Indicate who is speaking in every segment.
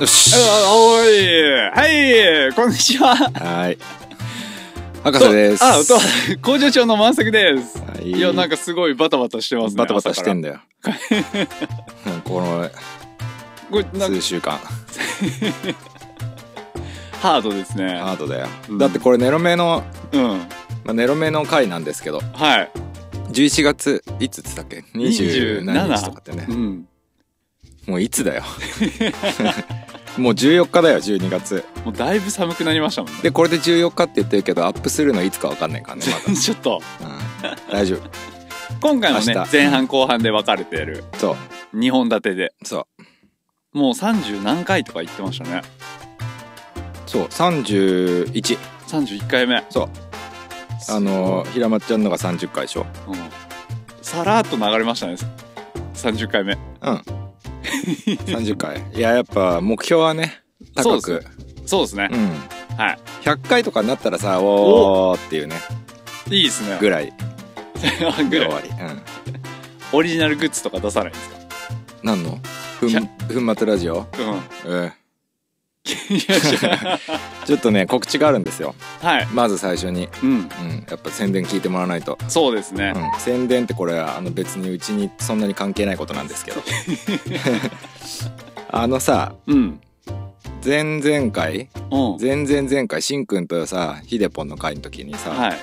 Speaker 1: よし。
Speaker 2: おおいはいこんにちは
Speaker 1: はい。博士です。
Speaker 2: あと工場長の満作です
Speaker 1: はい。
Speaker 2: いやなんかすごいバタバタしてますね
Speaker 1: バタバタしてん
Speaker 2: だ
Speaker 1: だ よ。うんこの
Speaker 2: これなんか
Speaker 1: 数週間、
Speaker 2: ハードですね
Speaker 1: ハードだよ
Speaker 2: う。ん
Speaker 1: だってこれネロメの、
Speaker 2: うん
Speaker 1: まあ、ネロメの回なんですけど、
Speaker 2: はい
Speaker 1: 11月、いつっつったっけ ?27 日とかってね
Speaker 2: う。ん
Speaker 1: もういつだよ。 もう14日だよ、12月。
Speaker 2: もうだいぶ寒くなりましたもんね
Speaker 1: で、これで14日って言ってるけど、アップするのいつかわかんないからね、
Speaker 2: ちょっと
Speaker 1: まだ。うん、大丈夫。
Speaker 2: 今回もね
Speaker 1: 明日
Speaker 2: 前半後半で分かれている
Speaker 1: そう、
Speaker 2: 2本立てで
Speaker 1: そう、
Speaker 2: もう30何回とか言ってましたね
Speaker 1: そう、31。
Speaker 2: 31回目
Speaker 1: そう。あの、平松ちゃんのが30回でしょ。
Speaker 2: うんさらっと流れましたね30回目
Speaker 1: うん。30回。いや、やっぱ目標はね、高
Speaker 2: そう
Speaker 1: く。
Speaker 2: そうですね
Speaker 1: う、ん。
Speaker 2: は
Speaker 1: 100回とかになったらさ、おーっていうね、
Speaker 2: いいいですね
Speaker 1: ぐらい
Speaker 2: あ ぐ
Speaker 1: で終
Speaker 2: ら
Speaker 1: わ
Speaker 2: い
Speaker 1: り。うん。
Speaker 2: オリジナルグッズとか出さないんですか
Speaker 1: 何のふん、粉末ラジオ
Speaker 2: うんよ
Speaker 1: うん。
Speaker 2: し
Speaker 1: ちょっとね、告知があるんですよ。
Speaker 2: はい
Speaker 1: まず最初に。
Speaker 2: うん
Speaker 1: うん、やっぱ宣伝聞いてもらわないと、
Speaker 2: そうですね、
Speaker 1: うん、宣伝ってこれはあの別にうちにそんなに関係ないことなん ですけどあのさ
Speaker 2: うん
Speaker 1: 前々回
Speaker 2: うん
Speaker 1: 前々前回しんくんとさひでぽんの会の時にさ、
Speaker 2: はい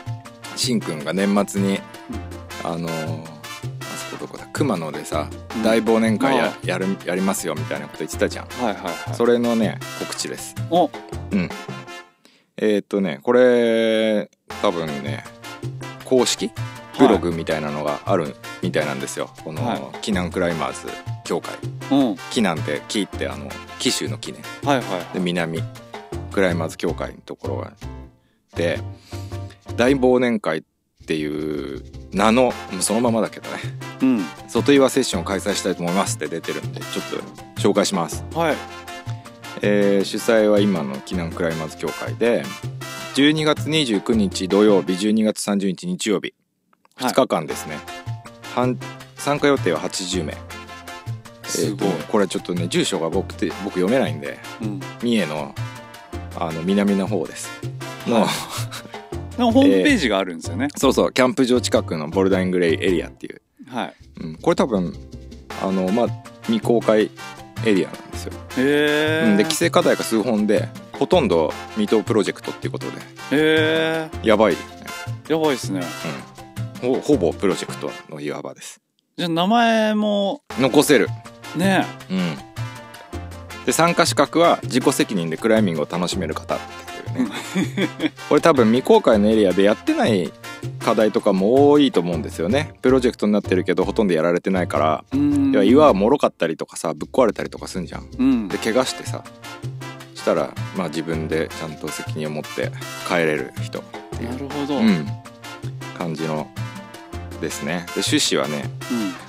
Speaker 1: しんくんが年末にあのーあそこどこだ熊野でさ
Speaker 2: うん
Speaker 1: 大忘年会や
Speaker 2: あ
Speaker 1: やるやりますよみたいなこと言ってたじゃん、
Speaker 2: はいはいはい
Speaker 1: それのね告知です
Speaker 2: お
Speaker 1: うんえーっとねこれ多分ね公式ブログみたいなのがあるみたいなんですよ、この、
Speaker 2: はい
Speaker 1: キナンクライマーズ協会
Speaker 2: うんはい
Speaker 1: キナンってキってあの紀州の記念
Speaker 2: はいは
Speaker 1: で南クライマーズ協会のところがで大忘年会っていう名のもうそのままだけどね
Speaker 2: いうん
Speaker 1: 外岩セッションを開催したいと思いますって出てるんでちょっと紹介します、
Speaker 2: はい
Speaker 1: えー主催は今のキナンクライマーズ協会で12月29日土曜日12月30日日曜日
Speaker 2: はい
Speaker 1: 2日間ですね、半参加予定は80名
Speaker 2: すごい
Speaker 1: えーとこれちょっとね住所が僕って僕読めないんで
Speaker 2: うん
Speaker 1: 三重のあの南の方ですの、
Speaker 2: はいなんかホームページがあるんですよね、
Speaker 1: そうそうキャンプ場近くのボルダリングレイエリアっていう、
Speaker 2: はい
Speaker 1: うん、これ多分あのまあ未公開エリアなんですよ、
Speaker 2: へ
Speaker 1: う
Speaker 2: え
Speaker 1: んで規制課題が数本でほとんど未踏プロジェクトっていうことで
Speaker 2: へ
Speaker 1: やばい、ね
Speaker 2: えやばいですね
Speaker 1: うん、ほほぼプロジェクトの岩場です
Speaker 2: じゃあ名前も
Speaker 1: 残せる
Speaker 2: ね
Speaker 1: うんで参加資格は自己責任でクライミングを楽しめる方っていうねこれ多分未公開のエリアでやってない課題とかも多いと思うんですよねプロジェクトになってるけどほとんどやられてないから、
Speaker 2: うん
Speaker 1: いや岩はもろかったりとかさぶっ壊れたりとかすんじゃん
Speaker 2: うん
Speaker 1: で怪我してさしたらまあ自分でちゃんと責任を持って帰れる人ってい
Speaker 2: な
Speaker 1: う、
Speaker 2: るほど、
Speaker 1: う
Speaker 2: うん
Speaker 1: ん、感じのですねで趣旨はね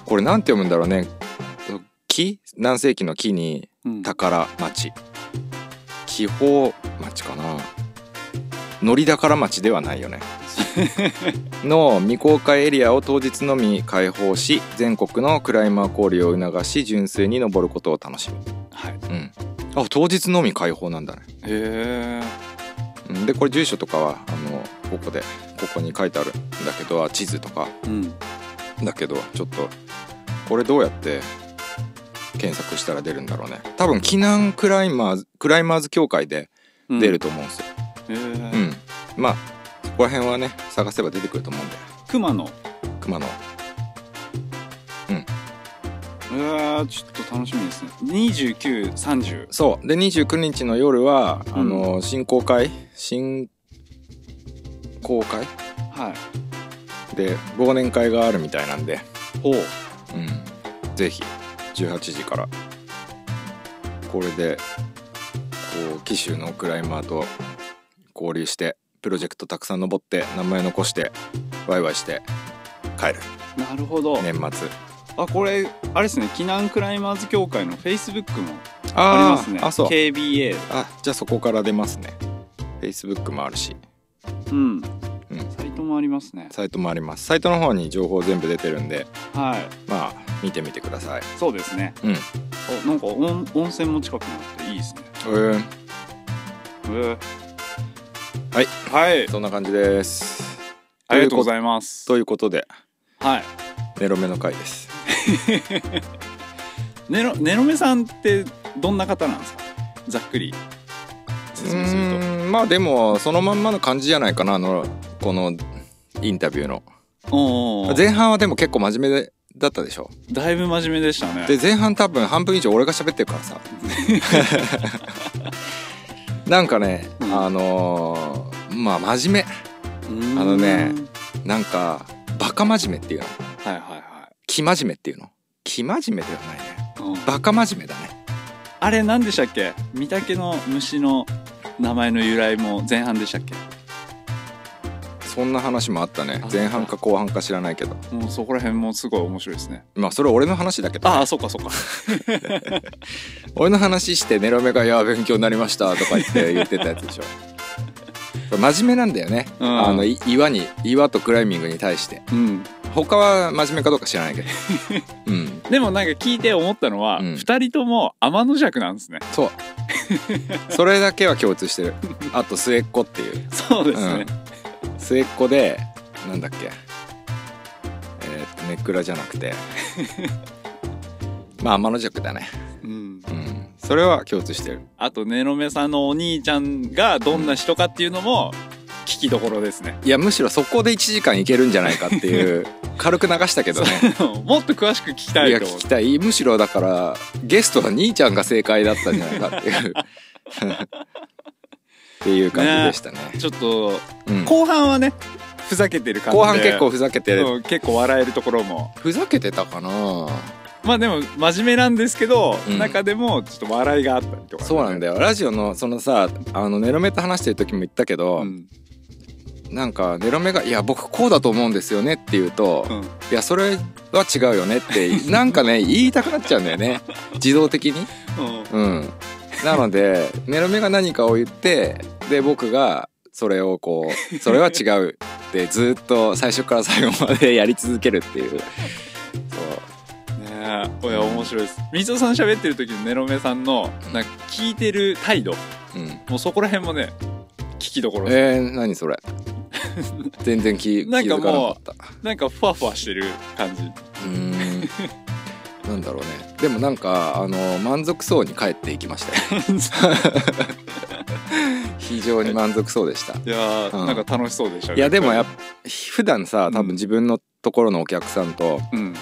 Speaker 1: これなんて読むんだろうね木何世紀の木に
Speaker 2: うん
Speaker 1: 宝町気泡町かな乗り宝町ではないよねの未公開エリアを当日のみ開放し全国のクライマー交流を促し純粋に登ることを楽しむ
Speaker 2: はいへ
Speaker 1: うんあ当日のみ開放なんだね
Speaker 2: え
Speaker 1: うんでこれ住所とかはあのここでここに書いてあるんだけどあ地図とか
Speaker 2: うん
Speaker 1: だけどちょっとこれどうやって検索したら出るんだろうね多分避難クライマーズクライマーズ協会で
Speaker 2: うん
Speaker 1: 出ると思うんですよ、
Speaker 2: へ
Speaker 1: うん
Speaker 2: え
Speaker 1: まあそこら辺はね探せば出てくると思うんで
Speaker 2: 熊野
Speaker 1: 熊野
Speaker 2: うわーちょっと楽しみですね2930
Speaker 1: そうで29日の夜は、
Speaker 2: ん
Speaker 1: あの振興会振興会
Speaker 2: はい
Speaker 1: で忘年会があるみたいなんで
Speaker 2: お
Speaker 1: うんぜひ18時からこれでこう紀州のクライマーと交流してプロジェクトたくさん登って名前残してワイワイして帰る
Speaker 2: なるほど、
Speaker 1: 年末
Speaker 2: あこれあれですね避難クライマーズ協会のフェイスブックもあり
Speaker 1: あー
Speaker 2: ますね
Speaker 1: あそう
Speaker 2: KBA
Speaker 1: あじゃあそこから出ますね Facebook もあるし
Speaker 2: うん、
Speaker 1: うん
Speaker 2: サイトもありますね
Speaker 1: サイトもありますサイトの方に情報全部出てるんで
Speaker 2: はい
Speaker 1: まあ見てみてください
Speaker 2: そうですね
Speaker 1: うん
Speaker 2: あなんか温温泉も近くにあっていいですね
Speaker 1: うん
Speaker 2: えー
Speaker 1: はい
Speaker 2: はい
Speaker 1: そんな感じです
Speaker 2: ありがとうございます
Speaker 1: ということで
Speaker 2: はい
Speaker 1: メロメの回です
Speaker 2: ねろねろめさんってどんな方なんですかざっくり
Speaker 1: う
Speaker 2: 説明する
Speaker 1: ーんまあでもそのまんまの感じじゃないかなあのこのインタビューの
Speaker 2: とおーおー
Speaker 1: 前半はでも結構真面目でだったでしょ
Speaker 2: だいぶ真面目でしたね
Speaker 1: で前半多分半分以上俺が喋ってるからさなんかね、
Speaker 2: うん
Speaker 1: あのーまあ真面
Speaker 2: うーん
Speaker 1: あのね目なんかバカ真面目っていうの
Speaker 2: はいはいは
Speaker 1: 生真面目っていうの生真面目ではないね
Speaker 2: い、うん
Speaker 1: バカ真面目だね
Speaker 2: あれ何でしたっけ御嶽の虫の名前の由来も前半でしたっけ
Speaker 1: そんな話もあったね
Speaker 2: あ
Speaker 1: 前半か後半か知らないけど
Speaker 2: もうそこら辺もすごい面白いですね
Speaker 1: まあそれ俺の話だけど
Speaker 2: ああそうかそうか
Speaker 1: 俺の話してネロメが「いや勉強になりました」とか言って言ってたやつで しょそう真面目なんだよね、
Speaker 2: うん
Speaker 1: あのい岩に岩とクライミングに対して
Speaker 2: うん
Speaker 1: 他は真面目かどうか知ら ないけどうん
Speaker 2: でもなんか聞いて思ったのは、
Speaker 1: う
Speaker 2: 二
Speaker 1: ん
Speaker 2: 人とも天の弱なんですね
Speaker 1: そうそれだけは共通してるあと末っ子ってい う
Speaker 2: そうですね、
Speaker 1: 末っ子でなんだっけえーっとネクラじゃなくて まあ天の弱だね
Speaker 2: うん
Speaker 1: うんそれは共通してる
Speaker 2: あとねろめさんのお兄ちゃんがどんな人かっていうのも聞きどころですね
Speaker 1: いやむしろそこで1時間いけるんじゃないかっていう軽く流したけどね
Speaker 2: もっと詳しく聞きた
Speaker 1: い
Speaker 2: い
Speaker 1: や
Speaker 2: と思
Speaker 1: 聞
Speaker 2: う
Speaker 1: きたいむしろだからゲストは兄ちゃんが正解だったんじゃないかっていうっていう感じでしたね
Speaker 2: ちょっと
Speaker 1: うん
Speaker 2: 後半はねふざけてる感じで
Speaker 1: 後半結構ふざけてる
Speaker 2: うん結構笑えるところも
Speaker 1: ふざけてたかな
Speaker 2: まあでも真面目なんですけど、
Speaker 1: うん
Speaker 2: 中でもちょっと笑いがあったりとかね、
Speaker 1: そうなんだよラジオのそのさあのネロメと話してる時も言ったけど、
Speaker 2: うん
Speaker 1: なんかネロメが「いや僕こうだと思うんですよね」って言うと「
Speaker 2: うん
Speaker 1: いやそれは違うよね」って なんかね言いたくなっちゃうんだよね自動的に。
Speaker 2: うん
Speaker 1: うん、なのでネロメが何かを言ってで僕がそれをこうそれは違うってずっと最初から最後までやり続けるっていう
Speaker 2: ねえこれ面白いです水尾さん喋ってる時のネロメさんのなんか聞いてる態度
Speaker 1: そう、うん、
Speaker 2: もうそこら辺もね聞きどころです
Speaker 1: えー、何 それ全然気気
Speaker 2: なんか
Speaker 1: づかな
Speaker 2: も
Speaker 1: かった
Speaker 2: なんかふわふわしてる感じ
Speaker 1: うーんなんだろうねでもなんかあの満足そうに帰っていきましたよ 非常に満足そうでした
Speaker 2: いやー、
Speaker 1: うん
Speaker 2: なんか楽しそうでしたね
Speaker 1: いやでもやっ
Speaker 2: ぱ
Speaker 1: ぱ普段さ多分自分のところのお客さんと、
Speaker 2: うん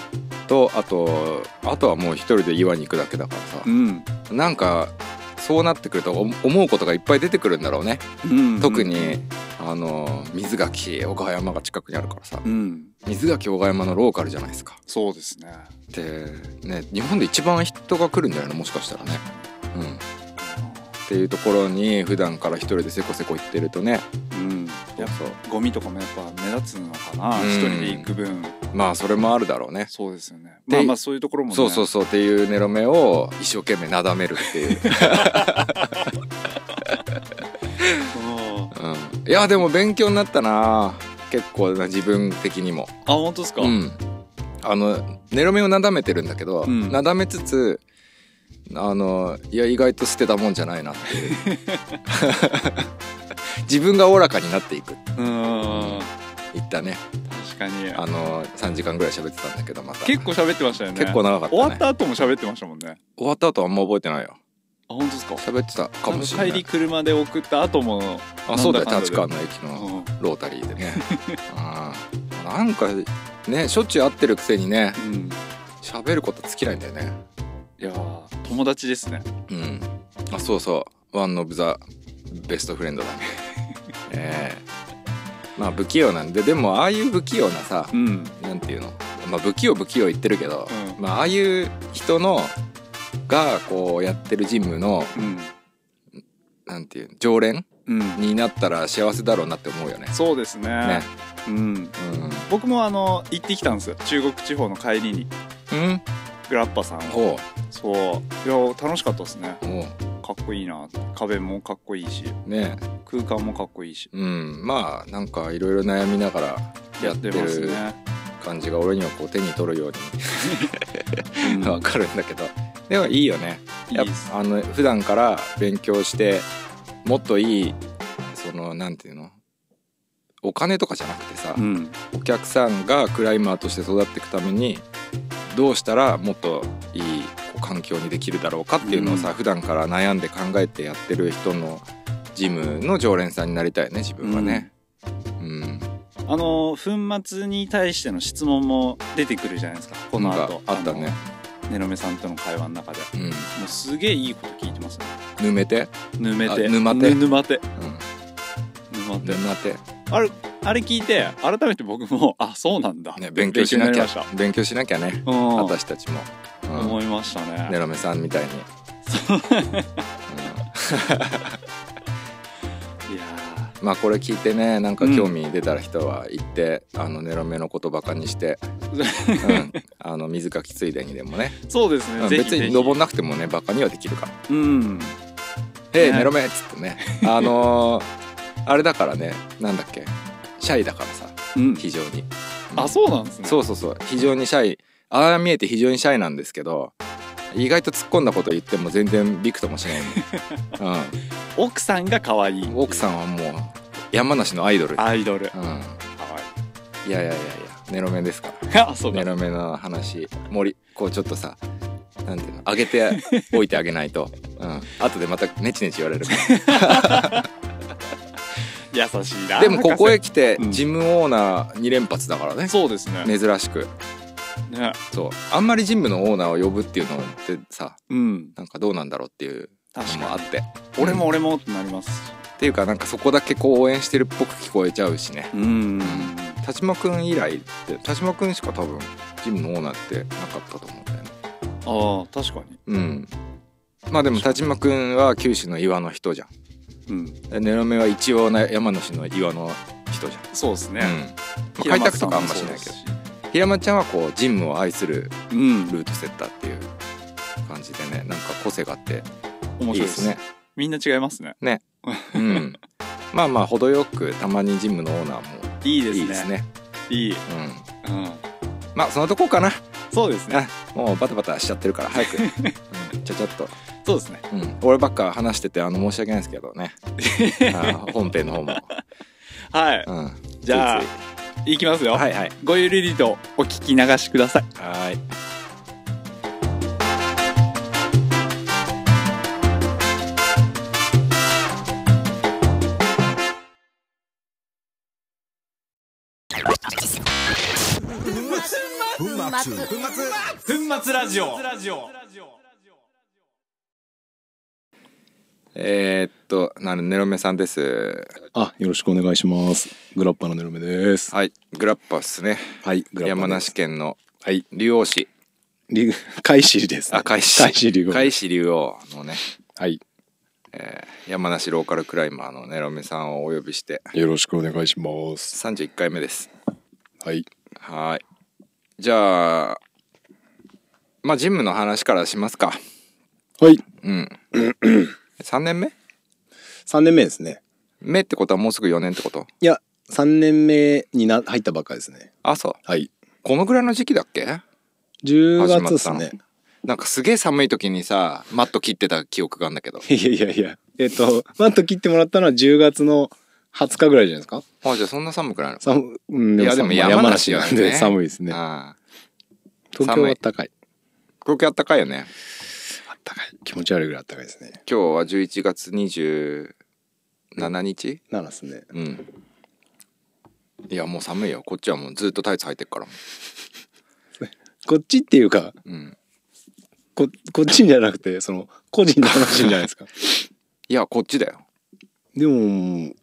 Speaker 1: とあとあとはもう一人で岩に行くだけだからさ
Speaker 2: う、ん、
Speaker 1: なんかそうなってくるとお思うことがいっぱい出てくるんだろうね、
Speaker 2: うん、
Speaker 1: 特にあの水垣岡山が近くにあるからさ
Speaker 2: うん
Speaker 1: 水垣岡山のローカルじゃないですか
Speaker 2: そうですね
Speaker 1: でね日本で一番人が来るんじゃないのもしかしたらねうんっていうところに普段から一人でせこせこ行ってるとね
Speaker 2: うん
Speaker 1: そ
Speaker 2: や
Speaker 1: う
Speaker 2: っ
Speaker 1: そう
Speaker 2: ぱゴミとかもやっぱ目立つのかな
Speaker 1: うん
Speaker 2: 一人で行く分
Speaker 1: まあそれもあるだろうね
Speaker 2: そうですよね
Speaker 1: で
Speaker 2: まあまあそういうところもね
Speaker 1: そうそうそうっていうネロメを一生懸命なだめるっ ていう
Speaker 2: うん
Speaker 1: うんいやでも勉強になったな結構な自分的にも、
Speaker 2: あ本当ですか、
Speaker 1: うん、あのネロメをなだめてるんだけど、
Speaker 2: うん
Speaker 1: なだめつつあのいや意外と捨てたもんじゃないなって いう自分がおおらかになっていく
Speaker 2: うん
Speaker 1: いったね
Speaker 2: 確かに
Speaker 1: あの3時間ぐらい喋ってたんだけどまた
Speaker 2: 結構喋ってましたよね
Speaker 1: 結構長かった、ね、
Speaker 2: 終わった後も喋ってましたもんね
Speaker 1: 終わった後あんま覚えてないよ
Speaker 2: あ本当ですか
Speaker 1: 喋ってたかもしれ
Speaker 2: 帰
Speaker 1: な
Speaker 2: り
Speaker 1: い
Speaker 2: 車で送った後も
Speaker 1: あそうだよ
Speaker 2: なんだかんだで
Speaker 1: 立川の駅の、
Speaker 2: うん
Speaker 1: ロータリーでねあーなんかねしょっちゅう会ってるくせにね
Speaker 2: うん
Speaker 1: 喋ること尽きないんだよね
Speaker 2: いやー友達ですね
Speaker 1: うんあそうそうワンオブザベストフレン ドだねええまあ不器用なんででもああいう不器用なさ
Speaker 2: うんうん
Speaker 1: なんていうの、まあ、不器用不器用言ってるけど、まあああいう人のがこうやってるジムのなんていう常連
Speaker 2: うん、
Speaker 1: になったら幸せだろうなって思うよね
Speaker 2: そうですね
Speaker 1: ね
Speaker 2: うん
Speaker 1: うん
Speaker 2: 僕もあの行ってきたんですよ中国地方の帰りに
Speaker 1: うん
Speaker 2: グラッパさんを
Speaker 1: おう
Speaker 2: そういやー楽しかったですね
Speaker 1: お
Speaker 2: かっこいいな壁もかっこいいし
Speaker 1: うねえ
Speaker 2: 空間もかっこいいし
Speaker 1: うん、まあなんかいろいろ悩みながらや
Speaker 2: や
Speaker 1: っ
Speaker 2: っててます
Speaker 1: る
Speaker 2: ね
Speaker 1: 感じが俺にはこう手に取るようにわかるんだけど、でもいいよねや
Speaker 2: い
Speaker 1: っ
Speaker 2: いっす
Speaker 1: ぱあの普段から勉強してもっといいそのなんていうのお金とかじゃなくてさ、
Speaker 2: うん
Speaker 1: お客さんがクライマーとして育っていくためにどうしたらもっといいこう環境にできるだろうかっていうのをさ、
Speaker 2: うん
Speaker 1: 普段から悩んで考えてやってる人のジムの常連さんになりたいね自分はね。うん
Speaker 2: あの粉末に対しての質問も出てくるじゃないですかこの
Speaker 1: なん
Speaker 2: 後
Speaker 1: かあったね。
Speaker 2: あのねろめさんとの会話の中で
Speaker 1: うん、
Speaker 2: もうすげえいいこと聞いてますね
Speaker 1: ぬめて、
Speaker 2: ぬめて
Speaker 1: あ沼て
Speaker 2: ぬ沼て
Speaker 1: うん、
Speaker 2: 沼て
Speaker 1: ぬまて、
Speaker 2: あれ聞いて改めて僕も あそうなんだ、
Speaker 1: ね、勉強しなきゃ
Speaker 2: 勉強にり
Speaker 1: 勉強しなきゃね、
Speaker 2: ましたうん
Speaker 1: 私たちも。うん
Speaker 2: 思いましたね
Speaker 1: ねろめさんみたいに。 うん
Speaker 2: いや
Speaker 1: まあこれ聞いてねなんか興味出たら人は行って、あのネロメのことバカにして、うん、あの水かきついでにでもね、
Speaker 2: ーそうですね、
Speaker 1: うん
Speaker 2: ぜひ
Speaker 1: 別に登んなくてもねバカにはできるから
Speaker 2: ぜひうん
Speaker 1: 「へえ
Speaker 2: ね
Speaker 1: ネロメ」っつってねあのー あれだからねなんだっけシャイだからさ
Speaker 2: うん
Speaker 1: 非常に、
Speaker 2: あそうなんですね
Speaker 1: そううそうそう非常にシャイああ見えて非常にシャイなんですけど意外と突っ込んだこと言っても全然ビクともしないの、
Speaker 2: 奥さんが可愛い
Speaker 1: うん、奥さ
Speaker 2: ん
Speaker 1: んはもう山梨のアイドル、
Speaker 2: アイドル
Speaker 1: うん
Speaker 2: 可愛い
Speaker 1: いやいやいやいやネロメですから
Speaker 2: い あそうか
Speaker 1: メロメロの話盛りこうちょっとさなんていうの上げておいてあ げないと、うん、後でまたネチネチ言われるか
Speaker 2: 優しいな
Speaker 1: らでもここへ
Speaker 2: 博
Speaker 1: 来て
Speaker 2: うん
Speaker 1: ジムオーナー2連発だからね
Speaker 2: 士、そうですね
Speaker 1: 珍しく
Speaker 2: ね
Speaker 1: そうあんまりジムのオーナーを呼ぶっていうのってさ
Speaker 2: うん
Speaker 1: なんかどうなんだろうっていう
Speaker 2: 確
Speaker 1: のもあ
Speaker 2: かに
Speaker 1: って
Speaker 2: 俺も俺もってなります
Speaker 1: っていうかなんかそこだけこう応援してるっぽく聞こえちゃうしね
Speaker 2: うん
Speaker 1: 田島くん以来って田島くんしか多分ジムのオーナーってなかったと思うんだよね
Speaker 2: ああ確かに
Speaker 1: うんまあでも田島くんは九州の岩の人じゃん
Speaker 2: うん
Speaker 1: ネロメは一応な山梨の岩の人じ
Speaker 2: そうです
Speaker 1: ゃん、うん
Speaker 2: ね、
Speaker 1: まあ開拓とかあんましないけど平松ちゃんはこうジムを愛する
Speaker 2: どうん
Speaker 1: ルートセッターっていう感じでねなんか個性があってい
Speaker 2: 面白
Speaker 1: いで
Speaker 2: いですすね
Speaker 1: ね
Speaker 2: みんな違いますね
Speaker 1: うん まあまあ程よくたまにジムのオーナーも
Speaker 2: いいですね
Speaker 1: いいですね
Speaker 2: いい、
Speaker 1: うん
Speaker 2: うん、
Speaker 1: まあそのとこかな
Speaker 2: そうですね
Speaker 1: もうバタバタしちゃってるから 早く、うん、ちゃちゃっと、
Speaker 2: そうですね
Speaker 1: うん、俺ばっか話しててあの申し訳ないですけど ねあー本編の方も、
Speaker 2: はい
Speaker 1: うん、
Speaker 2: じゃあ
Speaker 1: つい
Speaker 2: いきますよ、
Speaker 1: ついはいはい
Speaker 2: ごゆるりとお聞き流しください
Speaker 1: はい
Speaker 2: 粉末ラジオ
Speaker 1: えーっとなるネロメさんです
Speaker 3: あ、よろしくお願いします。グラッパーのネルメです。
Speaker 1: はいグラッパーっすね
Speaker 3: はい、グラッパーです
Speaker 1: 山梨。県の
Speaker 3: はい、
Speaker 1: 竜王市
Speaker 3: り、海市です、
Speaker 1: あ海市
Speaker 3: 海市竜王。
Speaker 1: 海市竜王のね
Speaker 3: はい、
Speaker 1: 山梨ローカルクライマーのネロメさんをお呼びして
Speaker 3: よろしくお願いします。
Speaker 1: 31回目です
Speaker 3: はい、
Speaker 1: はーいじゃあまあジムの話からしますか
Speaker 3: はい、
Speaker 1: うん3年目
Speaker 3: 三年目ですね。
Speaker 1: 目ってことはもうすぐ4年ってこと
Speaker 3: いや、三年目にな入ったばっかりですね。
Speaker 1: あそう
Speaker 3: はい、
Speaker 1: このぐらいの時期だっけ
Speaker 3: 十
Speaker 1: 始まっ
Speaker 3: 月で
Speaker 1: た
Speaker 3: す
Speaker 1: の
Speaker 3: ね。
Speaker 1: なんかすげえ寒い時にさマット切ってた記憶があるんだけど
Speaker 3: いやいやいや、えっ、と、マット切ってもらったのは十月の二十日ぐらいじゃないですか。
Speaker 1: あじゃあそんな寒くないの
Speaker 3: 寒、うん、
Speaker 1: いやでも
Speaker 3: 寒
Speaker 1: 山梨なんでね
Speaker 3: 山寒いですね。
Speaker 1: ああ
Speaker 3: 東京は高い。
Speaker 1: 東京あったかいよね
Speaker 3: 高い。気持ち悪いぐらい暖かいですね。
Speaker 1: 今日は11月27日
Speaker 3: ならですね。
Speaker 1: うんいやもう寒いよこっちはもうずっとタイツ履いてっから
Speaker 3: こっちっていうか、
Speaker 1: うん
Speaker 3: こ こっちじゃなくてその個人の話じゃないですか
Speaker 1: いやこっちだよ
Speaker 3: でも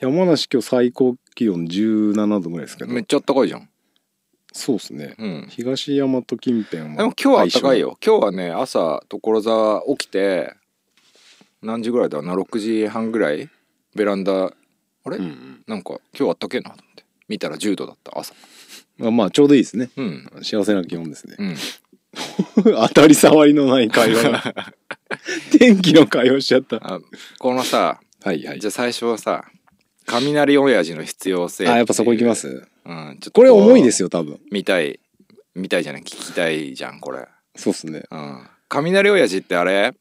Speaker 3: 山梨今日最高気温17度ぐらいですけど
Speaker 1: めっちゃあったかいじゃん
Speaker 3: そうですね
Speaker 1: うん
Speaker 3: 東大和近辺
Speaker 1: で
Speaker 3: は
Speaker 1: も今日はあったかいよ今日はね朝所沢起きて何時ぐらいだろうな6時半ぐらいベランダあれ、
Speaker 3: 相性、うん
Speaker 1: なんか今日あったけえなと思って見たら10度だった朝
Speaker 3: うんまあ、まあちょうどいいですね
Speaker 1: うん
Speaker 3: 幸せな気温ですね
Speaker 1: うん
Speaker 3: 当たり障りのない会話が 天気の会話しちゃった
Speaker 1: あこのさ
Speaker 3: はいはい
Speaker 1: じゃあ最初はさ雷親父の必要性、
Speaker 3: あやっぱそこ行きますす
Speaker 1: うん、ちょっと
Speaker 3: これ重いですよ多分
Speaker 1: 見たい見たいじゃない聞きたいじゃんこれ、
Speaker 3: そうっすね
Speaker 1: うん、雷親父ってあれ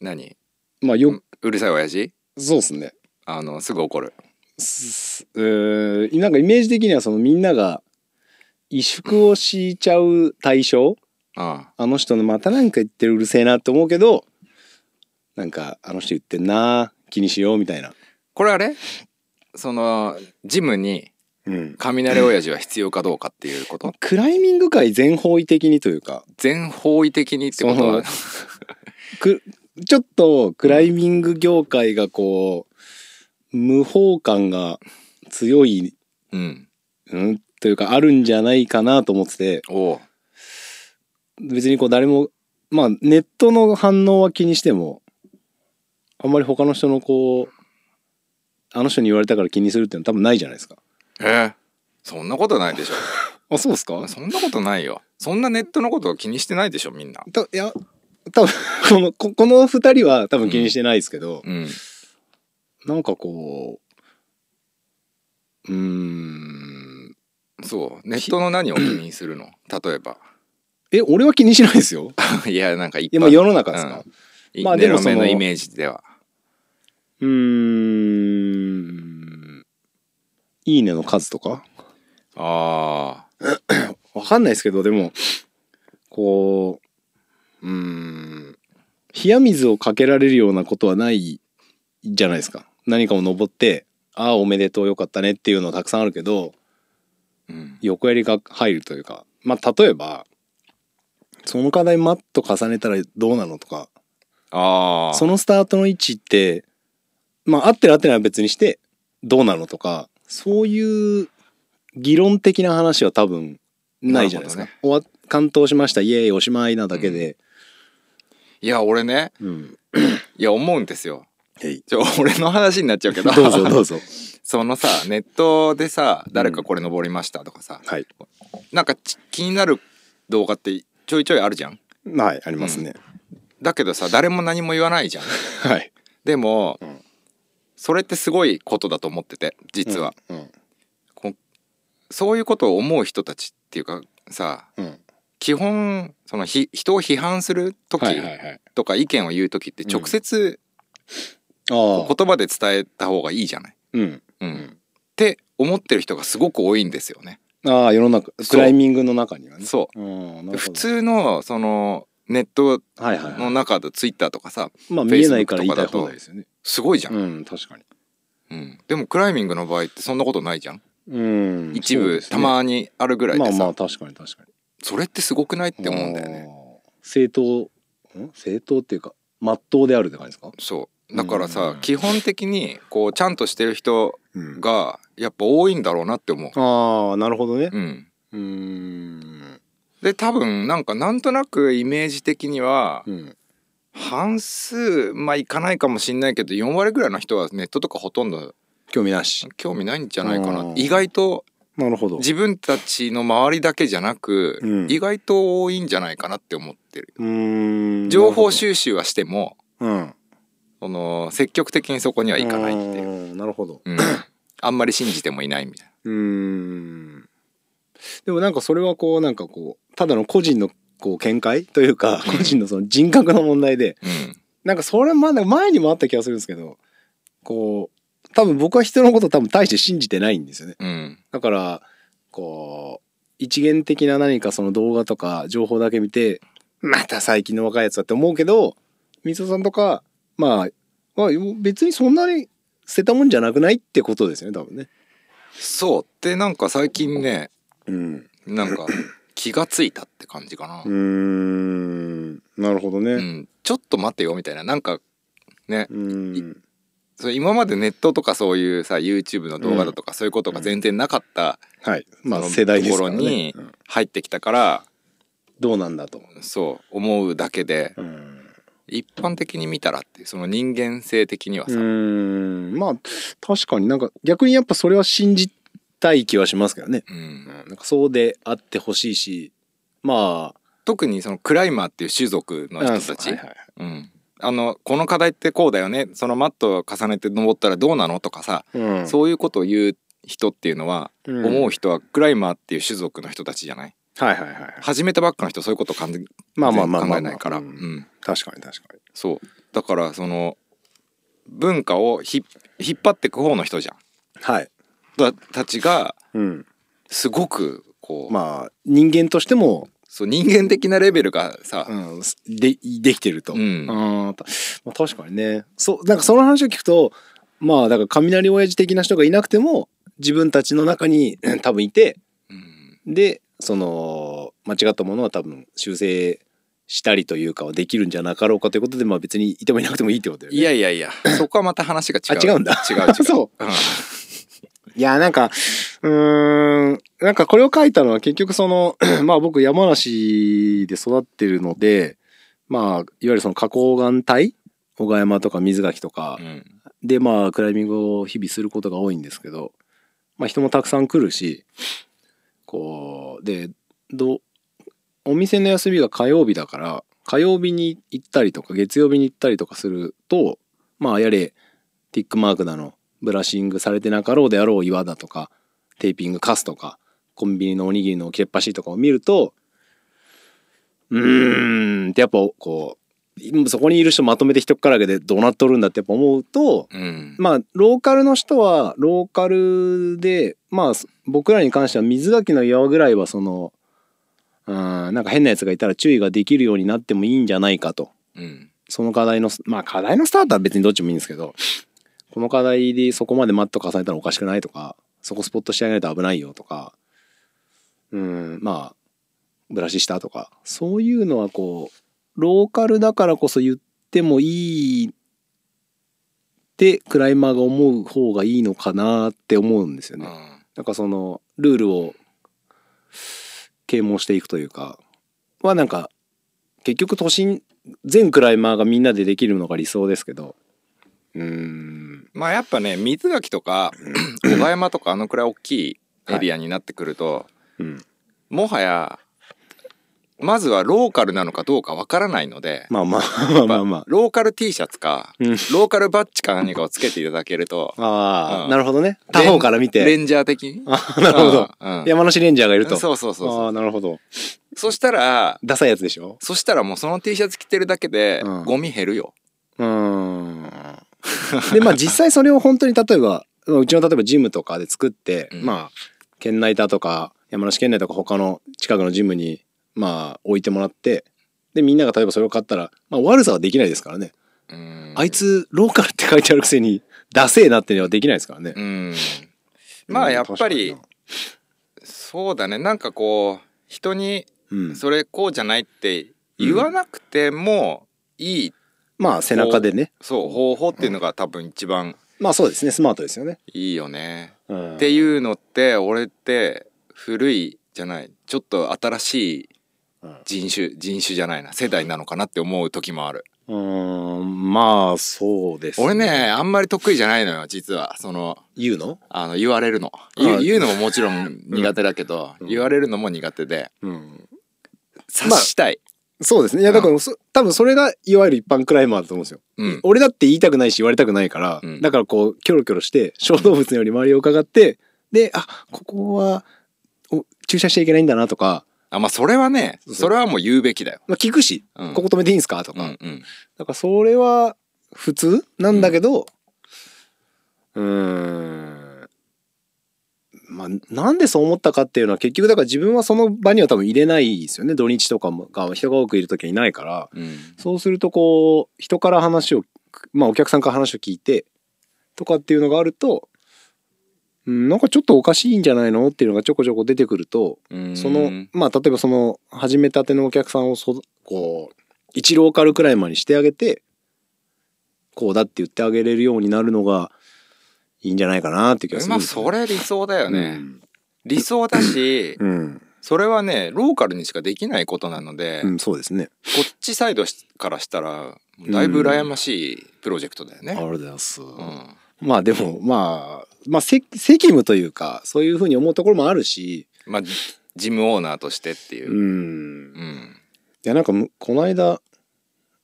Speaker 1: 何
Speaker 3: まあよ、
Speaker 1: うるさい親父
Speaker 3: そうですね。
Speaker 1: あのすぐ怒る
Speaker 3: すうーんなんかイメージ的にはそのみんなが萎縮を敷いちゃう対象
Speaker 1: あ
Speaker 3: あの人のまたなんか言ってるうるせえなって思うけどなんかあの人言ってんな気にしようみたいな。
Speaker 1: これあれそのジムに
Speaker 3: うん、
Speaker 1: 雷親父は必要かどうかっていうこと
Speaker 3: クライミング界全方位的にというか
Speaker 1: 全方位的にってことは
Speaker 3: くちょっとクライミング業界がこう無法感が強い、
Speaker 1: うん
Speaker 3: うん、というかあるんじゃないかなと思ってて
Speaker 1: おう
Speaker 3: 別にこう誰もまあネットの反応は気にしてもあんまり他の人のこうあの人に言われたから気にするっていうのは多分ないじゃないですか。
Speaker 1: えーそんなことないでしょ
Speaker 3: あそうですか
Speaker 1: そんなことないよそんなネットのこと気にしてないでしょみんな
Speaker 3: たいや多分 このここの2人は多分気にしてないですけど、
Speaker 1: うん
Speaker 3: なんかこううーん
Speaker 1: そうネットの何を気にするの例えば
Speaker 3: え俺は気にしないですよ。
Speaker 1: いやなんか一
Speaker 3: いやまあ
Speaker 1: 般
Speaker 3: 世の中ですか。
Speaker 1: い
Speaker 3: まあ
Speaker 1: ネ
Speaker 3: でも
Speaker 1: ロ
Speaker 3: その
Speaker 1: メのイメージでは
Speaker 3: うーんいいねの数とか
Speaker 1: ああ
Speaker 3: わかんないですけど、でも、こう、うーん、冷や水をかけられるようなことはないじゃないですか。何かを登って、ああ、おめでとう、よかったねっていうのはたくさんあるけど、
Speaker 1: うん
Speaker 3: 横やりが入るというか、まあ、例えば、その課題マット重ねたらどうなのとか、
Speaker 1: ああ
Speaker 3: そのスタートの位置って、まあ、合ってる合ってないは別にして、どうなのとか、そういう議論的な話は多分ないじゃないですか。
Speaker 1: なる
Speaker 3: 終わ完登しました、イエーイ、おしまいなだけで。
Speaker 1: いや俺ね
Speaker 3: うん。
Speaker 1: いや思うんですよ
Speaker 3: へい
Speaker 1: ちょ俺の話になっちゃうけ ど
Speaker 3: どうぞどうぞ。
Speaker 1: そのさネットでさ誰かこれ登りましたとかさ、
Speaker 3: はい。
Speaker 1: なんかち気になる動画ってちょいちょいあるじゃん
Speaker 3: はい、ありますね。
Speaker 1: だけどさ誰も何も言わないじゃん
Speaker 3: はい。
Speaker 1: でも、
Speaker 3: うん
Speaker 1: それってすごいことだと思ってて実は、
Speaker 3: うん。
Speaker 1: こうそういうことを思う人たちっていうかさ
Speaker 3: うん。
Speaker 1: 基本そのひ人を批判する時
Speaker 3: はいはいはい。
Speaker 1: とか意見を言う時って直接
Speaker 3: ああ。
Speaker 1: 言葉で伝えた方がいいじゃない、
Speaker 3: うん。
Speaker 1: うん
Speaker 3: ん
Speaker 1: って思ってる人がすごく多いんですよね。
Speaker 3: ああ、世の中、
Speaker 1: そう
Speaker 3: クライミングの中にはね。。
Speaker 1: そう
Speaker 3: うん、な
Speaker 1: う
Speaker 3: る
Speaker 1: 普
Speaker 3: ほど。
Speaker 1: 通のそのネット
Speaker 3: はいはい
Speaker 1: の
Speaker 3: は
Speaker 1: 中でツイッターとかさ
Speaker 3: い。まあ、見えないから言いたい
Speaker 1: Facebook とかだと
Speaker 3: 放題ですよね。
Speaker 1: すごいじゃん、
Speaker 3: うん、確かに。
Speaker 1: うんでもクライミングの場合ってそんなことないじゃん
Speaker 3: うん。
Speaker 1: 一
Speaker 3: そう
Speaker 1: 部
Speaker 3: ですね
Speaker 1: たまにあるぐらいでさ、
Speaker 3: まあまあ、確かに確かに。
Speaker 1: それってすごくないって思うんだよね
Speaker 3: あー。正当、ん正当っていうか、まっとうであるって感じですか
Speaker 1: そうだからさ、
Speaker 3: うん
Speaker 1: 基本的にこうちゃんとしてる人
Speaker 3: うん。
Speaker 1: がやっぱ多いんだろうなって思う、
Speaker 3: ああ、なるほどね。
Speaker 1: うん、
Speaker 3: うーん。
Speaker 1: で多分なんかなんとなくイメージ的には
Speaker 3: うん。
Speaker 1: 半数まあいかないかもしんないけど4割ぐらいの人はネットとかほとんど
Speaker 3: 興味なし。
Speaker 1: 興味ないんじゃないかな
Speaker 3: うん
Speaker 1: 意外と
Speaker 3: なるほど。
Speaker 1: 自分たちの周りだけじゃなく、
Speaker 3: うん
Speaker 1: 意外と多いんじゃないかなって思ってる
Speaker 3: うーん。
Speaker 1: 情報収集はしても
Speaker 3: なるほど。うん。
Speaker 1: その積極的にそこにはいかないっていう、
Speaker 3: う。なるほど。
Speaker 1: うん、あんまり信じてもいないみたいう
Speaker 3: ーん。でもなんかそれはこう、なんかこう、ただの個人のこう見解というか、個人のその人格の問題で、
Speaker 1: な、うん、
Speaker 3: なんかそれまだ前にもあった気がするんですけど、こう、多分僕は人のこと多分大して信じてないんですよね。
Speaker 1: うん
Speaker 3: だから、こう、一元的な何かその動画とか情報だけ見て、また最近の若いやつだって思うけど、水戸さんとか、まあ、まあ別にそんなに捨てたもんじゃなくないってことですよね、多分ね。
Speaker 1: そうでなんか最近 ね
Speaker 3: うん。
Speaker 1: なんか気がついたって感じかな、うん
Speaker 3: ん。なるほどね。
Speaker 1: ちょっと待ってよみたいななんかね
Speaker 3: うん。
Speaker 1: それ今までネットとかそういうさ YouTube の動画だとかそういうことが全然なかった、
Speaker 3: はい。まあ
Speaker 1: その
Speaker 3: 世代ですからね。
Speaker 1: ところに
Speaker 3: うん
Speaker 1: 入ってきたから
Speaker 3: どうなんだと。
Speaker 1: そう思うだけで
Speaker 3: うん。
Speaker 1: 一般的に見たらっていうその人間性的には
Speaker 3: う
Speaker 1: さ、
Speaker 3: ーんまあ確かになんか逆にやっぱそれは信じたい気はしますけどね、
Speaker 1: うん
Speaker 3: うん、なんかそうであってほしいしまあ
Speaker 1: 特にそのクライマーっていう種族の人たち、
Speaker 3: はいはいはい
Speaker 1: うん、あのこの課題ってこうだよねそのマットを重ねて登ったらどうなのとかさ、
Speaker 3: うん
Speaker 1: そういうことを言う人っていうのは、
Speaker 3: うん
Speaker 1: 思う人はクライマーっていう種族の人たちじゃない、
Speaker 3: はいはいはい。
Speaker 1: 始めたばっかの人そういうこと感じ
Speaker 3: まあまあまあまあま
Speaker 1: 考
Speaker 3: あ
Speaker 1: えないから、
Speaker 3: う
Speaker 1: うんん、
Speaker 3: 確かに確かに。
Speaker 1: そうだからその文化をひ引っ張ってく方の人じゃん
Speaker 3: はい。
Speaker 1: だたちが
Speaker 3: うん。
Speaker 1: すごくこう,、
Speaker 3: まあ、人間としても、
Speaker 1: そう人間的なレベルがさ、
Speaker 3: うん、で、できてると。
Speaker 1: うん
Speaker 3: あーたまあ、確かにね。そう、なんかその話を聞くと、まあ、だから雷親父的な人がいなくても、自分たちの中にうん多分いて、
Speaker 1: うん
Speaker 3: で、その、間違ったものは多分修正したりというかはできるんじゃなかろうかということで、まあ別にいてもいなくてもいいってことだよね。
Speaker 1: いやいやい やそこはまた話が違う
Speaker 3: あ違うんだ
Speaker 1: 違う違う
Speaker 3: そ
Speaker 1: うん、
Speaker 3: いや、なんか、うーん、なんかこれを書いたのは結局その、 まあ僕山梨で育ってるので、まあ、いわゆるその花崗岩帯小川山とか水垣とか、
Speaker 1: うん
Speaker 3: でまあクライミングを日々することが多いんですけど、まあ人もたくさん来るし、こう、で、ど、お店の休みが火曜日だから、火曜日に行ったりとか月曜日に行ったりとかすると、まあやれ、ティックマークだの、ブラッシングされてなかろうであろう岩だとか、テーピングカスとか、コンビニのおにぎりの切れっ端とかを見ると、うーんってやっぱこう、そこにいる人まとめて一っからげでどうなっとるんだってやっぱ思うと、
Speaker 1: うん
Speaker 3: まあ、ローカルの人は、ローカルで、まあ、僕らに関しては水垣の岩ぐらいは、その、うん、なんか変なやつがいたら注意ができるようになってもいいんじゃないかと。
Speaker 1: うん
Speaker 3: その課題の、まあ課題のスタートは別にどっちもいいんですけど、この課題でそこまでマット重ねたらおかしくないとか、そこスポットしてあげないと危ないよとか、うん、まあ、ブラシしたとか、そういうのはこう、ローカルだからこそ言ってもいいってクライマーが思う方がいいのかなって思うんですよね。なんかそのルールを啓蒙していくというかはなんか結局都心全クライマーがみんなでできるのが理想ですけどうーん
Speaker 1: まあやっぱね水垣と か小賀山とかあのくらい大きいエリアになってくると、
Speaker 3: うん
Speaker 1: もはやまずはローカルなのかどうかわからないので、
Speaker 3: まあまあまあまあまあ
Speaker 1: ローカル T シャツか、
Speaker 3: うん
Speaker 1: ローカルバッジか何かをつけていただけると
Speaker 3: ああ、
Speaker 1: うん
Speaker 3: なるほどね他方から見
Speaker 1: レ
Speaker 3: て
Speaker 1: ンジャー的に
Speaker 3: あ なるほど、
Speaker 1: うんうん
Speaker 3: 山梨レンジャーがいると
Speaker 1: そうそうそう
Speaker 3: あ
Speaker 1: そう
Speaker 3: あなるほど
Speaker 1: そしたら
Speaker 3: ダサいやつでしょ
Speaker 1: そしたらもうその T シャツ着てるだけで
Speaker 3: うん
Speaker 1: ゴミ減るよ、
Speaker 3: うーんでまあ実際それを本当に例えばうちの例えばジムとかで作って、
Speaker 1: うん
Speaker 3: まあ県内だとか山梨県内とか他の近くのジムにまあ置いてもらってでみんなが例えばそれを買ったら、まあ、悪さはできないですからね、
Speaker 1: うん
Speaker 3: あいつローカルって書いてあるくせにダセえなっていうのはできないですからね、
Speaker 1: うんまあやっぱり
Speaker 3: 確か
Speaker 1: そうだねなんかこう人に
Speaker 3: になうん
Speaker 1: それこうじゃないって言わなくてもいい、
Speaker 3: まあ背中でね
Speaker 1: そう方法っていうのが多分一番
Speaker 3: まあそうですねスマートですよね、
Speaker 1: いいよね、
Speaker 3: うん、
Speaker 1: っていうのって俺って古いじゃないちょっと新しい
Speaker 3: うん
Speaker 1: 人種人種じゃないな世代なのかなって思う時もある
Speaker 3: うーんまあそうです
Speaker 1: 俺ねあんまり得意じゃないのよ実はその
Speaker 3: 言うの
Speaker 1: あの言われるの言
Speaker 3: あ
Speaker 1: う言うのももちろん苦手だけど、
Speaker 3: うん
Speaker 1: 言われるのも苦手で
Speaker 3: うん
Speaker 1: 察したい、
Speaker 3: そうですね。いや、だからそ、多分それが、いわゆる一般クライマーだと思うんですよ。
Speaker 1: うん
Speaker 3: 俺だって言いたくないし、言われたくないから、
Speaker 1: うん
Speaker 3: だからこう、キョロキョロして、小動物のより周りを伺って、で、あ、ここは、お駐車しちゃいけないんだなとか、
Speaker 1: あまあそれはね
Speaker 3: そう
Speaker 1: それはもう言うべきだよ、
Speaker 3: まあ、聞くし、
Speaker 1: うん、
Speaker 3: ここ止めていいんすかと
Speaker 1: う
Speaker 3: か。
Speaker 1: んうん
Speaker 3: だから、それは、普通なんだけど、うーん。まあ、なんでそう思ったかっていうのは、結局、だから自分はその場には多分入れないですよね。土日とかも、が人が多くいる時はいないから。
Speaker 1: うん
Speaker 3: そうするとこう人から話をまあお客さんから話を聞いてとかっていうのがあると、うん、なんかちょっとおかしいんじゃないのっていうのがちょこちょこ出てくると
Speaker 1: うん
Speaker 3: そのまあ例えばその始めたてのお客さんをそこう一ローカルクライマーにしてあげてこうだって言ってあげれるようになるのがいいんじゃないかなって気がする
Speaker 1: ま
Speaker 3: ん
Speaker 1: あ
Speaker 3: ですよ
Speaker 1: そ
Speaker 3: ね。
Speaker 1: れ理想だよね、理想だし
Speaker 3: うん、うん
Speaker 1: それはねローカルにしかできないことなので、
Speaker 3: う
Speaker 1: こ
Speaker 3: ん、そうですね。
Speaker 1: っちサイドしからしたらだいぶ羨ましいプロジェクトだよ
Speaker 3: ありが
Speaker 1: ね。
Speaker 3: とうございます。
Speaker 1: うん
Speaker 3: まあでもまあまあ責責務というかそういうふうに思うところもあるし
Speaker 1: まあジジムオーナーとしてっていうう。
Speaker 3: ん
Speaker 1: うん
Speaker 3: いやなんかむこの間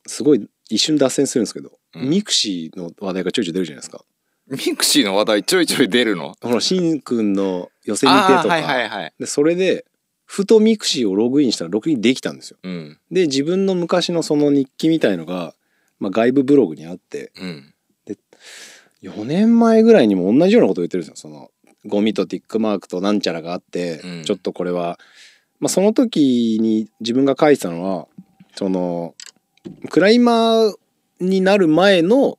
Speaker 3: すごい一瞬脱線するんですけど、
Speaker 1: うん
Speaker 3: ミクシーの話題がちょいちょい出るじゃないですか
Speaker 1: ミクシーの話題ちょいちょい出るの
Speaker 3: ほらしんくんの寄せ見て
Speaker 1: あ
Speaker 3: とか、
Speaker 1: ーはいはいはい。
Speaker 3: でそれでふとミクシーをログインしたらログインできたんですよ。
Speaker 1: うん
Speaker 3: で自分の昔のその日記みたいのが、まあ、外部ブログにあって
Speaker 1: うん
Speaker 3: 4年前ぐらいにも同じようなこと言ってるんですよそのゴミとティックマークとなんちゃらがあって、
Speaker 1: うん
Speaker 3: ちょっとこれは、まあ、その時に自分が書いてたのはそのクライマーになる前の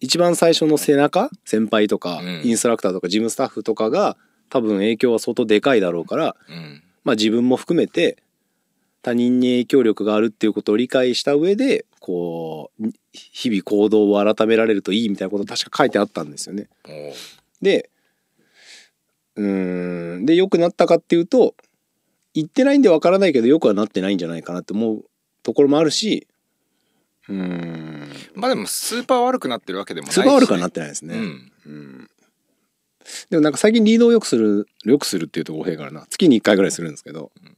Speaker 3: 一番最初の背中先輩とか、
Speaker 1: うん
Speaker 3: インストラクターとかジムスタッフとかが多分影響は相当でかいだろうから、
Speaker 1: うん
Speaker 3: まあ、自分も含めて他人に影響力があるっていうことを理解した上でこうに日々行動を改められるといいみたいなこと確か書いてあったんですよね。
Speaker 1: おう
Speaker 3: でうーんで良くなったかっていうと言ってないんでわからないけど良くはなってないんじゃないかなって思うところもあるしうーん
Speaker 1: まあでもスーパー悪くなってるわけでもないし
Speaker 3: スーパー悪くはなってないですね。
Speaker 1: うん
Speaker 3: うんでもなんか最近リードをよくするよくするっていうと語弊があるな月に1回ぐらいするんですけど、
Speaker 1: うん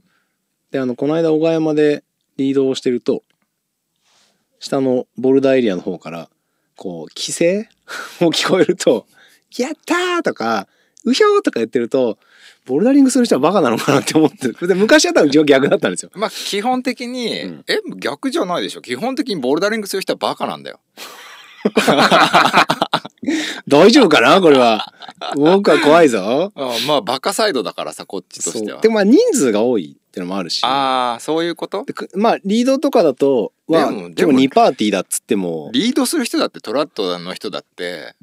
Speaker 3: であのこの間小川山でリードをしてると下のボルダーエリアの方からこう規制も聞こえると「やったー!」とか「うひょー!」とか言ってるとボルダリングする人はバカなのかなって思ってるで昔は多分自分逆だったんですよ。
Speaker 1: まあ基本的に、
Speaker 3: うん
Speaker 1: え逆じゃないでしょ基本的にボルダリングする人はバカなんだよ
Speaker 3: 大丈夫かなこれは。僕は怖いぞ。
Speaker 1: あまあバカサイドだからさこっちとして
Speaker 3: そう
Speaker 1: は
Speaker 3: でまあ人数が多いってのもあるし。
Speaker 1: ああそういうこと
Speaker 3: でくまあリードとかだとは
Speaker 1: でも
Speaker 3: 今日
Speaker 1: でも
Speaker 3: 2パーティーだっつっても
Speaker 1: リードする人だってトラットの人だって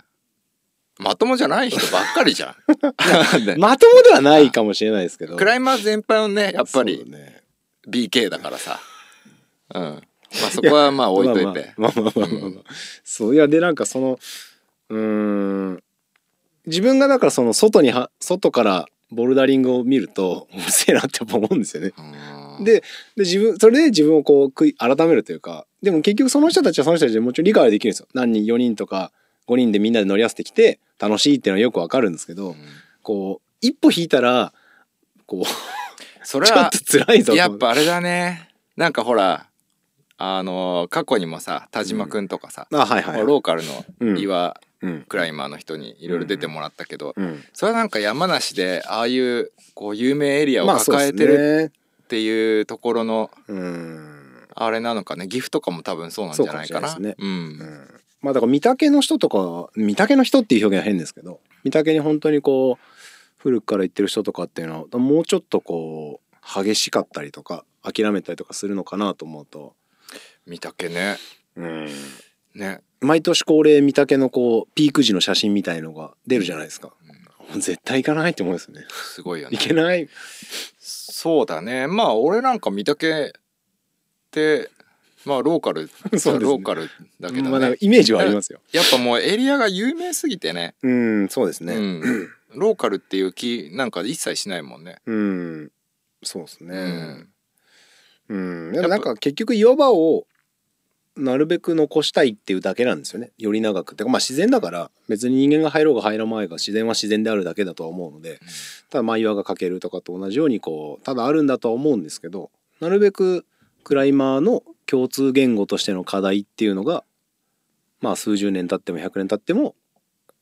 Speaker 1: まともじゃない人ばっかりじゃん
Speaker 3: まともではないかもしれないですけ ど
Speaker 1: クライマー全般をねやっぱ
Speaker 3: そう
Speaker 1: り
Speaker 3: だね
Speaker 1: BK だからさうんまあそこはまあ置いといて
Speaker 3: まあまあまあまあまあまあ、そういやでなんかそのうーん自分がだからその外には外からボルダリングを見るとうるせえなってやっぱ思うんですよね。
Speaker 1: うん
Speaker 3: でで自分それで自分をこう悔い改めるというかでも結局その人たちはその人たちでもちろん理解はできるんですよ。何人4人とか5人でみんなで乗り合わせてきて楽しいっていうのはよくわかるんですけど、こう一歩引いたらこう
Speaker 1: それ
Speaker 3: ちょっ
Speaker 1: は
Speaker 3: と辛いぞと
Speaker 1: やっぱあれだねなんかほらあの過去にもさ田島くんとかさ、
Speaker 3: あはいはい
Speaker 1: ローカルの岩
Speaker 3: うん
Speaker 1: クライマーの人にいろいろ出てもらったけど、
Speaker 3: うん
Speaker 1: それはなんか山梨でああいうこう有名エリアを
Speaker 3: まあそう
Speaker 1: 抱え
Speaker 3: です
Speaker 1: てる
Speaker 3: ね
Speaker 1: っていうところの
Speaker 3: うん
Speaker 1: あれなのかね岐阜とかも多分そうなんじゃないかな
Speaker 3: そうかもしれないでう
Speaker 1: うん
Speaker 3: んまあだから見たけの人とか見たけの人っていう表現は変ですけど見たけに本当にこう古くから言ってる人とかっていうのはもうちょっとこう激しかったりとか諦めたりとかするのかなと思うと、
Speaker 1: 見たけね
Speaker 3: うん、
Speaker 1: ね
Speaker 3: 毎年恒例見たけのこうピーク時の写真みたいのが出るじゃないですか、もう絶対行かないって思うんですよね
Speaker 1: すごいよね
Speaker 3: 行けない
Speaker 1: そうだねまあ俺なんか見たけってまあローカル
Speaker 3: そうですね
Speaker 1: ローカルだけどね、
Speaker 3: まあ、なんかイメージはありますよ。
Speaker 1: やっぱもうエリアが有名すぎてね
Speaker 3: うん、そうですね。
Speaker 1: うん、ローカルっていう気なんか一切しないもんね
Speaker 3: うん、そうです
Speaker 1: う
Speaker 3: ね。
Speaker 1: ん、
Speaker 3: うん、でもなんか結局岩場をなるべく残したいっていうだけなんですよね。より長くてかまあ自然だから別に人間が入ろうが入らないが自然は自然であるだけだとは思うので、ただまあ岩がかけるとかと同じようにこうただあるんだとは思うんですけど、なるべくクライマーの共通言語としての課題っていうのがまあ数十年経っても100年経っても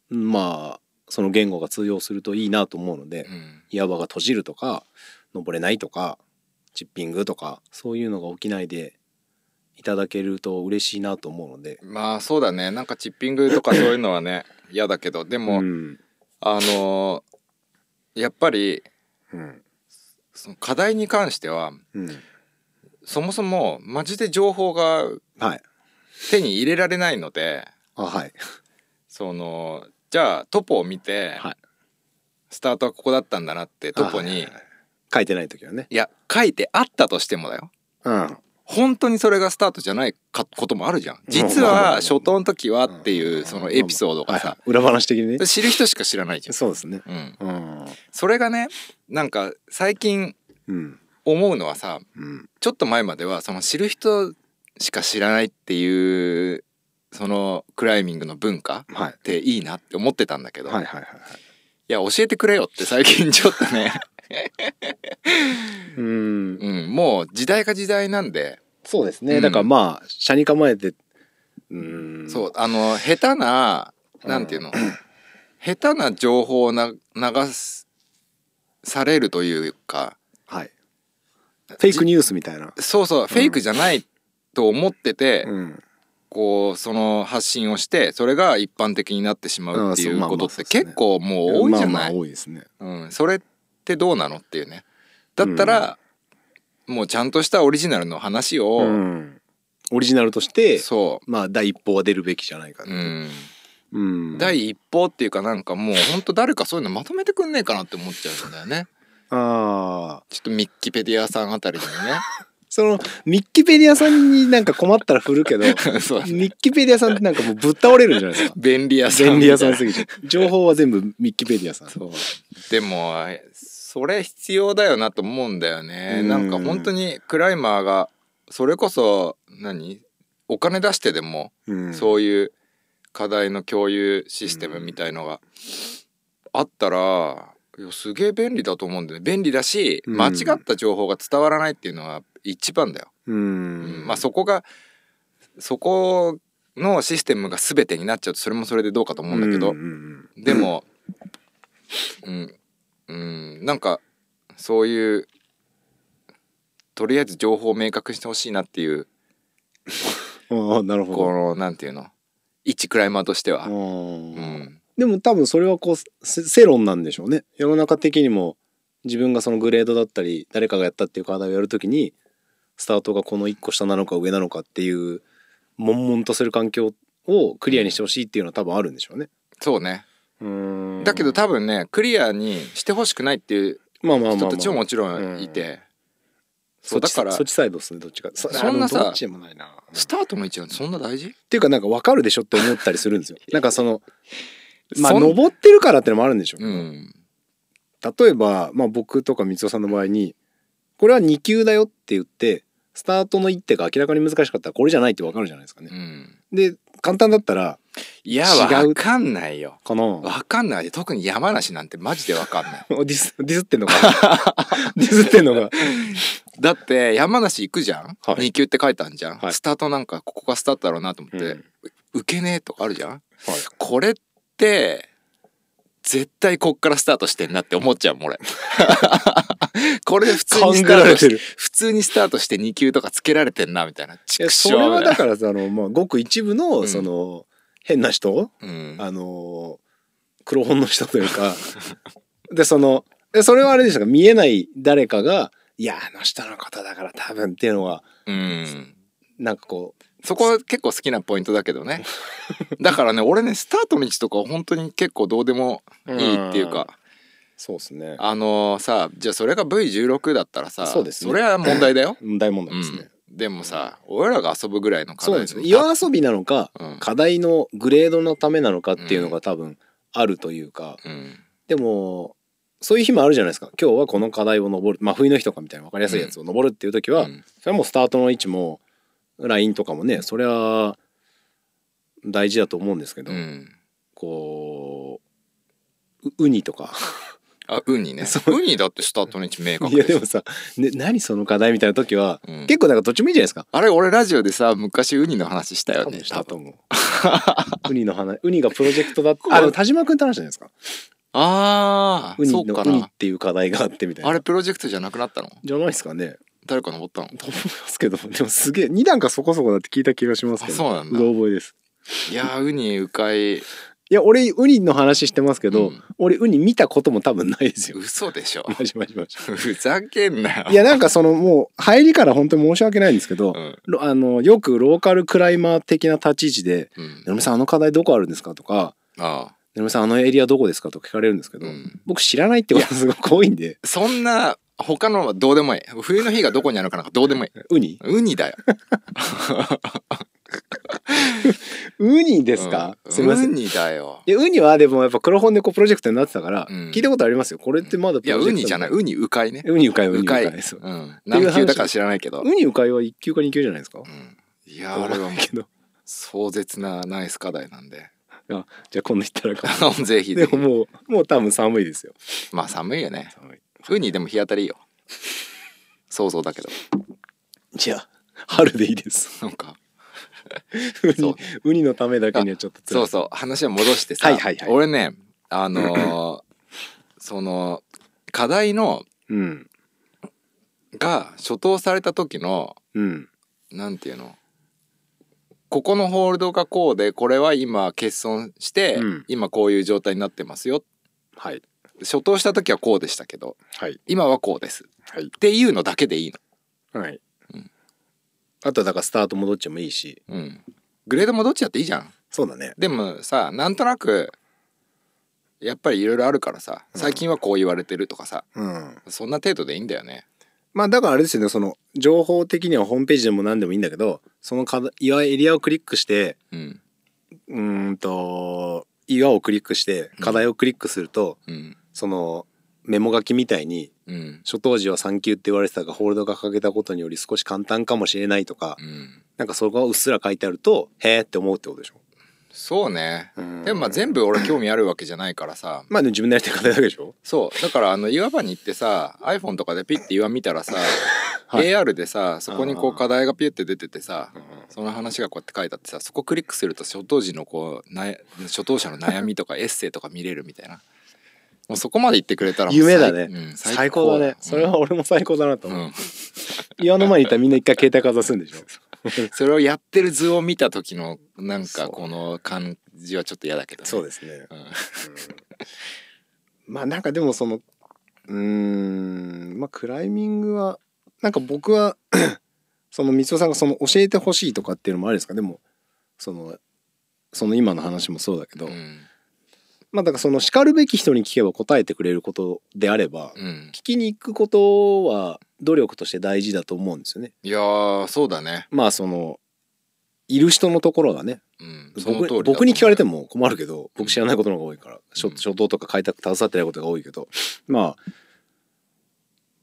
Speaker 3: まあその言語が通用するといいなと思うので、
Speaker 1: うん
Speaker 3: 岩場が閉じるとか登れないとかチッピングとかそういうのが起きないでいただけると嬉しいなと思うので
Speaker 1: まあそうだねなんかチッピングとかそういうのはね嫌だけどでも、
Speaker 3: ん
Speaker 1: あのーやっぱり
Speaker 3: うん
Speaker 1: その課題に関しては
Speaker 3: うん
Speaker 1: そもそもマジで情報が
Speaker 3: はい
Speaker 1: 手に入れられないので
Speaker 3: あはい
Speaker 1: そのじゃあトポを見て、
Speaker 3: はい
Speaker 1: スタートはここだったんだなってトポに、
Speaker 3: あはい
Speaker 1: い
Speaker 3: はいはい書いてない時はね
Speaker 1: や書いてあったとしてもだよ
Speaker 3: うん
Speaker 1: 本当にそれがスタートじゃないかこともあるじゃん実は初頭の時はっていうそのエピソードが
Speaker 3: は
Speaker 1: さ
Speaker 3: い裏話的 にね
Speaker 1: 知る人しか知らないじゃん。
Speaker 3: そうですね
Speaker 1: うん、
Speaker 3: うん
Speaker 1: それがねなんか最近
Speaker 3: うん
Speaker 1: 思うのはさ
Speaker 3: うん
Speaker 1: ちょっと前まではその知る人しか知らないっていうそのクライミングの文化
Speaker 3: はい
Speaker 1: っていいなって思ってたんだけど、
Speaker 3: はいはい
Speaker 1: い
Speaker 3: はいは
Speaker 1: や教えてくれよって最近ちょっとね、
Speaker 3: いうん
Speaker 1: うん、もう時代が時代なんで、
Speaker 3: そうです
Speaker 1: う
Speaker 3: ね
Speaker 1: ん
Speaker 3: だからまあ車に構えてうん
Speaker 1: そうあの下手ななんていうの、下手な情報をな流すされるというか
Speaker 3: はいフェイクニュースみたいな。
Speaker 1: そうそう、フェイクじゃないと思ってて、
Speaker 3: うん。
Speaker 1: こうその発信をしてそれが一般的になってしまうってい
Speaker 3: ああそう
Speaker 1: う
Speaker 3: まあ
Speaker 1: こ
Speaker 3: まあ
Speaker 1: とって
Speaker 3: そうですね
Speaker 1: 結構もう多いじゃな
Speaker 3: まあまあ
Speaker 1: い
Speaker 3: 多いですね。
Speaker 1: うんそれってどうなのっていうねだったら、もうちゃんとしたオリジナルの話を、
Speaker 3: うんオリジナルとして、
Speaker 1: そ
Speaker 3: まあ第一報は出るべきじゃないか
Speaker 1: う、う
Speaker 3: な。
Speaker 1: ん、
Speaker 3: うん
Speaker 1: 第一報っていうかなんかもうほんと誰かそういうのまとめてくんねえかなって思っちゃうんだよね
Speaker 3: ああ。
Speaker 1: ちょっとミッキペディアさんあたりにね
Speaker 3: その、ミッキペディアさんになんか困ったら振るけど、
Speaker 1: そう。
Speaker 3: ミッキペディアさんってなんかもうぶっ倒れるんじゃないですか
Speaker 1: 便利屋さん
Speaker 3: 便利屋さん
Speaker 1: みたい
Speaker 3: すぎて。情報は全部ミッキペディアさん。
Speaker 1: なそうでもそれ必要だよなと思うんだよね
Speaker 3: うん
Speaker 1: なんか本当にクライマーがそれこそ何お金出してでも
Speaker 3: うん
Speaker 1: そういう課題の共有システムみたいのがあったらいやすげえ便利だと思うんだよね便利だし
Speaker 3: うん
Speaker 1: 間違った情報が伝わらないっていうのは一番だよ、
Speaker 3: う
Speaker 1: うん
Speaker 3: ん。
Speaker 1: まあそこがそこのシステムが全てになっちゃうとそれもそれでどうかと思うんだけど
Speaker 3: う、ん
Speaker 1: でもうん、うん、なんかそういうとりあえず情報を明確にしてほしいなっていう
Speaker 3: ああ、なるほ
Speaker 1: こ
Speaker 3: ど。
Speaker 1: のなんていうの一クライマーとしては。
Speaker 3: うん
Speaker 1: うん
Speaker 3: でも多分それはこうせ世論なんでしょうね世の中的にも自分がそのグレードだったり誰かがやったっていう課題をやるときにスタートがこの1個下なのか上なのかっていう悶々とする環境をクリアにしてほしいっていうのは多分あるんでしょうね。
Speaker 1: そうね
Speaker 3: うん
Speaker 1: だけど多分ねクリアにしてほしくないっていう
Speaker 3: まあまあまあ、ま
Speaker 1: 人
Speaker 3: あ、
Speaker 1: たちももちろんいてそうだから
Speaker 3: そっちサイドですねどっちかそ
Speaker 1: そんなさ
Speaker 3: あのどっちでもないな、うんっ
Speaker 1: スタートの位置なんてそんな大事
Speaker 3: ていうかなんか分かるでしょって思ったりするんですよなんかそのまあ
Speaker 1: そん
Speaker 3: 登ってるからってのもあるんでしょうけ
Speaker 1: う
Speaker 3: ど
Speaker 1: ん
Speaker 3: 例えば、まあ、僕とか光雄さんの場合にこれは2級だよって言ってスタートの一手が明らかに難しかったらこれじゃないってわかるじゃないですかね
Speaker 1: う。ん
Speaker 3: で簡単だったら
Speaker 1: いや
Speaker 3: 違う
Speaker 1: わかんないよ
Speaker 3: かな
Speaker 1: わかんないよ特に山梨なんてマジでわかんない
Speaker 3: ディスディスっ てんのかディスってんのが。
Speaker 1: だって山梨行くじゃん、
Speaker 3: はい
Speaker 1: 2級って書いたんじゃん、
Speaker 3: はい
Speaker 1: スタートなんかここがスタートだろうなと思って、
Speaker 3: うん
Speaker 1: 受けねえとかあるじゃん
Speaker 3: はい
Speaker 1: これって絶対こっからスタートしてんなって思っちゃうもん俺 これで普通にスタートして
Speaker 3: る。
Speaker 1: 普通にスタートして2級とかつけられてんなみたいなち
Speaker 3: いや
Speaker 1: く
Speaker 3: そ
Speaker 1: し
Speaker 3: れ
Speaker 1: ょう
Speaker 3: は
Speaker 1: みたい
Speaker 3: だ
Speaker 1: な
Speaker 3: からその、まあ、ごく一部
Speaker 1: う
Speaker 3: の
Speaker 1: ん
Speaker 3: その、変な人
Speaker 1: うん
Speaker 3: あの黒本の人というかでそのでそれはあれでしたか見えない誰かが「いやあの人のことだから多分」っていうのは
Speaker 1: うん
Speaker 3: なんかこう
Speaker 1: そこは結構好きなポイントだけど ねだからね俺ねスタートの位置とか本当に結構どうでもいいっていうか
Speaker 3: そうですね
Speaker 1: あのさじゃあそれが V16 だったらさ
Speaker 3: そうですね、
Speaker 1: れは問題だよ
Speaker 3: 大問
Speaker 1: う
Speaker 3: 題ですね
Speaker 1: ん、、でもさ俺らが遊ぶぐらいの
Speaker 3: そうなん
Speaker 1: で
Speaker 3: ですよ岩遊びなのか、
Speaker 1: うん
Speaker 3: 課題のグレードのためなのかっていうのが多分あるというか、
Speaker 1: うん
Speaker 3: でもそういう日もあるじゃないですか今日はこの課題を登るまあ冬の日とかみたいな分かりやすいやつを登るっていう時は、
Speaker 1: うん
Speaker 3: それはもうスタートの位置もラインとかもねそれは大事だと思うんですけど、
Speaker 1: うん
Speaker 3: こううウニとか
Speaker 1: あウニね
Speaker 3: そう
Speaker 1: ウニだってスタートの位置明確
Speaker 3: いや
Speaker 1: でし
Speaker 3: で
Speaker 1: ょ
Speaker 3: もさ、ね、何その課題みたいな時は、
Speaker 1: うん
Speaker 3: 結構なんかどっちもいいじゃないですか
Speaker 1: あれ俺ラジオでさ昔ウニの話したよね
Speaker 3: したと思う。ウニの 話、ウニがプロジェクトだった。
Speaker 1: あ
Speaker 3: あ、でも田島君と話したじゃないですか。
Speaker 1: ああ
Speaker 3: ウ
Speaker 1: そう
Speaker 3: ニの
Speaker 1: か
Speaker 3: ウニ
Speaker 1: な
Speaker 3: っていう課題があってみたいな。
Speaker 1: あれプロジェクトじゃなくなったの
Speaker 3: じゃないですかね。
Speaker 1: 誰か登ったの
Speaker 3: と思いますけど、でもすげえ二段かそこそこだって聞いた気がしますけ
Speaker 1: あ
Speaker 3: ど。
Speaker 1: そうなんだ
Speaker 3: うろ覚えです。
Speaker 1: いやーウニうかい
Speaker 3: いや、俺ウニの話してますけど、
Speaker 1: うん
Speaker 3: 俺ウニ見たことも多分ないですよ。
Speaker 1: 嘘でし ょ
Speaker 3: マジマジマジ。
Speaker 1: ふざけんなよ
Speaker 3: いや、なんかそのもう入りから本当に申し訳ないんですけど
Speaker 1: う、ん
Speaker 3: ろあのよくローカルクライマー的な立ち位置で
Speaker 1: うん
Speaker 3: 「ねるみさんあの課題どこあるんですか?」とか
Speaker 1: ああ
Speaker 3: 「ねるみさんあのエリアどこですか?」とか聞かれるんですけど、
Speaker 1: うん
Speaker 3: 僕知らないってことがすごく多いんで
Speaker 1: そんな他のはどうでもいい冬の日がどこにあるのかなんかどうでもい い
Speaker 3: ウニ
Speaker 1: ウニだよ
Speaker 3: ウニですか、
Speaker 1: うん
Speaker 3: すみません
Speaker 1: ウニだよ
Speaker 3: いやウニはでもやっぱ黒本でこうプロジェクトになってたから、
Speaker 1: うん
Speaker 3: 聞いたことありますよこれってまだ
Speaker 1: い
Speaker 3: プ
Speaker 1: や
Speaker 3: ロジェク
Speaker 1: ウ
Speaker 3: ト
Speaker 1: ニじゃないウニうかいね
Speaker 3: ウニうかいウニ
Speaker 1: う
Speaker 3: うか
Speaker 1: かい
Speaker 3: いうそうん
Speaker 1: 何級だから知らないけど
Speaker 3: ウニうかいは1級か2級じゃないですか、
Speaker 1: うんいやーあれはもう
Speaker 3: けど
Speaker 1: 壮絶なナイス課題なんで
Speaker 3: あじゃあ今度行ったらか
Speaker 1: ぜひ
Speaker 3: で
Speaker 1: ぜひ
Speaker 3: ももうもう多分寒いですよ
Speaker 1: まあ寒いよね
Speaker 3: 寒い
Speaker 1: ウニでも日当たりいいよ想像だけど
Speaker 3: じゃあ春でいいです
Speaker 1: なんか
Speaker 3: ウニ
Speaker 1: そう
Speaker 3: ウニのためだけにはちょっと辛
Speaker 1: そ
Speaker 3: いう
Speaker 1: そう話を戻してさ、
Speaker 3: はいはいはい
Speaker 1: 俺ねあ のーその課題の
Speaker 3: うん
Speaker 1: が初投された時の
Speaker 3: うん。
Speaker 1: なんていうのここのホールドがこうでこれは今欠損して、
Speaker 3: うん
Speaker 1: 今こういう状態になってますよ
Speaker 3: はい。
Speaker 1: 初投した時はこうでしたけど
Speaker 3: はい。
Speaker 1: 今はこうですっ
Speaker 3: はい。
Speaker 1: ていうのだけでいい
Speaker 3: はい。
Speaker 1: うん
Speaker 3: あとはだからスタートもどっちもいいし。
Speaker 1: の、うん、グレードもどっちやっていいじゃん
Speaker 3: そうだね。
Speaker 1: でもさなんとなくやっぱりいろいろあるからさ最近はこう言われてるとかさ、
Speaker 3: うん。
Speaker 1: そんな程度でいいんだよね
Speaker 3: まあだからあれですよね、その、情報的にはホームページでも何でもいいんだけど、そのか岩エリアをクリックして、
Speaker 1: うん
Speaker 3: うーんと、岩をクリックして、課題をクリックすると、
Speaker 1: うん
Speaker 3: その、メモ書きみたいに、
Speaker 1: うん
Speaker 3: 初当時は3級って言われてたが、ホールドがかけたことにより少し簡単かもしれないとか、
Speaker 1: うん
Speaker 3: なんかそこがうっすら書いてあると、へーって思うってことでしょ。
Speaker 1: そうね
Speaker 3: うん
Speaker 1: でもまあ全部俺興味あるわけじゃないからさ
Speaker 3: まあでも自分でやりたい課題だけでしょ
Speaker 1: そうだからあの岩場に行ってさ iPhone とかでピッて岩見たらさ、
Speaker 3: はい
Speaker 1: AR でさそこにこ
Speaker 3: あ
Speaker 1: う
Speaker 3: ー
Speaker 1: 課題がピュって出ててさその話がこうやって書いてあってさそこクリックすると初当時のこうなや初等者の悩みと かエッセイとか見れるみたいなもうそこまで行ってくれたらもう
Speaker 3: 夢だね、
Speaker 1: うん
Speaker 3: 最高だね、それは俺も最高だなと
Speaker 1: う
Speaker 3: 思う、
Speaker 1: ん、
Speaker 3: 岩の前にいたらみんな一回携帯かざすんでしょ
Speaker 1: それをやってる図を見た時のなん
Speaker 3: そう
Speaker 1: かこの感じはちょっと嫌だけど、ね、
Speaker 3: そうですね
Speaker 1: うん
Speaker 3: まあなんかでもそのうーんまあクライミングはなんか僕は その光代さんがその教えてほしいとかっていうのもあるんですかでもそのその今の話もそうだけど、
Speaker 1: うん
Speaker 3: まあだからその叱るべき人に聞けば答えてくれることであれば、
Speaker 1: うん
Speaker 3: 聞きに行くことは努力として大事だと思うんですよね。
Speaker 1: いやーそうだね
Speaker 3: まあそのいる人のところがね
Speaker 1: うんその通りだと思
Speaker 3: 僕
Speaker 1: う
Speaker 3: 僕に聞かれても困るけど
Speaker 1: うん
Speaker 3: 僕知らないことの方が多いから、書書道とか開拓携わってないことが多いけど まあ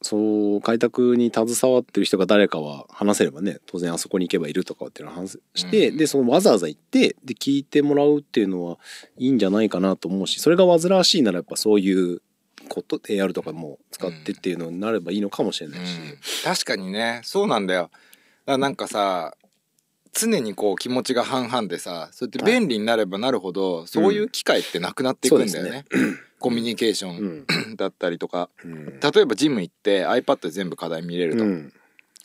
Speaker 3: そう開拓に携わってる人が誰かは話せればね当然あそこに行けばいるとかっていうのを話して、
Speaker 1: うん
Speaker 3: でそのわざわざ行ってで聞いてもらうっていうのはいいんじゃないかなと思うしそれが煩わしいならやっぱそういうこと AR とかも使ってっていうのになればいいのかもしれないし、
Speaker 1: うん確かにねそうなんだよだからなんかさ常にこう気持ちが半々でさそうやって便利になればなるほど、そういう機会ってなくなっていくんだよね,、コミュニケーシ
Speaker 3: う
Speaker 1: ョ
Speaker 3: ん
Speaker 1: ンだったりとか、
Speaker 3: うん
Speaker 1: 例えばジム行って iPad で全部課題見れると、
Speaker 3: うん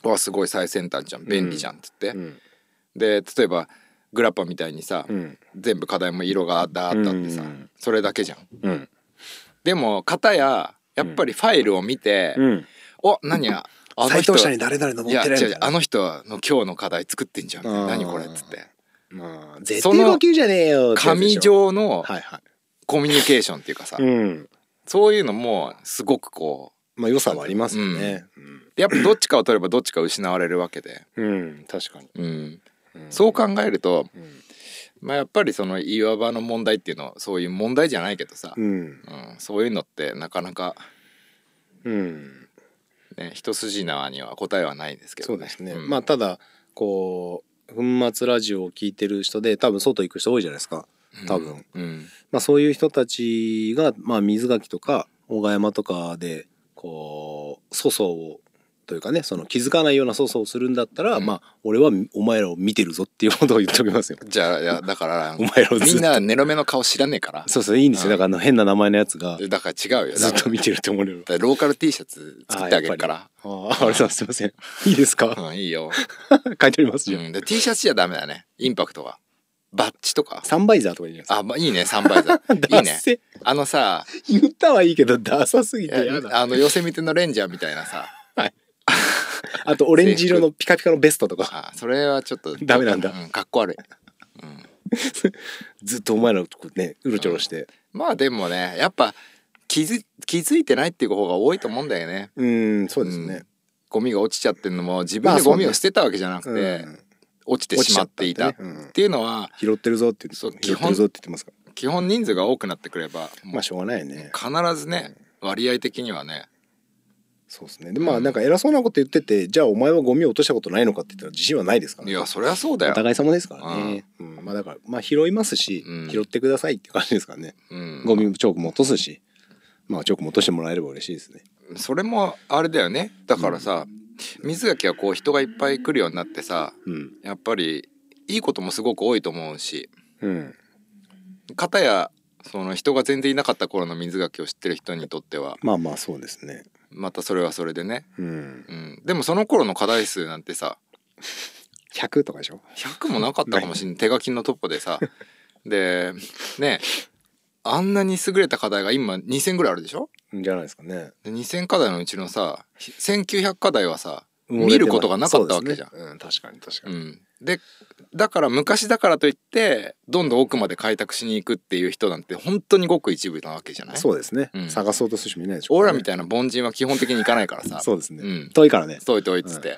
Speaker 1: わすごい最先端じゃん便利じゃんっつって、
Speaker 3: うん
Speaker 1: で例えばグラッパみたいにさ、
Speaker 3: うん
Speaker 1: 全部課題も色がダーッとあってさ、
Speaker 3: うん
Speaker 1: それだけじゃん
Speaker 3: うん
Speaker 1: でも片ややっぱりファイルを見て、
Speaker 3: うん
Speaker 1: お何やあの
Speaker 3: 再
Speaker 1: 人
Speaker 3: 当者に誰々の持っ
Speaker 1: いや
Speaker 3: て
Speaker 1: 違う
Speaker 3: ない
Speaker 1: 違うあの人の今日の課題作ってんじゃん
Speaker 3: あー
Speaker 1: 何これっつって
Speaker 3: まあ、絶
Speaker 1: そ
Speaker 3: 対
Speaker 1: の
Speaker 3: 呼吸じゃねえよってやつでし
Speaker 1: 紙
Speaker 3: ょ
Speaker 1: 上の
Speaker 3: はいは
Speaker 1: コミュニケーションっていうかさ、
Speaker 3: い。うん。
Speaker 1: そういうのもすごくこ
Speaker 3: まあ、良さはありますよね。
Speaker 1: うやっぱどっちかを取ればどっちか失われるわけで、
Speaker 3: うん。確かに。
Speaker 1: うん、
Speaker 3: うん
Speaker 1: そう考えると、
Speaker 3: うん
Speaker 1: まあ、やっぱりそのいわばの問題っていうのはそういう問題じゃないけどさ、
Speaker 3: うん。
Speaker 1: うん、そういうのってなかなか、
Speaker 3: うん。
Speaker 1: ね、一筋縄には答えはないですけ
Speaker 3: そ
Speaker 1: ど
Speaker 3: うですね。
Speaker 1: ん
Speaker 3: まあ、ただ、こう、粉末ラジオを聞いてる人で、多分外行く人多いじゃないですか。多分。
Speaker 1: うん
Speaker 3: まあ、そういう人たちが、まあ、水垣とか、大賀山とかで、こう、粗相を、というかね、その気づかないような粗相をするんだったら、
Speaker 1: うん
Speaker 3: まあ、俺はお前らを見てるぞっていうことを言っておきますよ。
Speaker 1: じゃあいやだ から
Speaker 3: お前らをずっ
Speaker 1: み
Speaker 3: と
Speaker 1: んなネロメの顔知らねえから
Speaker 3: そうそう、いいんです
Speaker 1: うん
Speaker 3: よ。だからあの変な名前のやつが、
Speaker 1: だから違うよ
Speaker 3: ずっ
Speaker 1: だか
Speaker 3: と
Speaker 1: ら
Speaker 3: 見てるって思われる。
Speaker 1: だからローカル T シャツ作ってあげるから
Speaker 3: あーあれさんすいません。いいですか
Speaker 1: うん、いいよ。
Speaker 3: 書いております
Speaker 1: う
Speaker 3: じゃん。
Speaker 1: ん、で T シャツじゃダメだね。インパクトが。バッジとか。
Speaker 3: サンバイザーとかいいじゃない
Speaker 1: あ、まあ、いいね、サンバ イザ
Speaker 3: で
Speaker 1: ー。
Speaker 3: すか。
Speaker 1: いい
Speaker 3: ダ
Speaker 1: ね。
Speaker 3: セ。
Speaker 1: あのさ、
Speaker 3: 言ったはいいけど、ダサすぎ
Speaker 1: い
Speaker 3: てやだ。
Speaker 1: やあの、ヨセミテのレンジャーみたいなさ。
Speaker 3: あと、オレンジ色のピカピカのベストとか、
Speaker 1: あそれはちょっと。
Speaker 3: ダメなんだ
Speaker 1: うかっこ悪い。うん、
Speaker 3: ずっとお前らとこね、うろちょろして。
Speaker 1: まあでもね、やっぱ気づ、気づいてないっていう方が多いと思うんだよね。
Speaker 3: うーん、そうです
Speaker 1: うん
Speaker 3: ね。
Speaker 1: ゴミが落ちちゃってるのも、自
Speaker 3: ま
Speaker 1: 分
Speaker 3: あ
Speaker 1: で
Speaker 3: そうね
Speaker 1: ゴミを捨てたわけじゃなくて、
Speaker 3: うん
Speaker 1: 落ちてしまっていた。っ
Speaker 3: 落ちちゃったってねうん
Speaker 1: ていうのは、
Speaker 3: 拾ってるぞって言
Speaker 1: そう
Speaker 3: って、
Speaker 1: 基
Speaker 3: 拾
Speaker 1: 本
Speaker 3: ってるぞって言ってますか
Speaker 1: 基本人数が多くなってくれば、
Speaker 3: ら。
Speaker 1: も
Speaker 3: ま
Speaker 1: う
Speaker 3: あ、しょうがないね。
Speaker 1: 必ずね、割合的にはね、
Speaker 3: そうですね。で、まあ、なんか偉そうなこと言ってて、じゃあお前はゴミ落としたことないのかって言ったら自信はないですから
Speaker 1: い
Speaker 3: ね。
Speaker 1: や、そりゃそうだ
Speaker 3: お
Speaker 1: よ。
Speaker 3: 互い様ですからね。うんまあ、だから、まあ、拾いますし
Speaker 1: うん、
Speaker 3: 拾ってくださいって感じですからね。
Speaker 1: うん
Speaker 3: ゴミもチョークも落とすし、まあチョークも落としてもらえれば嬉しいですね。
Speaker 1: それもあれだよねだからさ、水垣はこう人がいっぱい来るようになってさ
Speaker 3: うん。
Speaker 1: やっぱりいいこともすごく多いと思うし
Speaker 3: うん。
Speaker 1: 片やその人が全然いなかった頃の水垣を知ってる人にとっては
Speaker 3: まあまあそうですね。
Speaker 1: またそれはそれでね、
Speaker 3: うん、
Speaker 1: うん、でもその頃の課題数なんてさ
Speaker 3: 100とかでしょ
Speaker 1: 100もなかったかもしんない手書きのトッポでさでねあんなに優れた課題が今2,000ぐらいあるでしょ
Speaker 3: じゃないですかね
Speaker 1: で ?2,000 課題のうちのさ1900課題はさ、見ることがなかったわけじゃん
Speaker 3: そうですねうん確かに確か
Speaker 1: う
Speaker 3: に、
Speaker 1: ん、でだから昔だからといってどんどん奥まで開拓しに行くっていう人なんて本当にごく一部なわけじゃない
Speaker 3: そうですね、
Speaker 1: うん
Speaker 3: 探そうとする人もいないでしょ
Speaker 1: 俺らみた
Speaker 3: い
Speaker 1: いな凡人は基本的に行かないからさ
Speaker 3: そうですね、
Speaker 1: うん
Speaker 3: 遠いからね
Speaker 1: 遠い遠いっつって。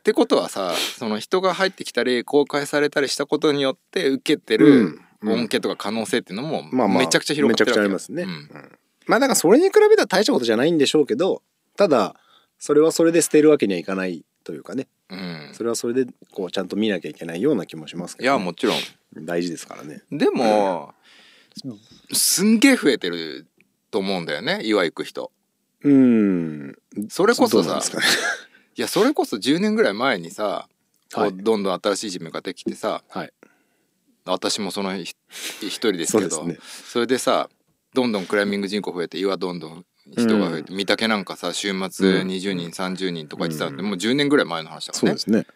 Speaker 1: ってことはさその人が入ってきたり公開されたりしたことによって受けてる
Speaker 3: うんうん
Speaker 1: 恩恵とか可能性っていうのも
Speaker 3: まあまあ
Speaker 1: めちゃくちゃ広がってる
Speaker 3: めちゃくちゃ
Speaker 1: わ
Speaker 3: あり
Speaker 1: けよ
Speaker 3: ますね、
Speaker 1: う
Speaker 3: うん
Speaker 1: ん
Speaker 3: まあだからそれに比べたら大したことじゃないんでしょうけどただそれはそれで捨てるわけにはいかないというかね
Speaker 1: うん
Speaker 3: それはそれでこうちゃんと見なきゃいけないような気もしますけ
Speaker 1: い
Speaker 3: どね、
Speaker 1: やもちろん
Speaker 3: 大事ですからね
Speaker 1: でも、すんげえ増えてると思うんだよね岩行く人
Speaker 3: うん
Speaker 1: それこそ
Speaker 3: どうなん
Speaker 1: さ
Speaker 3: ですかね
Speaker 1: いやそれこそ10年ぐらい前にさこ
Speaker 3: は
Speaker 1: う
Speaker 3: い
Speaker 1: どんどん新しい自分ができてさ、
Speaker 3: はい
Speaker 1: 私もその一一人です
Speaker 3: そう
Speaker 1: け
Speaker 3: で
Speaker 1: ど
Speaker 3: す
Speaker 1: それ
Speaker 3: ね
Speaker 1: でさどんどんクライミング人口増えて岩どんどん人が増えて、御嶽なんかさ週末
Speaker 3: うん
Speaker 1: 20人、30人とか言ってたのって
Speaker 3: うん
Speaker 1: もう10年ぐらい前の話だか
Speaker 3: そう
Speaker 1: ら
Speaker 3: で
Speaker 1: ね
Speaker 3: すね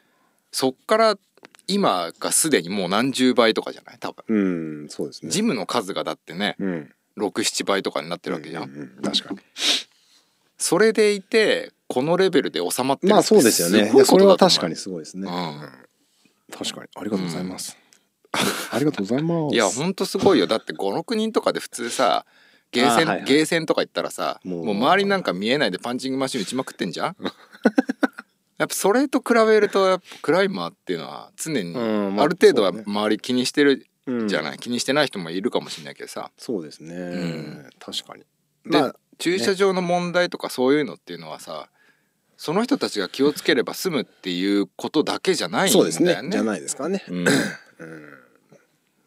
Speaker 1: そっから今がすでにもう何十倍とかじゃない多分
Speaker 3: うんそうですね
Speaker 1: ジムの数がだってね
Speaker 3: うん
Speaker 1: 67倍とかになってるわけじゃん、
Speaker 3: うんうん確か
Speaker 1: それでいてこのレベルで収まって
Speaker 3: に
Speaker 1: る
Speaker 3: まあ
Speaker 1: って
Speaker 3: そうですよね
Speaker 1: すごい
Speaker 3: そ
Speaker 1: こ
Speaker 3: れ
Speaker 1: と
Speaker 3: は
Speaker 1: だと思う
Speaker 3: 確かにすごいですね、
Speaker 1: うん
Speaker 3: 確かにありがとうございます、 ありがとうございます
Speaker 1: いやほんとすごいよだって56人とかで普通さゲーセン、
Speaker 3: あーはいはい
Speaker 1: ゲーセンとか行ったらさも
Speaker 3: も
Speaker 1: う
Speaker 3: う
Speaker 1: 周りなんか見えないでパンチングマシン打ちまくってんじゃん やっぱそれと比べるとやっぱクライマーっていうのは常に
Speaker 3: うんまあ
Speaker 1: ある程度は
Speaker 3: そうね
Speaker 1: 周り気にしてる
Speaker 3: うん
Speaker 1: じゃない、気にしてない人もいるかもしれないけどさ
Speaker 3: そうですね、
Speaker 1: ん
Speaker 3: 確かに
Speaker 1: で、
Speaker 3: まあ
Speaker 1: 駐車場の問題とかそういうのっていうのはさその人たちが気をつければ済むっていうことだけじゃないんだ
Speaker 3: そ
Speaker 1: よ
Speaker 3: う
Speaker 1: ね。
Speaker 3: ですねじゃないですかね
Speaker 1: うん
Speaker 3: うん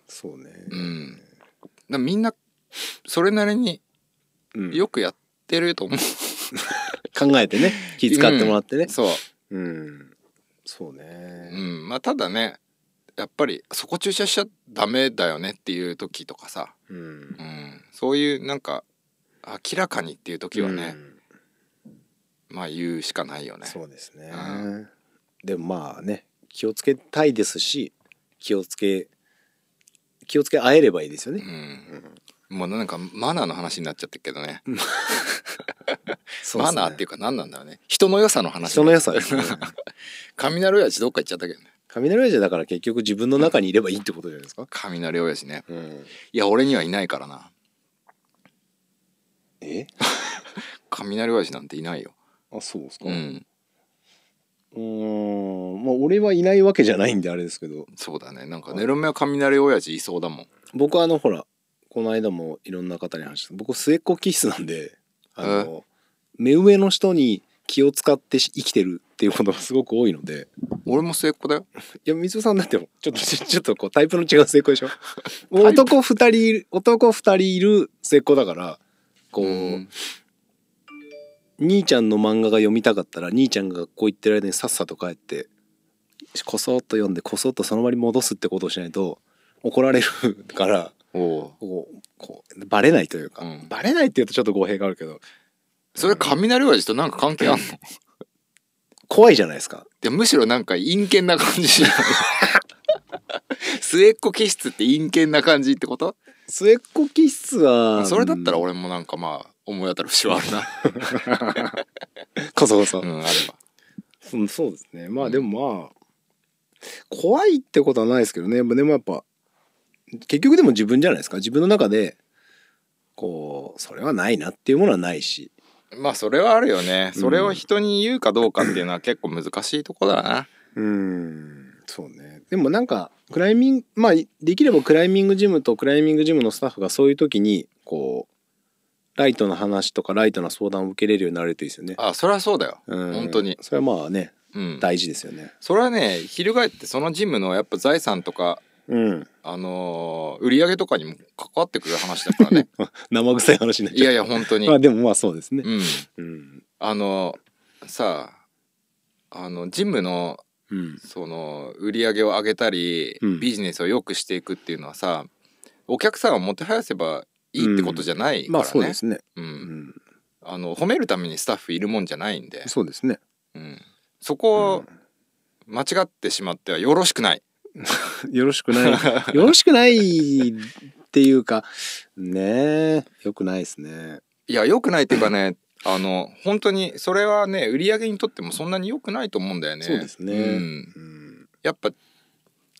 Speaker 3: そうね
Speaker 1: うん、だからみんなそれなりに
Speaker 3: うん
Speaker 1: よくやってると思う
Speaker 3: 考えてね気遣ってもらってね
Speaker 1: そう、
Speaker 3: うん、そ
Speaker 1: う
Speaker 3: うね
Speaker 1: ん、まあただねやっぱりそこ駐車しちゃダメだよねっていう時とかさ、
Speaker 3: うん、
Speaker 1: うん、そういうなんか明らかにっていう時はね
Speaker 3: う、ん
Speaker 1: まあ言うしかないよね
Speaker 3: そうですね、
Speaker 1: う
Speaker 3: でもまあね気をつけたいですし気をつけ気をつけ合えればいいですよ
Speaker 1: う
Speaker 3: ね、
Speaker 1: ん、もうなんかマナーの話になっちゃってるけどね
Speaker 3: そうで
Speaker 1: マ
Speaker 3: すね
Speaker 1: ナーっていうか何なんだろうね人の良さの話
Speaker 3: 人の良さですね
Speaker 1: 雷親父どっか行っちゃったけどね
Speaker 3: 雷親父だから結局自分の中にいればいいってことじゃないですか、
Speaker 1: 雷親父ね
Speaker 3: うん、
Speaker 1: いや俺にはいないからな
Speaker 3: え
Speaker 1: 雷親父なんていないよ
Speaker 3: あそうですか
Speaker 1: う
Speaker 3: うん
Speaker 1: ん
Speaker 3: ーんまあ俺はいないわけじゃないんであれですけど
Speaker 1: そうだねなんか寝る目は雷親父いそうだもん
Speaker 3: 僕はあのほらこの間もいろんな方に話した僕末っ子気質なんであの目上の人に気を使ってし生きてるっていうことがすごく多いので
Speaker 1: 俺も末っ子だよ
Speaker 3: いや水尾さんだってちょっと ちょちょっとこうタイプの違う末っ子で しょ男2人いる男二人いる末っ子だからこう、
Speaker 1: うん
Speaker 3: 兄ちゃんの漫画が読みたかったら兄ちゃんが学校行ってる間にさっさと帰ってこそっと読んでこそっとその場に戻すってことをしないと怒られるから
Speaker 1: おう
Speaker 3: こうこうバレないというか、
Speaker 1: うん
Speaker 3: バレないっていうとちょっと語弊があるけど
Speaker 1: それ雷親父となんか関係あんのい
Speaker 3: 怖いじゃないですか
Speaker 1: やむしろなんか陰険な感じじゃん末っ子気質って陰険な感じってこと
Speaker 3: 末っ子気質は
Speaker 1: それだったら
Speaker 3: うん
Speaker 1: 俺もなんかまあ思い当たる節はあるな
Speaker 3: こそこそ、
Speaker 1: うんあれば
Speaker 3: うんそうですねまあでもまあ怖いってことはないですけどねでもやっぱ結局でも自分じゃないですか自分の中でこうそれはないなっていうものはないし
Speaker 1: まあそれはあるよね
Speaker 3: うん
Speaker 1: それを人に言うかどうかっていうのは結構難しいとこだな
Speaker 3: うんそうねでもなんかクライミングまあできればクライミングジムとクライミングジムのスタッフがそういう時にこうライトの話とかライトな相談を受けれるようになれるといいですよね。
Speaker 1: あそれはそうだよ
Speaker 3: うん
Speaker 1: 本当に
Speaker 3: それはまあね
Speaker 1: うん
Speaker 3: 大事ですよね。
Speaker 1: それはね翻ってそのジムのやっぱ財産とか
Speaker 3: うん、
Speaker 1: あのー売り上げとかにも関わってくる話だからね
Speaker 3: 生臭い話にな っ
Speaker 1: い
Speaker 3: ちゃ
Speaker 1: や
Speaker 3: う。
Speaker 1: いや本当に
Speaker 3: まあでもまあそうですね。
Speaker 1: うん
Speaker 3: うん
Speaker 1: あのさああのジムの
Speaker 3: うん
Speaker 1: その売り上げを上げたり、
Speaker 3: うん
Speaker 1: ビジネスを良くしていくっていうのはさお客さんをもてはやせばいいってことじゃないか
Speaker 3: まあ
Speaker 1: ら
Speaker 3: そう
Speaker 1: ね
Speaker 3: ですね。
Speaker 1: う
Speaker 3: うんん
Speaker 1: あの褒めるためにスタッフいるもんじゃないんで、
Speaker 3: そうですね。
Speaker 1: うん、そこ
Speaker 3: う
Speaker 1: を
Speaker 3: ん
Speaker 1: 間違ってしまってはよろしくない、
Speaker 3: よろしく ない。よろしくないっていうか、ねえ、よくないですね。
Speaker 1: いやよくないっていうかねあの本当にそれはね売り上げにとってもそんなに良くないと思うんだよね
Speaker 3: そうですね
Speaker 1: ん
Speaker 3: うん。
Speaker 1: やっぱ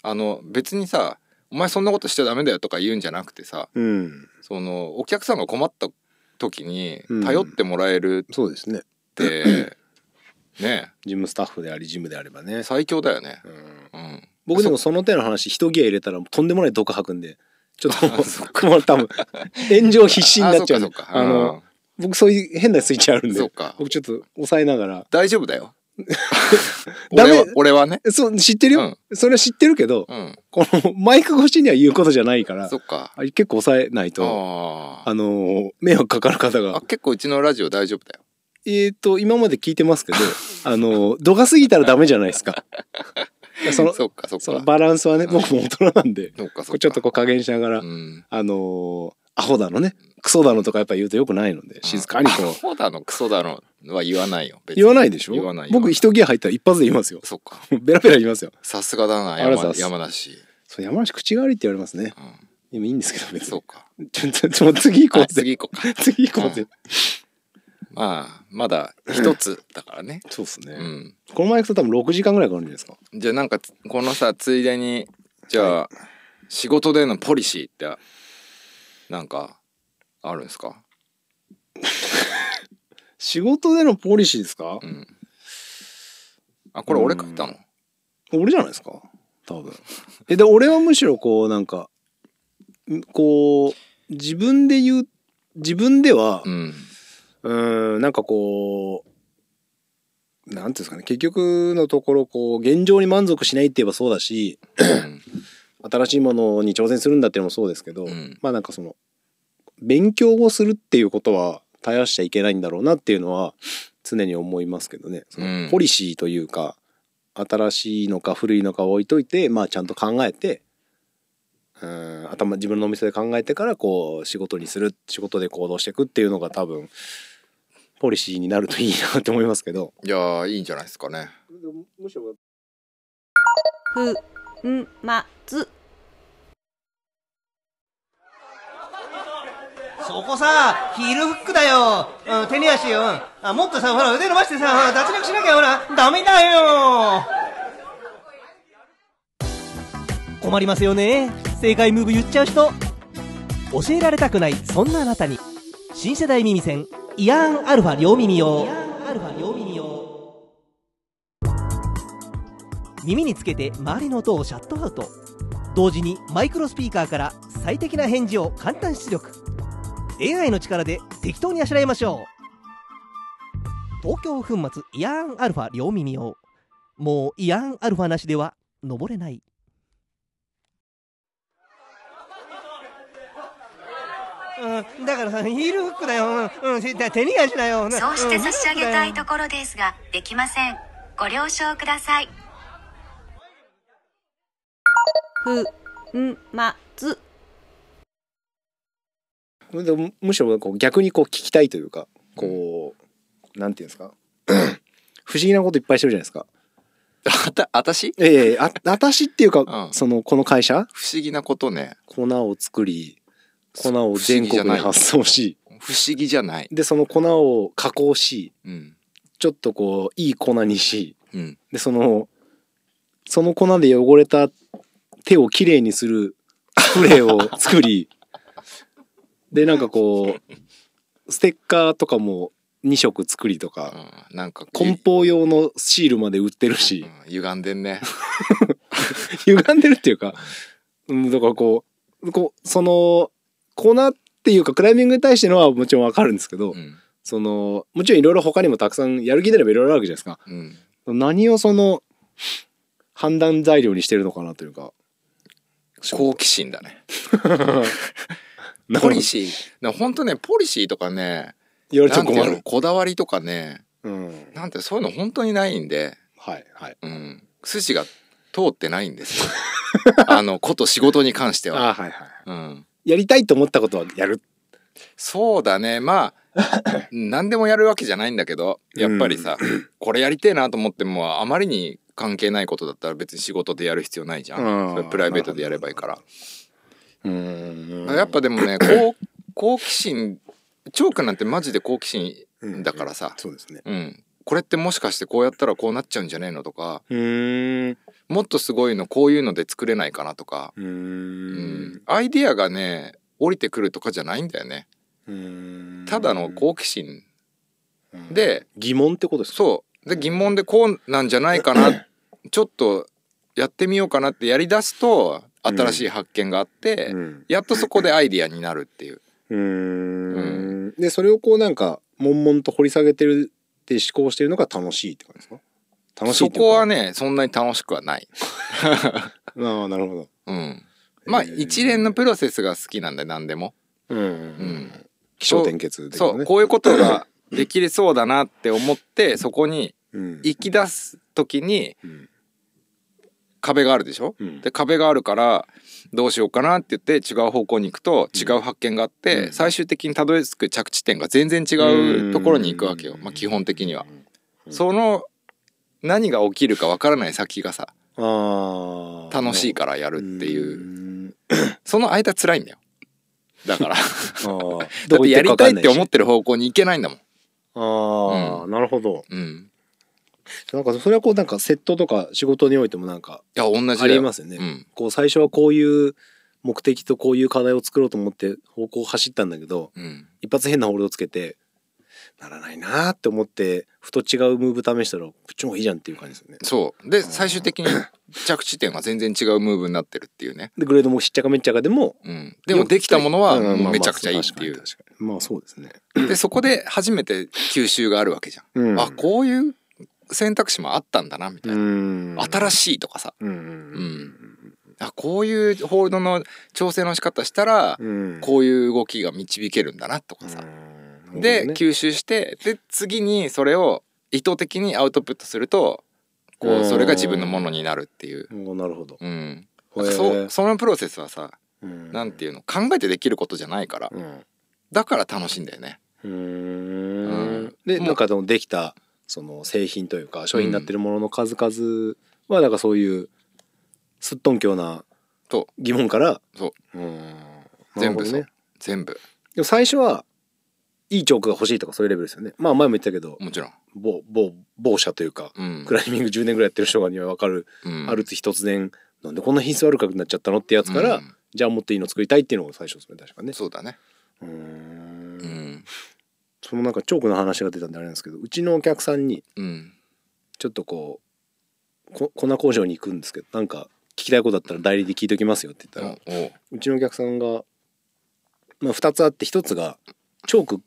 Speaker 1: あの別にさ「お前そんなことしちゃダメだよ」とか言うんじゃなくてさ
Speaker 3: うん。
Speaker 1: そのお客さんが困った時に
Speaker 3: うん
Speaker 1: 頼ってもらえるっ
Speaker 3: そうですね。
Speaker 1: て、 ね
Speaker 3: ジムスタッフであり、ジムであればね。
Speaker 1: 最強だよね、
Speaker 3: うん
Speaker 1: うん、
Speaker 3: 僕でもその手の話、人ギア入れたらとんでもない毒吐くんで、ちょっとも
Speaker 1: あそっ
Speaker 3: う、も う多分、炎上必至になっちゃう
Speaker 1: あそ
Speaker 3: ん
Speaker 1: っ
Speaker 3: で。
Speaker 1: かそっか
Speaker 3: あの、僕そういう変なスイッチある
Speaker 1: うんんそっ
Speaker 3: で、
Speaker 1: か
Speaker 3: 僕ちょっと抑えながら、
Speaker 1: 大丈夫だよ
Speaker 3: ダ
Speaker 1: 俺
Speaker 3: メ
Speaker 1: は俺はね
Speaker 3: そう、知ってるよ。それは知ってるけど、
Speaker 1: うん
Speaker 3: このマイク越しには言うことじゃないから、
Speaker 1: そっか
Speaker 3: あ結構抑えないと、
Speaker 1: あー
Speaker 3: あのー、迷惑かかる方
Speaker 1: あ
Speaker 3: が。
Speaker 1: 結構うちのラジオ大丈夫だよ
Speaker 3: えっと、今まで聞いてますけど、 あのー、度が過ぎたらダメじゃないで すか。その、
Speaker 1: そっかそっか
Speaker 3: そ
Speaker 1: そ
Speaker 3: の
Speaker 1: っ
Speaker 3: バランスはね、
Speaker 1: うん
Speaker 3: 僕も大人なんで、
Speaker 1: か そ
Speaker 3: こ
Speaker 1: っ
Speaker 3: うちょっとこう加減しながら
Speaker 1: う、ん
Speaker 3: あのーアホだのね、クソだのとかやっぱ言うとよくないので、静かにこ
Speaker 1: ア
Speaker 3: う。
Speaker 1: ホだのクソだのは言わないよ別に
Speaker 3: 言わないでしょ
Speaker 1: 言わない言
Speaker 3: 僕
Speaker 1: わ
Speaker 3: 一ギア入ったら一発で言いますよ
Speaker 1: な。いそっか
Speaker 3: ベラベラ言いますよ。
Speaker 1: さすがだな
Speaker 3: ありがとうござい
Speaker 1: 山
Speaker 3: ます
Speaker 1: 山梨、
Speaker 3: そう、山梨口が悪いって言われますね。
Speaker 1: う
Speaker 3: でもいいんですけど、
Speaker 1: ん、
Speaker 3: 別
Speaker 1: そう。
Speaker 3: に
Speaker 1: か
Speaker 3: ちょ、ちょ、ちょ、次行こ
Speaker 1: あ
Speaker 3: うぜ。
Speaker 1: 次行こうか
Speaker 3: 次行こうぜ。
Speaker 1: まあまだ一つだからね
Speaker 3: そうっすね。
Speaker 1: うん
Speaker 3: このマイクと多分6時間ぐらいかかるんじゃないですか。
Speaker 1: じゃあなんかつこのさついでにじゃあ仕事でのポリシーってなんかあるんですか、
Speaker 3: 仕事でのポリシーですか
Speaker 1: うん、あこれ俺書いたの
Speaker 3: 俺じゃないですか多分。え、で、俺はむしろこう、なんか、んこう、自分で言う、自分では
Speaker 1: う、ん
Speaker 3: うーん、なんかこう、なんていうんですかね、結局のところ、こう、現状に満足しないって言えば そうだし、
Speaker 1: うん
Speaker 3: 新しいものに挑戦するんだっていうのもそうですけど、
Speaker 1: うん
Speaker 3: まあなんかその、勉強をするっていうことは、絶やしちゃいけないんだろうなっていうのは、常に思いますけどね。そ
Speaker 1: うん
Speaker 3: のポリシーというか、新しいのか古いのかを置いといて、まあちゃんと考えて、うん頭自分のお店で考えてからこう仕事にする仕事で行動していくっていうのが多分ポリシーになるといいなって思いますけど
Speaker 1: いやーいいんじゃないですかね
Speaker 3: むしろ
Speaker 4: ふんまつ
Speaker 5: そこさ、ヒールフックだよ。うん、手に足よ。あ、もっとさ、ほら、腕伸ばしてさ、ほら脱力しなきゃ、ほら、ダメだよ。困りますよね。正解ムーブ言っちゃう人。教えられたくない、そんなあなたに。新世代耳栓、イアンアルファ両耳用。イアンアルファ両耳用。耳につけて周りの音をシャットアウト。同時にマイクロスピーカーから最適な返事を簡単出力。AI の力で適当にあしらいましょう東京粉末イヤーンアルファ両耳用もうイヤーンアルファなしでは登れないうん、だからさヒールフックだよ、うんうん、手に足だよ
Speaker 6: そうして差し上げたいところですが、できません。ご了承ください。
Speaker 4: ふんまつ
Speaker 3: でむむしろこう逆にこう聞きたいというかこう、なんていうんですか 不思議なこといっぱいしてるじゃないですか。
Speaker 1: あたあたし
Speaker 3: ええあ私っていうか、
Speaker 1: うん
Speaker 3: そのこの会社
Speaker 1: 不思議なことね
Speaker 3: 粉を作り粉を全国に発送し
Speaker 1: 不思議じゃない
Speaker 3: でその粉を加工し
Speaker 1: うん
Speaker 3: ちょっとこういい粉にし
Speaker 1: うん
Speaker 3: でそのその粉で汚れた手をきれいにするスプレーを作りでなんかこうステッカーとかも2色作りとか
Speaker 1: うんなんか
Speaker 3: 梱包用のシールまで売ってるし
Speaker 1: うん歪んでんね
Speaker 3: 歪んでるっていうか、うん、だからこう、こう、その、粉っていうか、クライミングに対してのはもちろんわかるんですけど、
Speaker 1: うん
Speaker 3: その、もちろんいろいろ他にもたくさんやる気出ればいろいろあるわけじゃないですか。
Speaker 1: うん
Speaker 3: 何をその、判断材料にしてるのかなというか。
Speaker 1: 好奇心だね
Speaker 3: なんか
Speaker 1: ポリシーな本当ねポリシーとかね
Speaker 3: 言われち
Speaker 1: な
Speaker 3: ゃ
Speaker 1: んて
Speaker 3: 困
Speaker 1: いうの
Speaker 3: る。
Speaker 1: こだわりとかね
Speaker 3: うん。
Speaker 1: なんてそういうの本当にないんで、
Speaker 3: はい、はい。
Speaker 1: うん、筋が通ってないんです よあのこと仕事に関して
Speaker 3: あ
Speaker 1: は、
Speaker 3: はいはい。
Speaker 1: うん、
Speaker 3: やりたいと思ったことはやる。
Speaker 1: そうだね。まあ、何でもやるわけじゃないんだけど、やっぱりさ、これやりてえなと思っても、あまりに関係ないことだったら別に仕事でやる必要ないじゃ
Speaker 3: うん
Speaker 1: ん。それプライベートでやればいいから。
Speaker 3: うん
Speaker 1: やっぱでもね、こう好奇心、チョークなんてマジで好奇心だからさ、
Speaker 3: そうですね
Speaker 1: うん。これってもしかしてこうやったらこうなっちゃうんじゃねえのとか、
Speaker 3: うん
Speaker 1: もっとすごいのこういうので作れないかなとか、
Speaker 3: う
Speaker 1: うんん。アイディアがね、降りてくるとかじゃないんだよね。
Speaker 3: うん
Speaker 1: ただの好奇心
Speaker 3: うん
Speaker 1: で、
Speaker 3: 疑問ってことですか
Speaker 1: そう。で、疑問でこうなんじゃないか な、ちょっとやってみようかなってやり出すと、新しい発見があって、
Speaker 3: うん
Speaker 1: やっとそこでアイディアになるっていう。
Speaker 3: うー
Speaker 1: うん
Speaker 3: でそれをこうなんか悶々と掘り下げてるって思考してるのが楽しいって感じですか楽しい
Speaker 1: そ
Speaker 3: っていうか
Speaker 1: こはね、そんなに楽しくはない。
Speaker 3: ああなるほど
Speaker 1: うん。まあ、
Speaker 3: へー
Speaker 1: 一連のプロセスが好きなんで、何でも。
Speaker 3: うん、
Speaker 1: うん。
Speaker 3: 気象転結で、ね、
Speaker 1: そう、こういうことができれそうだなって思って、そこに
Speaker 3: うん、
Speaker 1: 行き出す時に
Speaker 3: うん
Speaker 1: 壁があるでしょ、
Speaker 3: うん
Speaker 1: で壁があるからどうしようかなって言って違う方向に行くと違う発見があって、
Speaker 3: うん
Speaker 1: 最終的にたどり着く着地点が全然違うところに行くわけよ、
Speaker 3: うん
Speaker 1: まあ、基本的には。
Speaker 3: うん
Speaker 1: その何が起きるかわからない先がさ
Speaker 3: あ
Speaker 1: 楽しいからや
Speaker 3: ら
Speaker 1: るっていう
Speaker 3: う
Speaker 1: その間辛いんだよだ から
Speaker 3: あー
Speaker 1: だってやりたいって思っててる方向に行けないんだもん。
Speaker 3: ああ、なるほど
Speaker 1: うん、
Speaker 3: なんかそれはこうなんかセットとか仕事においてもなんか
Speaker 1: いや同じだよ
Speaker 3: ありますよね、
Speaker 1: うん
Speaker 3: こう最初はこういう目的とこういう課題を作ろうと思って方向を走ったんだけど、
Speaker 1: うん
Speaker 3: 一発変なホールドつけてならないなーって思ってふと違うムーブ試したらこっちの方がいいじゃんっていう感じですよね
Speaker 1: そうで最終 的に着地点は全然違うムーブになってるっていうね、
Speaker 3: でグレードもしっちゃかめっちゃかでも
Speaker 1: うん、でもできたものは
Speaker 3: んまあまあ
Speaker 1: もうめちゃくちゃいいっていう
Speaker 3: 確かに確かにまあそうですね
Speaker 1: でそこで初めて吸収があるわけじゃん、
Speaker 3: うん
Speaker 1: あこういう選択肢もあったんだなみたいな、新
Speaker 3: しい
Speaker 1: しいとかさ、
Speaker 3: う
Speaker 1: うんん、あこういうホールドの調整の仕方したら、
Speaker 3: うん
Speaker 1: こういう動きが導けるんだなとかさ、
Speaker 3: うん
Speaker 1: で、
Speaker 3: なるほどね
Speaker 1: 吸収してで次にそれを意図的にアウトプットするとこ
Speaker 3: うん
Speaker 1: うそれが自分のものになるっていう、
Speaker 3: おなるほど
Speaker 1: うん、
Speaker 3: へえ
Speaker 1: そそのプロセスはさ
Speaker 3: うん
Speaker 1: なんていうの考えてできることじゃないから
Speaker 3: うん
Speaker 1: だから楽しいんだよね。
Speaker 3: う
Speaker 1: うんん
Speaker 3: で
Speaker 1: もう
Speaker 3: なんかでもできたその製品というか商品になってるものの数々はだからそういうすっとんきょうな
Speaker 1: と
Speaker 3: 疑問から
Speaker 1: そう
Speaker 3: ーん
Speaker 1: 全部
Speaker 3: なるほど
Speaker 1: そう、
Speaker 3: ね
Speaker 1: 全部
Speaker 3: でも最初はいいチョークが欲しいとかそういうレベルですよねまあ前も言ったけど
Speaker 1: もちろん。
Speaker 3: 某某某社というか
Speaker 1: うん
Speaker 3: クライミング10年ぐらいやってる人がには分かる、
Speaker 1: うん
Speaker 3: ある日突然なんでこんな品質悪くなっちゃったのってやつから、
Speaker 1: うん
Speaker 3: じゃあもっといいの作りたいっていうのが最初ですね確かね
Speaker 1: そうだね。
Speaker 3: うーん
Speaker 1: うん。
Speaker 3: そのなんかチョークの話が出たんであれなんですけどうちのお客さんに
Speaker 1: うん。
Speaker 3: ちょっとこうこ粉工場に行くんですけどなんか聞きたいことだったら代理で聞いときますよって言ったら、
Speaker 1: おう
Speaker 3: うちのお客さんが、まあ、2つあって1つが「チョーク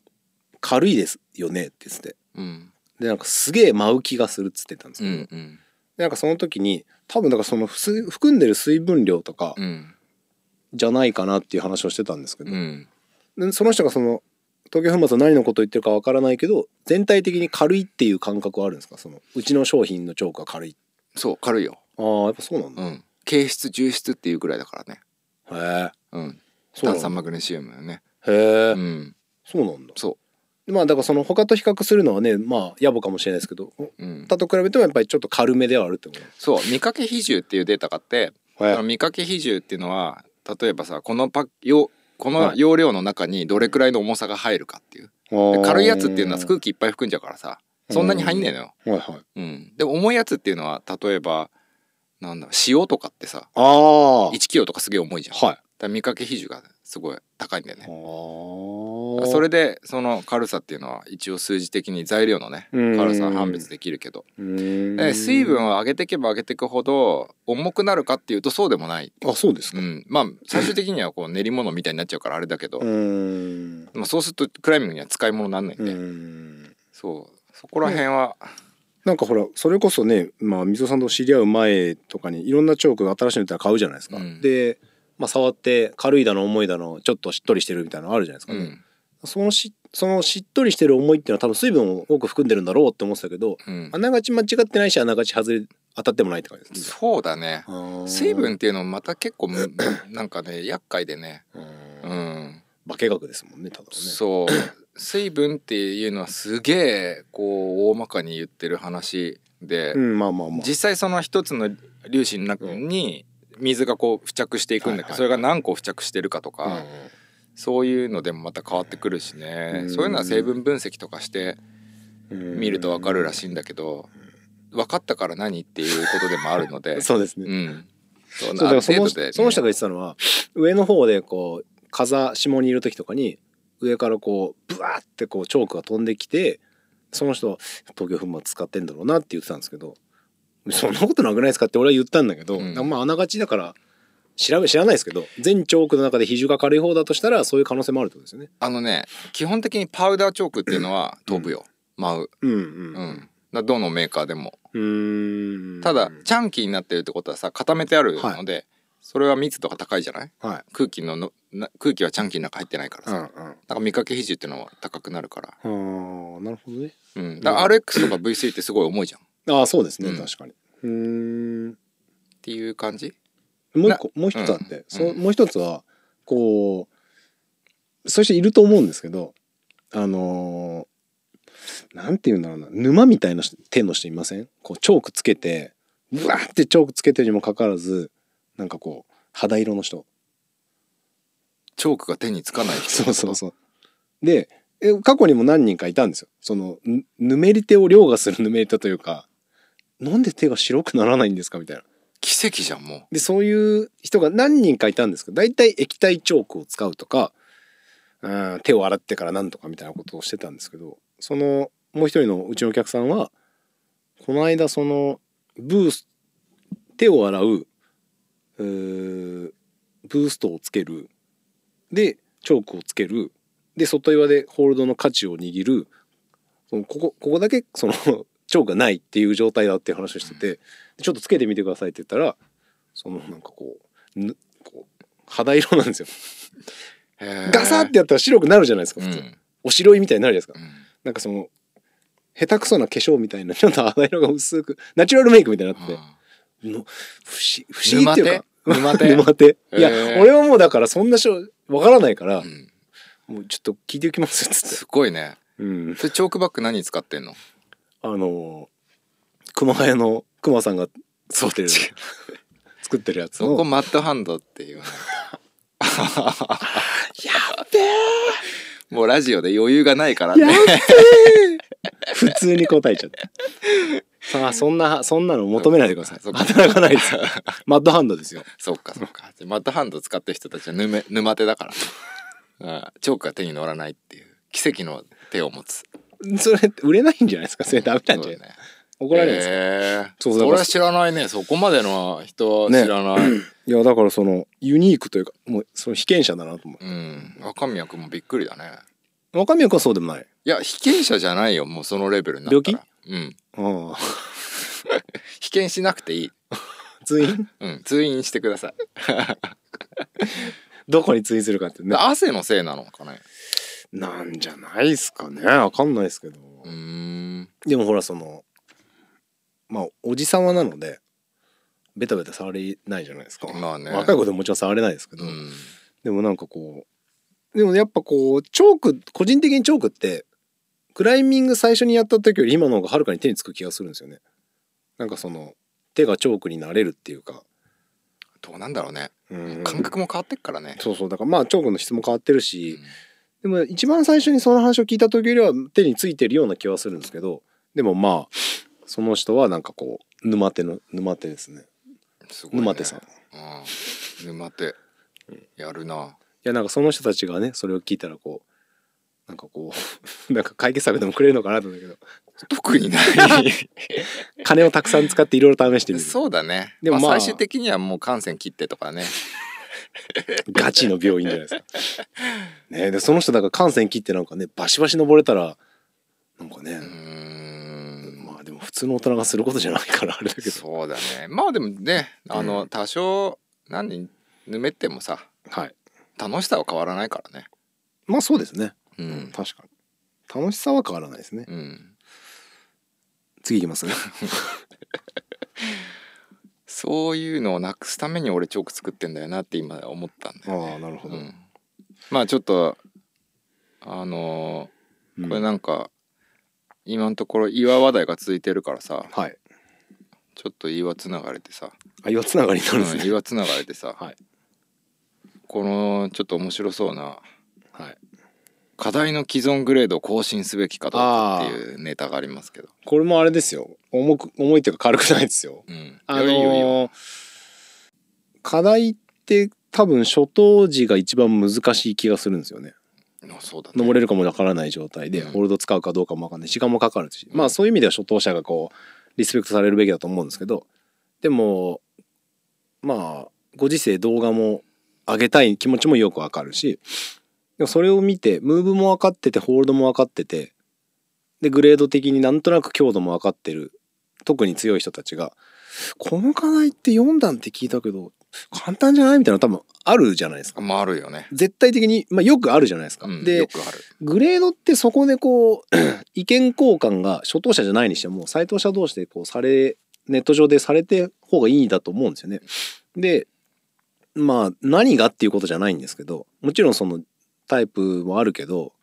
Speaker 3: 軽いですよね」って言ってて
Speaker 1: うん。
Speaker 3: でなんかすげえ舞う気がするっつってたんです
Speaker 1: う
Speaker 3: よ、
Speaker 1: ん。うん。
Speaker 3: でなんかその時に多分だからその水含んでる水分量とか
Speaker 1: うん。
Speaker 3: じゃないかなっていう話をしてたんですけど
Speaker 1: う、ん。
Speaker 3: でその人がその東京粉末は何のこと言ってるかわからないけど全体的に軽いっていう感覚はあるんですかそのうちの商品のチョークは軽い
Speaker 1: そう、軽いよ。
Speaker 3: あーやっぱそうなんだ、
Speaker 1: うん。軽質、重質っていうぐらいだからね。
Speaker 3: へえ
Speaker 1: うん。
Speaker 3: そう
Speaker 1: 炭酸
Speaker 3: なんだ
Speaker 1: マグネシウムよね。
Speaker 3: へえ、
Speaker 1: うん。
Speaker 3: そうなんだ
Speaker 1: そ
Speaker 3: でまあだからその他と比較するのはねまあ野暮かもしれないですけど
Speaker 1: う。うん。
Speaker 3: 他と比べてもやっぱりちょっと軽めではあるってこと
Speaker 1: そう、見かけ比重っていうデータがあって、
Speaker 3: はい
Speaker 1: その見かけ比重っていうのは、例えばさ、このパッよこの
Speaker 3: はい
Speaker 1: 容量の中にどれくらいの重さが入るかっていう。で軽いやつっていうのは空気いっぱい含んじゃうからさ、そんなに入んねえのよ。
Speaker 3: はいはい
Speaker 1: うん。で、重いやつっていうのは、例えば、なんだ、塩とかってさ、
Speaker 3: ああはい
Speaker 1: 1キロとかすげえ重いじゃん。
Speaker 3: あ
Speaker 1: だから見かけ比重がすごい高いんだよね。
Speaker 3: ー
Speaker 1: それでその軽さっていうのは一応数字的に材料のね
Speaker 3: うん
Speaker 1: 軽さは判別できるけど、
Speaker 3: うーん
Speaker 1: え水分を上げていけば上げていくほど重くなるかっていうとそうでもない、
Speaker 3: あそうですか
Speaker 1: うん、まあ最終的にはこう練り物みたいになっちゃうからあれだけど、
Speaker 3: うーん
Speaker 1: まあ、そうするとクライミングには使い物になんないん
Speaker 3: う
Speaker 1: で、
Speaker 3: ん
Speaker 1: そうそこら辺は、
Speaker 3: なんかほらそれこそねまあ水戸さんと知り合う前とかにいろんなチョークが新しいのって買うじゃないですか、
Speaker 1: うん
Speaker 3: で、まあ、触って軽いだの重いだのちょっとしっとりしてるみたいなのあるじゃないですか
Speaker 1: う
Speaker 3: ね、
Speaker 1: ん
Speaker 3: そのしそのしっとりしてる重いっていうのは多分水分を多く含んでるんだろうって思ってたけど
Speaker 1: うん
Speaker 3: あ、ながち間違ってないしあながち外れ当たってもないって感じですね
Speaker 1: そうだね
Speaker 3: あー
Speaker 1: 水分っていうのもまた結構むなんかね厄介でね
Speaker 3: う
Speaker 1: うんん
Speaker 3: 化学ですもんねただのね
Speaker 1: そう。水分っていうのはすげえ、こう、大まかに言ってる話で、
Speaker 3: うんまあまあまあ
Speaker 1: 実際その一つの粒子の中に水がこう付着していくんだけど、
Speaker 3: はいはい
Speaker 1: それが何個付着してるかとか、
Speaker 3: うん
Speaker 1: そういうのでもまた変わってくるしね、
Speaker 3: うん
Speaker 1: そういうのは成分分析とかして
Speaker 3: うん
Speaker 1: 見ると分かるらしいんだけど、分かったから何っていうことでもあるの で
Speaker 3: そうですね
Speaker 1: うんそう
Speaker 3: そうだから
Speaker 1: あ
Speaker 3: そ
Speaker 1: る
Speaker 3: の
Speaker 1: 程度でね
Speaker 3: その人が言ってたのは上の方でこう風下にいる時とかに上からこうブワーってこうチョークが飛んできてその人は東京粉末使ってんだろうなって言ってたんですけどそんなことなくないですかって俺は言ったんだけど、
Speaker 1: うん
Speaker 3: まああながちだから調べ知らないですけど全チョークの中で比重が軽い方だとしたらそういう可能性もあるってことですよね。
Speaker 1: あのね基本的にパウダーチョークっていうのは飛ぶよ、舞う、
Speaker 3: うん
Speaker 1: うん
Speaker 3: うん。
Speaker 1: だからどのメーカーでも
Speaker 3: うーん
Speaker 1: ただチャンキーになってるってことはさ固めてあるので、それは密度が高いじゃない
Speaker 3: はい。
Speaker 1: 空気ののな空気はチャンキーの中入ってないから
Speaker 3: う
Speaker 1: さ、
Speaker 3: ん
Speaker 1: なんから見かけ比重っていうのは高くなるから、
Speaker 3: うん。ああなるほどね。
Speaker 1: うん、だから RX とか V3 ってすごい重いじゃんっ
Speaker 3: ああそうですね、
Speaker 1: うん
Speaker 3: 確かに。うーん。
Speaker 1: ていう感じ
Speaker 3: もう一個もう一つあって、
Speaker 1: うん
Speaker 3: そう
Speaker 1: うん
Speaker 3: もう一つはこうそういう人いると思うんですけどあのーなんて言うんだろうな沼みたいな人手の人いませんこうチョークつけてブワーってチョークつけてるにもかかわらずなんかこう肌色の人
Speaker 1: チョークが手につかない人
Speaker 3: そうそうそうでえ過去にも何人かいたんですよそのぬぬめり手を凌駕するぬめり手というかなんで手が白くならないんですかみたいな
Speaker 1: 奇跡じゃんも
Speaker 3: でそういう人が何人かいたんですけど大体液体チョークを使うとか、うん、手を洗ってからなんとかみたいなことをしてたんですけどそのもう一人のうちのお客さんはこの間そのブース手を洗ううーブーストをつけるでチョークをつけるで外岩でホールドの価値を握るそのここここだけそのチョークがないっていう状態だっていう話をしててちょっとつけてみてくださいって言ったらそのなんかこうぬこう肌色なんですよ。
Speaker 1: うへー
Speaker 3: ガサってやったら白くなるじゃないですか
Speaker 1: う
Speaker 3: 普
Speaker 1: ん
Speaker 3: 通、お白いみたいになるじゃないですか
Speaker 1: う。ん
Speaker 3: なんかその下手くそな化粧みたいなちょっと肌色が薄くナチュラルメイクみたいになってて、の不思不思議っていうか
Speaker 1: 沼手沼
Speaker 3: 沼手いや、
Speaker 1: へー
Speaker 3: 俺はもうだからそんなしょわからないから、
Speaker 1: うんうん
Speaker 3: もうちょっと聞いておきますっつっ
Speaker 1: すごいね
Speaker 3: て、うん、
Speaker 1: それチョークバッグ何使ってんの
Speaker 3: あのー熊谷の熊さんが作ってる作ってるやつ
Speaker 1: そこ
Speaker 3: の
Speaker 1: マッドハンドっていうね
Speaker 3: やっべー
Speaker 1: もうラジオで余裕がないからね
Speaker 3: やっ普通に答えちゃった。 さあそんなそんなの求めないでください
Speaker 1: そっ。か
Speaker 3: 働かないです。マッドハンドですよ。
Speaker 1: そっかそっかマッドハンド使ってる人たちは沼沼手だからね、うん、チョークが手に乗らないっていう奇跡の手を持つ
Speaker 3: それ売れないんじゃないですか。それダメなんじゃ
Speaker 1: そう
Speaker 3: ない
Speaker 1: だ。ね
Speaker 3: 怒られるんですか。
Speaker 1: えー
Speaker 3: そうだから
Speaker 1: それは知らないねそこまでの人は知らない、
Speaker 3: いやだからそのユニークというかもうその被験者だなと思
Speaker 1: うん若宮君もびっくりだね
Speaker 3: う。若宮君はそうでもない。
Speaker 1: いや被験者じゃないよもうそのレベルになったらうん
Speaker 3: ああ
Speaker 1: 被験しなくていい
Speaker 3: 通院
Speaker 1: うん通院してください
Speaker 3: どこに通院するかってね。
Speaker 1: 汗のせいなのかね
Speaker 3: なんじゃないですかね。わかんないですけど。
Speaker 1: うーん
Speaker 3: でもほらそのまあおじさまなのでベタベタ触れないじゃないですか。
Speaker 1: まあね
Speaker 3: 若い子でももちろん触れないですけど。
Speaker 1: うん
Speaker 3: でもなんかこうでもやっぱこうチョーク個人的にチョークってクライミング最初にやった時より今の方がはるかに手につく気がするんですよね。なんかその手がチョークになれるっていうか、
Speaker 1: どうなんだろうね
Speaker 3: うん
Speaker 1: 感覚も変わってっからね、
Speaker 3: そうそうだからまあチョークの質も変わってるし
Speaker 1: うん、
Speaker 3: でも一番最初にその話を聞いた時よりは手についてるような気はするんですけどでもまあその人はなんかこう沼手の沼手ですね
Speaker 1: すごいね
Speaker 3: 沼手さん。い
Speaker 1: うん沼手やるな
Speaker 3: やなんかその人たちがねそれを聞いたらこうなんかこう なんか解決策でもくれるのかなと思うんだけど
Speaker 1: 特にない
Speaker 3: 金をたくさん使っていろいろ試してみる
Speaker 1: そうだね
Speaker 3: で
Speaker 1: で
Speaker 3: も
Speaker 1: も、
Speaker 3: まあ
Speaker 1: まあ、最終的にはもう感染切ってとかね
Speaker 3: ガチの病院じゃないですか。ねえでその人だから感染切ってなんかねバシバシ登れたらなんかね
Speaker 1: う、ーん
Speaker 3: まあでも普通の大人がすることじゃないからあれだけど
Speaker 1: そうだねまあでもねあの、
Speaker 3: う
Speaker 1: 多少何ぬめってもさ
Speaker 3: はい
Speaker 1: 楽しさは変わらないからね
Speaker 3: まあそうですね、
Speaker 1: うん、
Speaker 3: 確かに楽しさは変わらないですね
Speaker 1: うん、
Speaker 3: 次いきます
Speaker 1: そういうのをなくすために俺チョーク作ってんだよなって今思ったんだよね
Speaker 3: ああなるほど
Speaker 1: うんまあちょっとあのーこれなんか、今のところ岩話題が続いてるからさ
Speaker 3: はい
Speaker 1: ちょっと岩つながれてさ、
Speaker 3: あ岩つながりになるんです
Speaker 1: うん
Speaker 3: ね、
Speaker 1: 岩つながれてさ、
Speaker 3: はい
Speaker 1: このちょっと面白そうな
Speaker 3: はい
Speaker 1: 課題の既存グレードを更新すべきかどうかっていうネタがありますけど、
Speaker 3: これもあれですよ重く重いっていうか軽くないですよ
Speaker 1: うん、
Speaker 3: あの
Speaker 1: いやいいよいいよ
Speaker 3: ー課題って多分初等時が一番難しい気がするんですよね
Speaker 1: あそうだね
Speaker 3: 登れるかもわからない状態で
Speaker 1: うん
Speaker 3: ホールド使うかどうかもわかんない時間もかかるしまあそういう意味では初等者がこうリスペクトされるべきだと思うんですけどでもまあご時世動画も上げたい気持ちもよくわかるしでもそれを見てムーブも分かっててホールドも分かっててでグレード的になんとなく強度も分かってる特に強い人たちがこの課題って4段って聞いたけど簡単じゃないみたいなの多分あるじゃないですか。
Speaker 1: まああるよね、
Speaker 3: 絶対的に、まあ、よくあるじゃないですか。
Speaker 1: うん、
Speaker 3: で
Speaker 1: よくある
Speaker 3: グレードってそこでこう 意見交換が初等者じゃないにしても再等者同士でこうされネット上でされて方がいいんだと思うんですよね。でまあ何がっていうことじゃないんですけどもちろんそのタイプもあるけど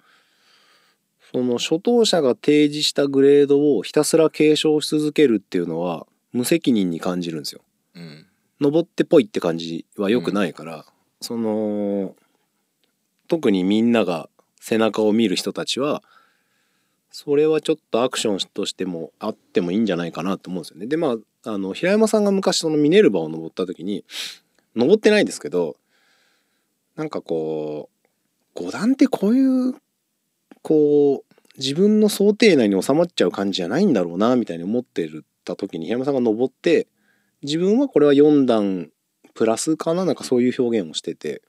Speaker 3: その初等者が提示したグレードをひたすら継承し続けるっていうのは無責任に感じるんですよ。
Speaker 1: うん
Speaker 3: 登ってぽいって感じは良くないから、その特にみんなが背中を見る人たちはそれはちょっとアクションとしてもあってもいいんじゃないかなと思うんですよね。でまああの平山さんが昔そのミネルヴァを登った時に登ってないですけどなんかこう五段ってこういうこう自分の想定内に収まっちゃう感じじゃないんだろうなみたいに思ってた時に平山さんが登って自分はこれは4段プラスかななんかそういう表現をしてて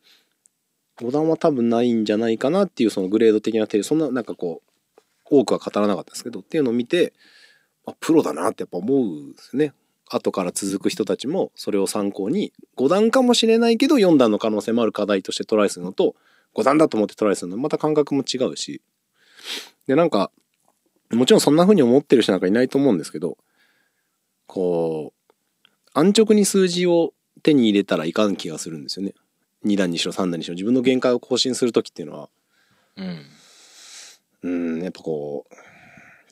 Speaker 3: 5段は多分ないんじゃないかなっていうそのグレード的な定義そんななんかこう多くは語らなかったですけどっていうのを見て、あ、プロだなってやっぱ思うんですね。後から続く人たちもそれを参考に5段かもしれないけど4段の可能性もある課題としてトライするのと5段だと思ってトライするのまた感覚も違うしでなんかもちろんそんな風に思ってる人なんかいないと思うんですけどこう安直に数字を手に入れたらいかん気がするんですよね。2段にしろ3段にしろ自分の限界を更新する時っていうのは
Speaker 1: うん
Speaker 3: うんやっぱこう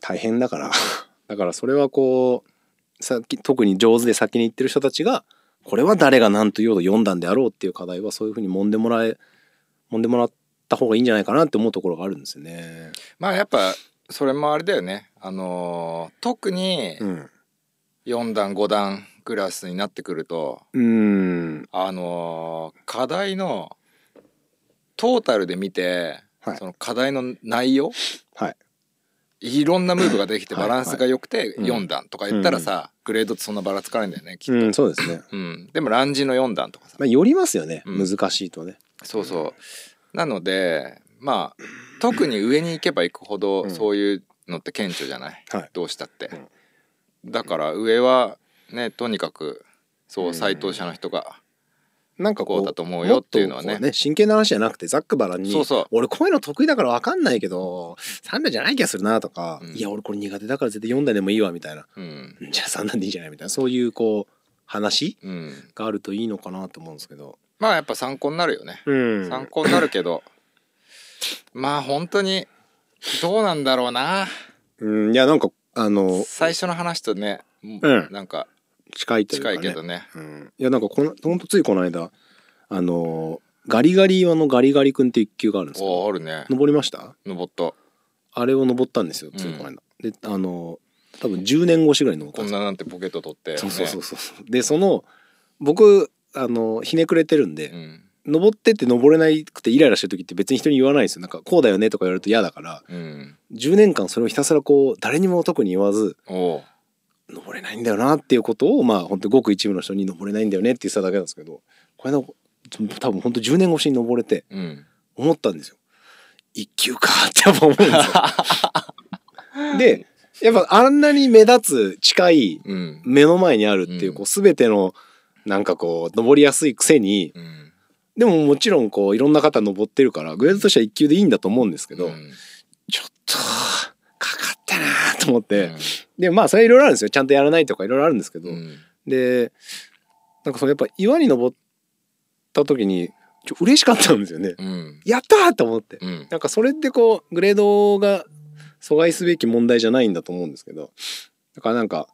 Speaker 3: 大変だから だからそれはこうさっき特に上手で先に行ってる人たちがこれは誰が何と言おうと4段であろうっていう課題はそういうふうに揉んでもらえ揉んでもらった方がいいんじゃないかなって思うところがあるんですよね。
Speaker 1: まあやっぱそれもあれだよねあのー特に
Speaker 3: うん、
Speaker 1: 4段5段クラスになってくると
Speaker 3: うん
Speaker 1: あのー課題のトータルで見て、
Speaker 3: はい
Speaker 1: その課題の内容
Speaker 3: はい
Speaker 1: いろんなムーブができて
Speaker 3: はい
Speaker 1: バランスが良くて
Speaker 3: うん
Speaker 1: 4段とか言ったらさ、グレードってそんなばらつかないんだよねきっ
Speaker 3: うん、そうですね。
Speaker 1: と、うん、でもランジの4段とかさ
Speaker 3: まあ、よりますよね、
Speaker 1: うん
Speaker 3: 難しいとね。
Speaker 1: そうそうなのでまあ特に上に行けば行くほど
Speaker 3: ん
Speaker 1: そういうのって顕著じゃない、
Speaker 3: はい
Speaker 1: どうしたって、だから上はねとにかくそう斎藤者の人が、
Speaker 3: なんか
Speaker 1: こうだと思うよっていうのはね
Speaker 3: もとこ真剣な話じゃなくてざっくばらんに
Speaker 1: そうそう
Speaker 3: 俺こういうの得意だから分かんないけど3段じゃない気がするな」とか、
Speaker 1: うん
Speaker 3: いや俺これ苦手だから絶対4段でもいいわ」みたいな
Speaker 1: うん
Speaker 3: 「うんじゃあ3段でいいじゃない」みたいなそういうこう話
Speaker 1: うん、
Speaker 3: があるといいのかなと思うんですけど。
Speaker 1: まあやっぱ参考になるよね、
Speaker 3: うん
Speaker 1: 参考になるけどまあ本当にどうなんだろうな
Speaker 3: うん、いやなんかあの
Speaker 1: 最初の話とね、
Speaker 3: ん
Speaker 1: なんか
Speaker 3: 近いというか、
Speaker 1: 近
Speaker 3: ね、
Speaker 1: いけどね
Speaker 3: うん、いやなんかこのほんとついこの間あのガリガリ岩のガリガリ君っていう一級があるんですけ
Speaker 1: お
Speaker 3: ど
Speaker 1: おあるね
Speaker 3: 登りました
Speaker 1: 登った
Speaker 3: あれを登ったんですよついこの間。であの多分10年越しぐらいに登った
Speaker 1: こ
Speaker 3: ん
Speaker 1: ん
Speaker 3: ですよ
Speaker 1: ななんてポケット取って、ね、
Speaker 3: そうそうそうそう。でその僕あのひねくれてるんで、
Speaker 1: うん
Speaker 3: 登ってって登れなくてイライラしてる時って別に人に言わないんですよ。なんかこうだよねとか言われると嫌だから
Speaker 1: うん
Speaker 3: 10年間それをひたすらこう誰にも特に言わず
Speaker 1: おう
Speaker 3: 登れないんだよなっていうことをまあ本当ごく一部の人に登れないんだよねって言ってただけなんですけどこれの多分本当10年越しに登れて
Speaker 1: うん
Speaker 3: 思ったんですよ。一級かってやっぱ思うん ですよ。でやっぱあんなに目立つ近い
Speaker 1: うん
Speaker 3: 目の前にあるっていう
Speaker 1: うん
Speaker 3: こう全てのなんかこう登りやすいくせに
Speaker 1: うん
Speaker 3: でももちろんこういろんな方登ってるからグレードとしては1級でいいんだと思うんですけど、
Speaker 1: うん
Speaker 3: ちょっとかかったなと思っ
Speaker 1: う
Speaker 3: て、
Speaker 1: ん
Speaker 3: でまあそれいろいろあるんですよちゃんとやらないとかいろいろあるんですけど、
Speaker 1: うん
Speaker 3: でなんかそのやっぱ岩に登った時にちょ嬉しかったんですよね。
Speaker 7: うん
Speaker 3: やったーと思って。
Speaker 7: うん
Speaker 3: なんかそれってこうグレードが阻害すべき問題じゃないんだと思うんですけどだからなんか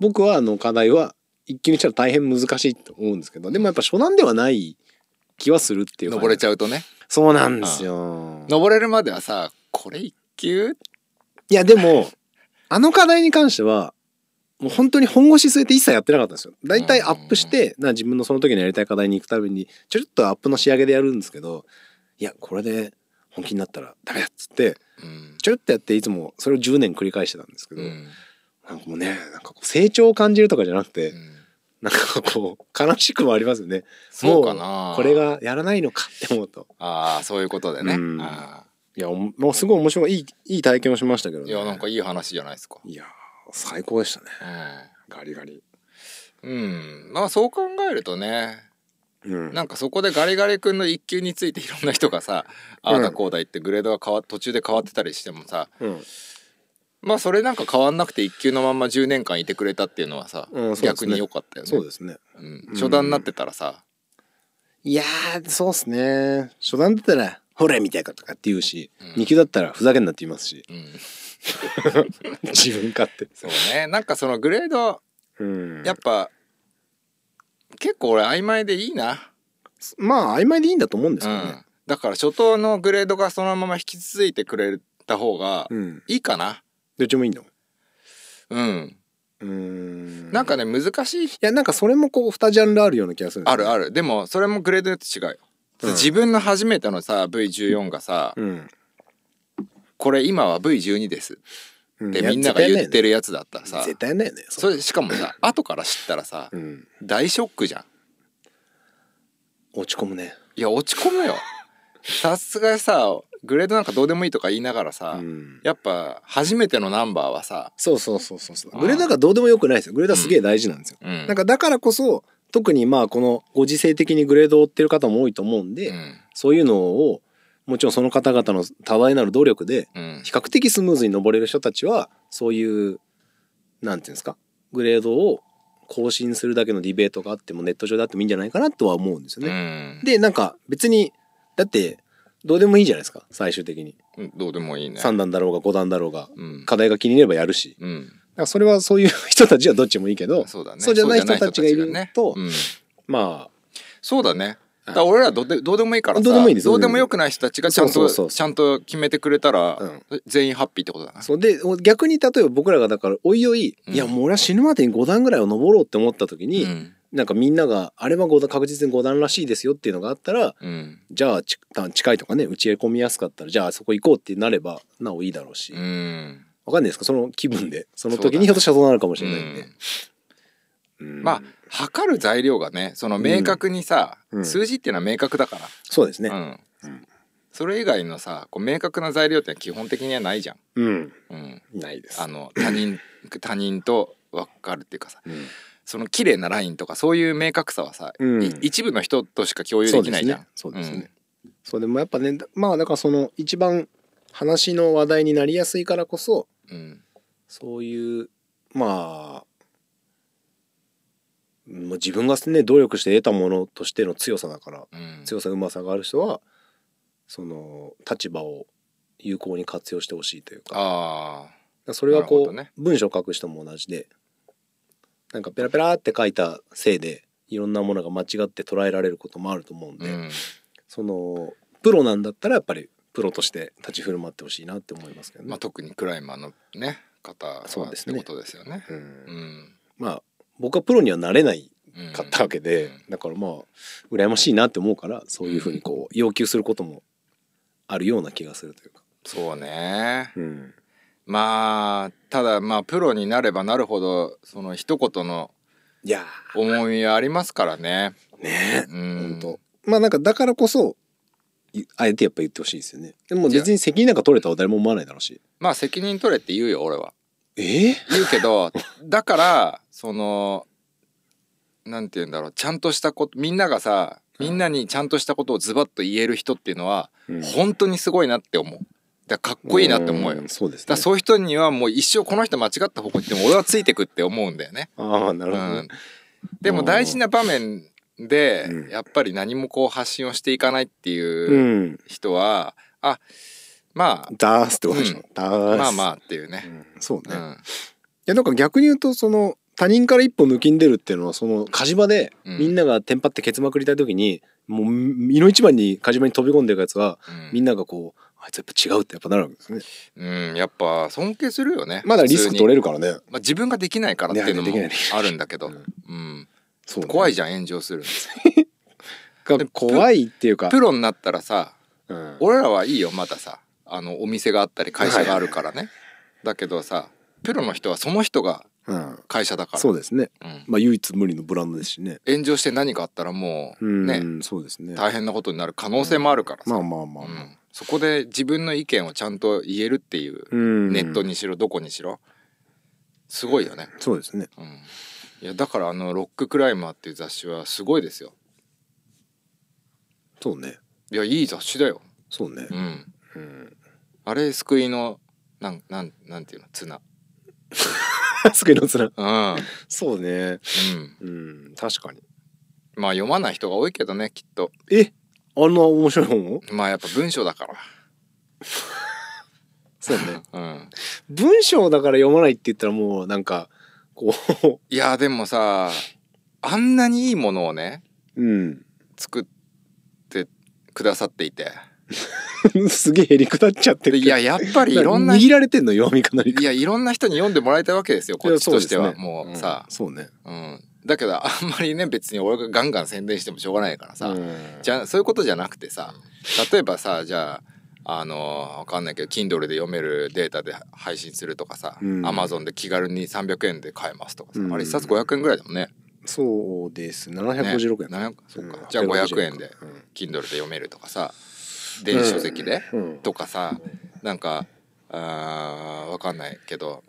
Speaker 3: 僕はあの課題は一気にしたら大変難しいと思うんですけどでもやっぱ初段ではない気はするっていう
Speaker 1: 登れち
Speaker 3: ゃう
Speaker 1: ゃうとね
Speaker 3: そうなんですよ
Speaker 1: 登れるまではさこれ一級
Speaker 3: いやでもあの課題に関してはもう本当に本腰据えて一切やってなかったんですよ大体アップしてな自分のその時のやりたい課題に行くためにちょっとアップの仕上げでやるんですけどいやこれで本気になったらダメだっつって
Speaker 7: うん
Speaker 3: ちょろっとやっていつもそれを10年繰り返してたんですけど、
Speaker 7: うん
Speaker 3: なんかもうねなんかこう成長を感じるとかじゃなくて、
Speaker 7: うん
Speaker 3: なんかこう悲しくもありますよね
Speaker 1: そうかな
Speaker 3: もうこれがやらないのかって思うと
Speaker 1: ああそういうことでね
Speaker 3: うん
Speaker 1: あ
Speaker 3: いやおももうすごい面白いいいいい体験をしましたけど、
Speaker 1: ー
Speaker 3: ね、
Speaker 1: いやなんかいい話じゃないですか
Speaker 3: いやー最高でしたね
Speaker 1: う
Speaker 3: ガリガリ
Speaker 1: ん、うん、まあそう考えるとね
Speaker 3: うん
Speaker 1: なんかそこでガリガリ君の一級についていろんな人がさああだこうだ言ってグレードが変わ途中で変わってたりしてもさ
Speaker 3: うん
Speaker 1: まあそれなんか変わんなくて一級のまんま10年間いてくれたっていうのはさ、
Speaker 3: うんそうですね
Speaker 1: 逆に良かったよね
Speaker 3: そうですね
Speaker 1: うん、初段になってたらさ、
Speaker 3: いやーそうっすね初段だったら「ほれ!」みたいかとかって言うし、
Speaker 1: うん
Speaker 3: 二2級だったら「ふざけんな」って言いますし
Speaker 1: うん
Speaker 3: 自分勝手
Speaker 1: そうねなんかそのグレード
Speaker 3: うん
Speaker 1: やっぱ結構俺曖昧でいいな、
Speaker 3: まあ曖昧でいいんだと思うんです
Speaker 1: う
Speaker 3: けど
Speaker 1: ん
Speaker 3: ね、
Speaker 1: だから初等のグレードがそのまま引き続いてくれた方が
Speaker 3: うん
Speaker 1: いいかな
Speaker 3: どっちもいいんだもん
Speaker 1: うん、
Speaker 3: うーん
Speaker 1: なんかね難しい
Speaker 3: いやなんかそれもこう2ジャンルあるような気がするんです
Speaker 1: あるあ
Speaker 3: る
Speaker 1: るでもそれもグレードによって違うよ、
Speaker 3: うん
Speaker 1: 自分の初めてのさ V14 がさ、
Speaker 3: うん
Speaker 1: これ今は V12 です
Speaker 3: う
Speaker 1: ってみんなが言って
Speaker 3: る
Speaker 1: るやつだったらさ、
Speaker 3: 絶対やんないよね
Speaker 1: それしかもさ後から知ったらさ、
Speaker 3: うん
Speaker 1: 大ショックじゃん
Speaker 3: 落ち込むね
Speaker 1: いや落ち込むよ さすがにさグレードなんかどうでもいいとか言いながらさ、
Speaker 3: うん
Speaker 1: やっぱ初めてのナンバーはさ、
Speaker 3: そうそうそうそうそう
Speaker 1: あー
Speaker 3: グレードなんかどうでもよくないですよグレードはすげえ大事なんですよ、
Speaker 1: うん、
Speaker 3: なんかだからこそ特にまあこのご時世的にグレードを追ってる方も多いと思うんで、
Speaker 1: うん
Speaker 3: そういうのをもちろんその方々の多大なる努力で
Speaker 1: うん
Speaker 3: 比較的スムーズに登れる人たちはそういうなんていうんですかグレードを更新するだけのディベートがあってもネット上であってもいいんじゃないかなとは思うんですよ
Speaker 1: う
Speaker 3: ね。
Speaker 1: ん
Speaker 3: でなんか別にだってどうでもいいじゃないですか最終的に、
Speaker 1: うんどうでもいいね
Speaker 3: 3段だろうが5段だろうが
Speaker 1: うん
Speaker 3: 課題が気に入ればやるし
Speaker 1: うん
Speaker 3: だからそれはそういう人たちはどっちもいいけど
Speaker 1: そうだね
Speaker 3: じゃない人たちがいると、
Speaker 1: そうじゃない人たちがねうん
Speaker 3: ま
Speaker 1: そうだね。だから俺らどうでどうでもいいからさ
Speaker 3: どうでもいいです
Speaker 1: どうでもよくない人たちがちゃんと
Speaker 3: そうそうそうそう
Speaker 1: ちゃんと決めてくれたら、
Speaker 3: う
Speaker 1: 全員ハッピーってことだな
Speaker 3: あ。そうで逆に例えば僕らがだからおいおい、
Speaker 1: うん
Speaker 3: いやもう俺は死ぬまでに5段ぐらいを登ろうって思った時に、
Speaker 1: うん
Speaker 3: なんかみんながあれは5段確実に5段らしいですよっていうのがあったら
Speaker 1: うん
Speaker 3: じゃあち近いとかね打ち込みやすかったらじゃあそこ行こうってなればなおいいだろうし、
Speaker 1: う
Speaker 3: わ
Speaker 1: ん
Speaker 3: かんないですかその気分でその時
Speaker 1: そうだね
Speaker 3: にひょっとしたらそうなるかもしれないんで。
Speaker 1: うんまあ測る材料がねその明確にさ、
Speaker 3: うん
Speaker 1: 数字っていうのは明確だか
Speaker 3: そうですね
Speaker 1: ら、う。んそれ以外のさこう明確な材料ってのは基本的にはないじゃん、
Speaker 3: うん。
Speaker 1: うん、
Speaker 3: ないです。
Speaker 1: あの他人他人と分かるっていうかさ
Speaker 3: うん
Speaker 1: その綺麗なラインとかそういう明確さはさ、
Speaker 3: うん
Speaker 1: い一部の人としか共有できないじゃん。
Speaker 3: そうですね。そうですねそうでもやっぱね、だまあだからその一番話の話題になりやすいからこそ、
Speaker 1: うんうん
Speaker 3: そういう、まあ、もう自分がね、努力して得たものとしての強さだから、
Speaker 1: うん
Speaker 3: 強さ、うまさがある人は、その立場を有効に活用してほしいというか、
Speaker 1: ああ
Speaker 3: それは
Speaker 1: なる
Speaker 3: こ
Speaker 1: ほ
Speaker 3: う、
Speaker 1: どね
Speaker 3: 文章を書く人も同じでなんかペラペラって書いたせいでいろんなものが間違って捉えられることもあると思うんで、
Speaker 1: うん
Speaker 3: そのプロなんだったらやっぱりプロとして立ち振る舞ってほしいなって思いますけどね。
Speaker 1: まあ、特にクライマーのね方は
Speaker 3: そうですね
Speaker 1: ってことですよね。
Speaker 3: う
Speaker 1: うんん、
Speaker 3: まあ僕はプロにはなれない
Speaker 1: うん
Speaker 3: かったわけで、
Speaker 1: うん
Speaker 3: だからまあ羨ましいなって思うからそういうふうにこう要求することもあるような気がするというか。
Speaker 1: そうね。
Speaker 3: うん
Speaker 1: まあただまあプロになればなるほどその一言の
Speaker 3: いや
Speaker 1: 重みはありますからね。
Speaker 3: ーね
Speaker 1: う
Speaker 3: え、
Speaker 1: ん、
Speaker 3: 本当まあなんかだからこそいあえてやっぱ言ってほしいですよね。でも別に責任なんか取れたは誰も思わないだろうし。
Speaker 1: まあ責任取れって言うよ俺は。
Speaker 3: ええ
Speaker 1: 言うけ どだからそのなんて言うんだろうちゃんとしたことみんながさみんなにちゃんとしたことをズバッと言える人っていうのは、
Speaker 3: うん
Speaker 1: 本当にすごいなって思う。だからかっこいいなって思うよ。
Speaker 3: んそうです
Speaker 1: だから
Speaker 3: ね。
Speaker 1: そういう人にはもう一生この人間違った方向行っても俺はついてくって思うんだよね。
Speaker 3: ああな
Speaker 1: う
Speaker 3: るほどね、
Speaker 1: ん、でも大事な場面で、
Speaker 3: うん
Speaker 1: やっぱり何もこう発信をしていかないって
Speaker 3: う。
Speaker 1: いうん人は、あま
Speaker 3: ダースってことでし
Speaker 1: うん
Speaker 3: ょ。ダー
Speaker 1: あ
Speaker 3: ス。
Speaker 1: まあまあっていうね、
Speaker 3: あ。そう
Speaker 1: う
Speaker 3: ね。い
Speaker 1: ん
Speaker 3: や、なんか逆に言うと、その、他人から一歩抜きんでるっていうのは、その、火事場で、
Speaker 1: うん
Speaker 3: みんながテンパってケツまくりたい時に、もう、身の一番に火事場に飛び込んでるやつが、
Speaker 1: うん
Speaker 3: みんながこう、あいつやっぱ違うってやっぱなるわけですね。
Speaker 1: うん、やっぱ尊敬するよね
Speaker 3: まだリスク取れ
Speaker 1: る、
Speaker 3: るからね。
Speaker 1: まあ、自分ができないからっていうのも
Speaker 3: いやでき
Speaker 1: あるんだけど、
Speaker 3: う
Speaker 1: うんん
Speaker 3: そうね
Speaker 1: 怖いじゃん炎上する
Speaker 3: が怖いっていうか
Speaker 1: の。プロになったらさ
Speaker 3: うん
Speaker 1: 俺らはいいよまださあのお店があったり会社があるからね、だけどさプロの人はその人が
Speaker 3: うん
Speaker 1: 会社だから
Speaker 3: そうですね。
Speaker 1: うん
Speaker 3: まあ唯一無二のブランドですしね。
Speaker 1: 炎上して何かあったらも
Speaker 3: う、
Speaker 1: うんね、
Speaker 3: そうですね。
Speaker 1: 大変なことになる可能性もあるからさ、
Speaker 3: まあまあまあ
Speaker 1: う
Speaker 3: まあ。
Speaker 1: んそこで自分の意見をちゃんと言えるっていう、
Speaker 3: うん
Speaker 1: ネット。にしろどこにしろすごいよね、
Speaker 3: そうですね。
Speaker 1: うん、いやだからあの「ロッククライマー」っていう雑誌はすごいですよ
Speaker 3: そうね。
Speaker 1: いやいい雑誌だよ
Speaker 3: そうね
Speaker 1: う。ん
Speaker 3: うん。
Speaker 1: あれ救いのなんなんなんていうの綱
Speaker 3: すげえのつら。
Speaker 1: うん、うん、
Speaker 3: そうね。うん、確かに。
Speaker 1: まあ読まない人が多いけどねきっと
Speaker 3: えあんな面白い本を
Speaker 1: まあやっぱ文章だから
Speaker 3: そ うね。
Speaker 1: うん
Speaker 3: 文章だから読まないって言ったらもうなんか、こ
Speaker 1: いやでもさあんなにいいものをね
Speaker 3: う、うん。
Speaker 1: 作ってくださっていて
Speaker 3: すげえへりくだっちゃって
Speaker 1: で
Speaker 3: る
Speaker 1: い
Speaker 3: けど。
Speaker 1: ややっぱりいろんな
Speaker 3: 握られてんの読みかなり
Speaker 1: い
Speaker 3: か。
Speaker 1: やいろんな人に読んでもらいたいわけですよこっちとして
Speaker 3: い
Speaker 1: は、
Speaker 3: やそうですね
Speaker 1: もうさ
Speaker 3: ん、そうね。
Speaker 1: うん、だけどあんまりね別に俺がガンガン宣伝してもしょうがないからさ、
Speaker 3: うん
Speaker 1: じゃそういうことじゃなくてさ例えばさじゃああのわかんないけど Kindle で読めるデータで配信するとかさ、
Speaker 3: うん
Speaker 1: Amazon で気軽に300円で買えますとかさ、
Speaker 3: うん
Speaker 1: あれ1冊500円ぐらいだもんね
Speaker 3: そうです。
Speaker 1: ね
Speaker 3: 756円。
Speaker 1: 700そうか
Speaker 3: うん
Speaker 1: じゃあ500円で
Speaker 3: うん
Speaker 1: Kindle で読めるとかさ電子書籍で、
Speaker 3: うん
Speaker 1: とかさなんかあーわかんないけど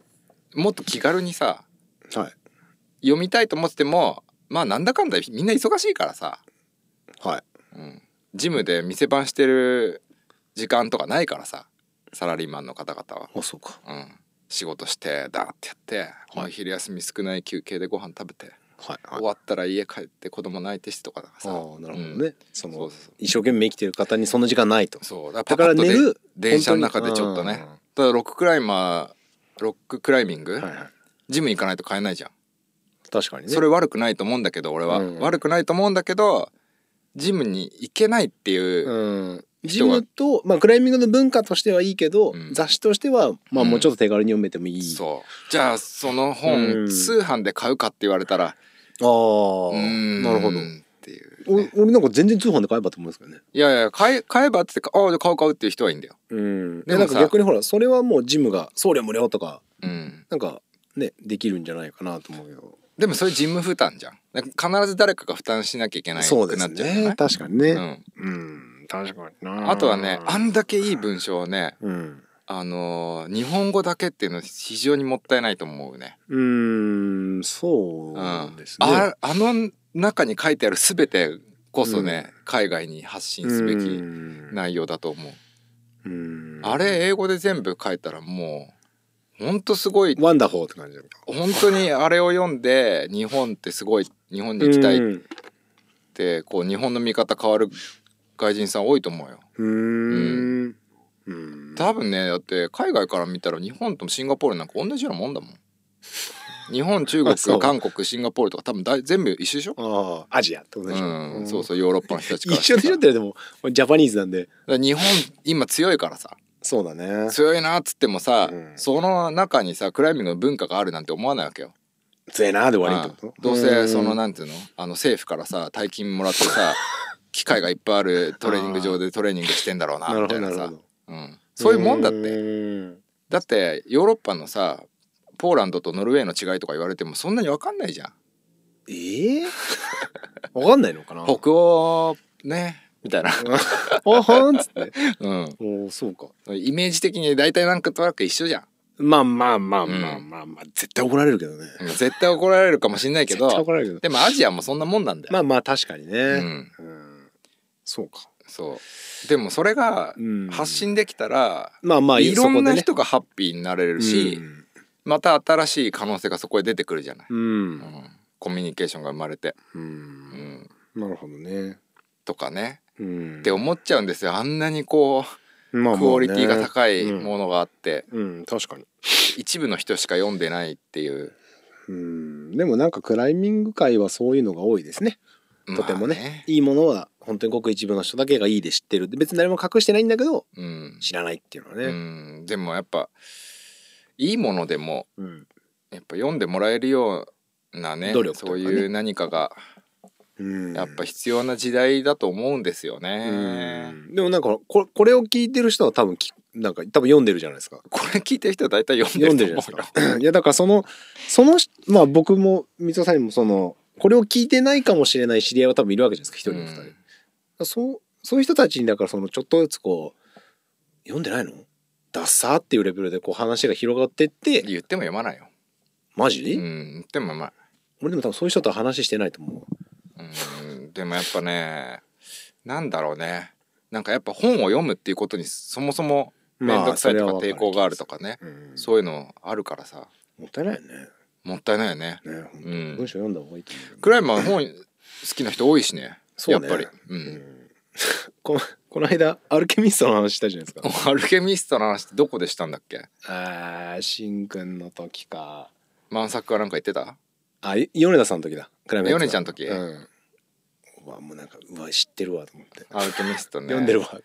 Speaker 1: もっと気軽にさ
Speaker 3: はい。
Speaker 1: 読みたいと思っててもまあなんだかんだみんな忙しいからさ、
Speaker 3: はい。
Speaker 1: うん、ジムで店番してる時間とかないからさサラリーマンの方々は、
Speaker 3: あ、そうか。
Speaker 1: うん、仕事してダーってやって、もう昼休み少ない休憩でご飯食べて、
Speaker 3: はい。はい
Speaker 1: 終。わったら家帰って子供泣いてしてとかだから
Speaker 3: あ
Speaker 1: さ
Speaker 3: あー、なるほど
Speaker 1: う
Speaker 3: ね
Speaker 1: ん。
Speaker 3: そ
Speaker 1: そ
Speaker 3: の
Speaker 1: うそうそう、
Speaker 3: 一生懸命生きてる方にその時間ないと。
Speaker 1: そうだ
Speaker 3: だ
Speaker 1: か
Speaker 3: からら
Speaker 1: パカッと
Speaker 3: 寝
Speaker 1: で
Speaker 3: る。
Speaker 1: 電車の中でちょっとね
Speaker 3: 本
Speaker 1: ただロッククライマーロッククライミング、
Speaker 3: 当に。うんはいはい。
Speaker 1: ジム行かないと買えないじゃん
Speaker 3: 確かにね。
Speaker 1: それ悪くないと思うんだけど俺は、
Speaker 3: うん
Speaker 1: 悪くないと思うんだけどジムに行けないっていう、
Speaker 3: うん。ジ
Speaker 1: 人が
Speaker 3: ムと、まあ、クライミングの文化としてはいいけど、
Speaker 1: うん
Speaker 3: 雑誌としては、まあ、
Speaker 1: うん
Speaker 3: もうちょっと手軽に読めてもいい。あ
Speaker 1: そうじゃあその
Speaker 3: うん
Speaker 1: 本通販で買うかって言われたら
Speaker 3: あ
Speaker 1: うー
Speaker 3: ー、
Speaker 1: ん
Speaker 3: なるほど。
Speaker 1: っていう、ね、
Speaker 3: お俺なんか全然通販で買えばと思うんですけどね。
Speaker 1: いやいや買え買えばって言ってああじゃあ買う買うっていう人はいいんだよ、
Speaker 3: うん。
Speaker 1: で
Speaker 3: で、
Speaker 1: もさ
Speaker 3: なんか逆にほら、それはもうジムが送料無料とか、
Speaker 1: うん、
Speaker 3: なんかね、できるんじゃないかなと思うけど。
Speaker 1: でもそれジム負担じゃんなんか必ず誰かが負担しなきゃいけない
Speaker 3: そう
Speaker 1: く
Speaker 3: で
Speaker 1: な
Speaker 3: す
Speaker 1: っちゃうじゃな
Speaker 3: ね
Speaker 1: い。
Speaker 3: 確かにね。
Speaker 1: うん、
Speaker 3: うん、確かにな
Speaker 1: あとはねあんだけいい文章をね
Speaker 3: うん。
Speaker 1: あのー日本語だけっていうのは非常にもったいないと思うね
Speaker 3: うーん、そう
Speaker 1: うん
Speaker 3: ですね。
Speaker 1: ああの中に書いてある全てこそね、海外に発信すべき内容だと思う、
Speaker 3: うん
Speaker 1: あれ英語で全部書いたらもうほんとすごい
Speaker 3: ワンダフォーって感じだよ
Speaker 1: 本当にあれを読んで日本ってすごい日本に行きたいっ
Speaker 3: うん
Speaker 1: てこう日本の見方変わる外人さん多いと思うよ
Speaker 3: うーん。うん
Speaker 1: 多分ねだって海外から見たら日本とシンガポールなんか同じようなもんだもん日本中
Speaker 3: あそう
Speaker 1: 国韓国シンガポールとか多分だい全部一緒でしょ
Speaker 3: ああ、アジアってことでしょ。
Speaker 1: うん、そうそうヨーロッパの人たちから
Speaker 3: 一緒でしょっ
Speaker 1: だか
Speaker 3: てでもジャパニーズなんで
Speaker 1: ら日本今強いからさ
Speaker 3: そうだね
Speaker 1: 強いなっつってもさ、
Speaker 3: うん
Speaker 1: その中にさクライミングの文化があるなんて思わないわけよ
Speaker 3: 強いなで終わりって
Speaker 1: う
Speaker 3: こ
Speaker 1: ん
Speaker 3: と
Speaker 1: どうせその
Speaker 3: な
Speaker 1: なんていうのあの政府からさ大金もらって さ機械がいっぱいあるトレーニング場でトレーニングしてんだろうなみ
Speaker 3: なるほ
Speaker 1: た
Speaker 3: ど
Speaker 1: い
Speaker 3: な
Speaker 1: な
Speaker 3: るほ
Speaker 1: さ
Speaker 3: ど
Speaker 1: うんそういうもんだっ
Speaker 3: う
Speaker 1: て
Speaker 3: ーん
Speaker 1: だってヨーロッパのさポーランドとノルウェーの違いとか言われてもそんなに分かんないじゃん
Speaker 3: ええ わかんないのかな
Speaker 1: 北欧ねみたいな、
Speaker 3: あはんっつって
Speaker 1: うん、
Speaker 3: おーそうか
Speaker 1: イメージ的に大体なんかとなく一緒じゃん
Speaker 3: まあまあまあまあまあまあ絶対怒られるけどね
Speaker 1: うん絶対怒られるかもしんないけ
Speaker 3: 絶
Speaker 1: ど
Speaker 3: 対怒られるけど
Speaker 1: でもアジアもそんなもんなんだよ、
Speaker 3: まあまあ確かに
Speaker 1: う
Speaker 3: ね、
Speaker 1: ん、
Speaker 3: うんそうか、
Speaker 1: そうでもそれが
Speaker 3: うん
Speaker 1: 発信できたら、
Speaker 3: まあまあ
Speaker 1: いろんな
Speaker 3: そこ
Speaker 1: 人がハッピーになれ
Speaker 3: で
Speaker 1: る
Speaker 3: ね
Speaker 1: し、また新しい可能性がそこへ出てくるじゃない、
Speaker 3: うん
Speaker 1: うんコミュニケーションが生まれて、
Speaker 3: う
Speaker 1: うんん
Speaker 3: なるほどね。
Speaker 1: とかね
Speaker 3: うん。
Speaker 1: って思っちゃうんですよあんなにこ
Speaker 3: まあまあ
Speaker 1: う
Speaker 3: ね
Speaker 1: クオリティが高いものがあって
Speaker 3: うん、確かに。
Speaker 1: 一部の人しか読んでないっていう
Speaker 3: うん。でもなんかクライミング界はそういうのが多いですね。とてもね。
Speaker 1: まあ
Speaker 3: いいものは本当にごく一部の人だけがいいで知ってる。で別に誰も隠してないんだけど、
Speaker 1: うん
Speaker 3: 知らないっていうのは
Speaker 1: う
Speaker 3: ね。
Speaker 1: んでもやっぱいいものでも
Speaker 3: うん。
Speaker 1: やっぱ読んでもらえるようなね
Speaker 3: 努力と
Speaker 1: そう
Speaker 3: いうかね
Speaker 1: いう何かが
Speaker 3: うん。
Speaker 1: やっぱ必要な時代だと思うんですよ
Speaker 3: う
Speaker 1: ね。
Speaker 3: ん。でもなんかこれ、これを聞いてる人は多分き、なんか多分読んでるじゃない ですか。
Speaker 1: これ聞いてる人は大体読
Speaker 3: 読
Speaker 1: ん
Speaker 3: んで
Speaker 1: で
Speaker 3: る
Speaker 1: る
Speaker 3: じ
Speaker 1: と
Speaker 3: ゃ
Speaker 1: 思
Speaker 3: な
Speaker 1: うよ
Speaker 3: いで。すか。いやだからそのその人まあ僕も水戸さんにもそのこれを聞いてないかもしれない知り合いは多分いるわけじゃないですか一人二人。
Speaker 1: うん
Speaker 3: そうそういう人たちにだからそのちょっとずつこう読んでないのダッサーっていうレベルでこう話が広がってって
Speaker 1: 言っても読まないよ。
Speaker 3: マ
Speaker 1: う
Speaker 3: ジ、
Speaker 1: ん、言っても読まない。
Speaker 3: 俺でも多分そういう人とは話してないと思う。
Speaker 1: うん、でもやっぱね、なんだろうね。なんかやっぱ本を読むっていうことにそもそも面倒くさいとか抵抗があると
Speaker 3: か。
Speaker 1: かね。
Speaker 3: うん、
Speaker 1: そういうのあるからさ、
Speaker 3: もったいないよね。
Speaker 1: もったいないよね。
Speaker 3: ね、本当
Speaker 1: う
Speaker 3: に
Speaker 1: ん
Speaker 3: 文章読んだ方がいいと思う。
Speaker 1: クライマー本好きな人多いしね。
Speaker 3: そうね
Speaker 1: やっぱり。う。
Speaker 3: うんんこのこの間アルケミストの話したじゃないです か。
Speaker 1: アルケミストの話ってどこでしたんだっけ
Speaker 3: ああ、しんくんの時か。
Speaker 1: 満作かなんか言ってた
Speaker 3: あ、い米田さんの時だ。クライマックス
Speaker 1: 米ちゃんの時
Speaker 3: うん。うわ、もうなんか、うわ、知ってるわと思って。
Speaker 1: アルケミストね。
Speaker 3: 読んでるわ。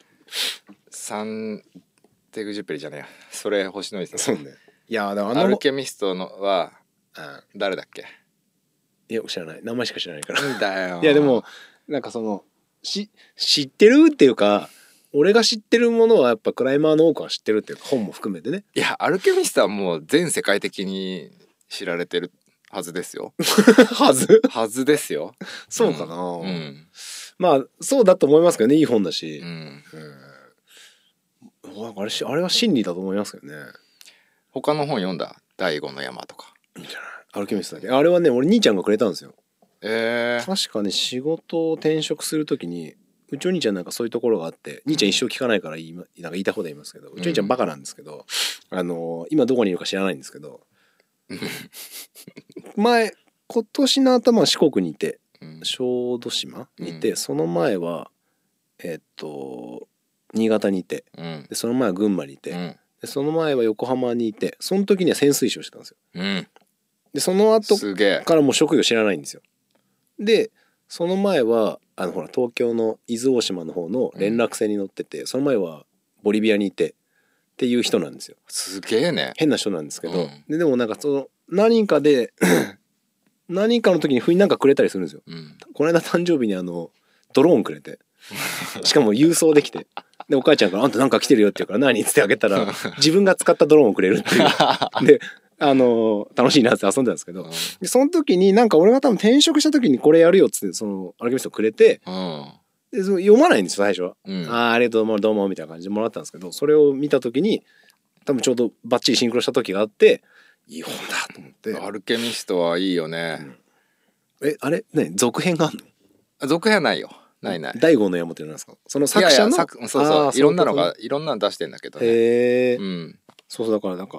Speaker 1: サンテグジュペリじゃねえやそれ星野伊
Speaker 3: そう
Speaker 1: さ
Speaker 3: ね。いや、でもあ
Speaker 1: ん
Speaker 3: の、
Speaker 1: ア
Speaker 3: う
Speaker 1: ル
Speaker 3: ん。
Speaker 1: ケミストのは誰だっけ
Speaker 3: いや、知らない。名前しか知らないから。
Speaker 1: だよ
Speaker 3: いや、でも、なんかその、し、知ってるっていうか、俺が知ってるものはやっぱクライマーの多くは知ってるっていうか、本も含めてね。
Speaker 1: いやアルケミストはもう全世界的に知られてるはずです よ
Speaker 3: はず
Speaker 1: はずですよ
Speaker 3: そうかな、
Speaker 1: うん
Speaker 3: まあ、そうだと思いますけどね、いい本だ
Speaker 1: う
Speaker 3: し。
Speaker 1: ん
Speaker 3: うんうわあれし、あれは真理だと思いますけどね。
Speaker 1: 他の本読んだ第五の山とか
Speaker 3: アルケミストだけ。あれはね、俺兄ちゃんがくれたんですよ。
Speaker 1: えー、
Speaker 3: 確かね仕事を転職するときにうちお兄ちゃんなんかそういうところがあって兄ちゃん一生聞かないから言い,、なんか言いたい放題言いますけどうちお兄ちゃんバカなんですけど、あのー今どこにいるか知らないんですけ ど前今年の頭は四国にいて
Speaker 1: うん
Speaker 3: 小豆島にいて、
Speaker 1: うん
Speaker 3: その前はえっと新潟にいて
Speaker 1: うん
Speaker 3: でその前は群馬にいて、
Speaker 1: うん
Speaker 3: でその前は横浜にいてその時には潜水士をしてたんですよ
Speaker 1: うん
Speaker 3: でその後
Speaker 1: すげえ
Speaker 3: からもう職業知らないんですよ。でその前はあのほら東京の伊豆大島の方の連絡船に乗ってて、その前はボリビアにいてっていう人なんですよ
Speaker 1: すげえね
Speaker 3: 変な人なんですけど、
Speaker 1: うん
Speaker 3: ででもなんかその何かで 何かの時に不意になんかくれたりするんですよ。
Speaker 1: うん
Speaker 3: この間誕生日にあのドローンくれてしかも郵送できてでお母ちゃんから「あんたなんか来てるよ」って言うから「何?」っつってあげたら自分が使ったドローンをくれるっていう。であの楽しいなって遊んでたんですけど、でその時になんか俺が多分転職した時にこれやるよっつってそのアルケミストをくれて
Speaker 1: うん
Speaker 3: でその読まないんですよ最初は。
Speaker 1: うん
Speaker 3: ああありがとうどうもどうもみたいな感じでもらったんですけどそれを見た時に多分ちょうどバッチリシンクロした時があっていい本だと思って
Speaker 1: アルケミストはいいよね、
Speaker 3: えあれ何続編があんの
Speaker 1: 続編はないよないない
Speaker 3: 第五の山って何ですかその作者の
Speaker 1: いやいや作そうそ
Speaker 3: あ
Speaker 1: う
Speaker 3: ー
Speaker 1: いろんなの
Speaker 3: そういう
Speaker 1: が
Speaker 3: こ
Speaker 1: いろんなの出してんだけど
Speaker 3: とね
Speaker 1: ね、
Speaker 3: へえ、
Speaker 1: うん、
Speaker 3: そうそうだからなんか、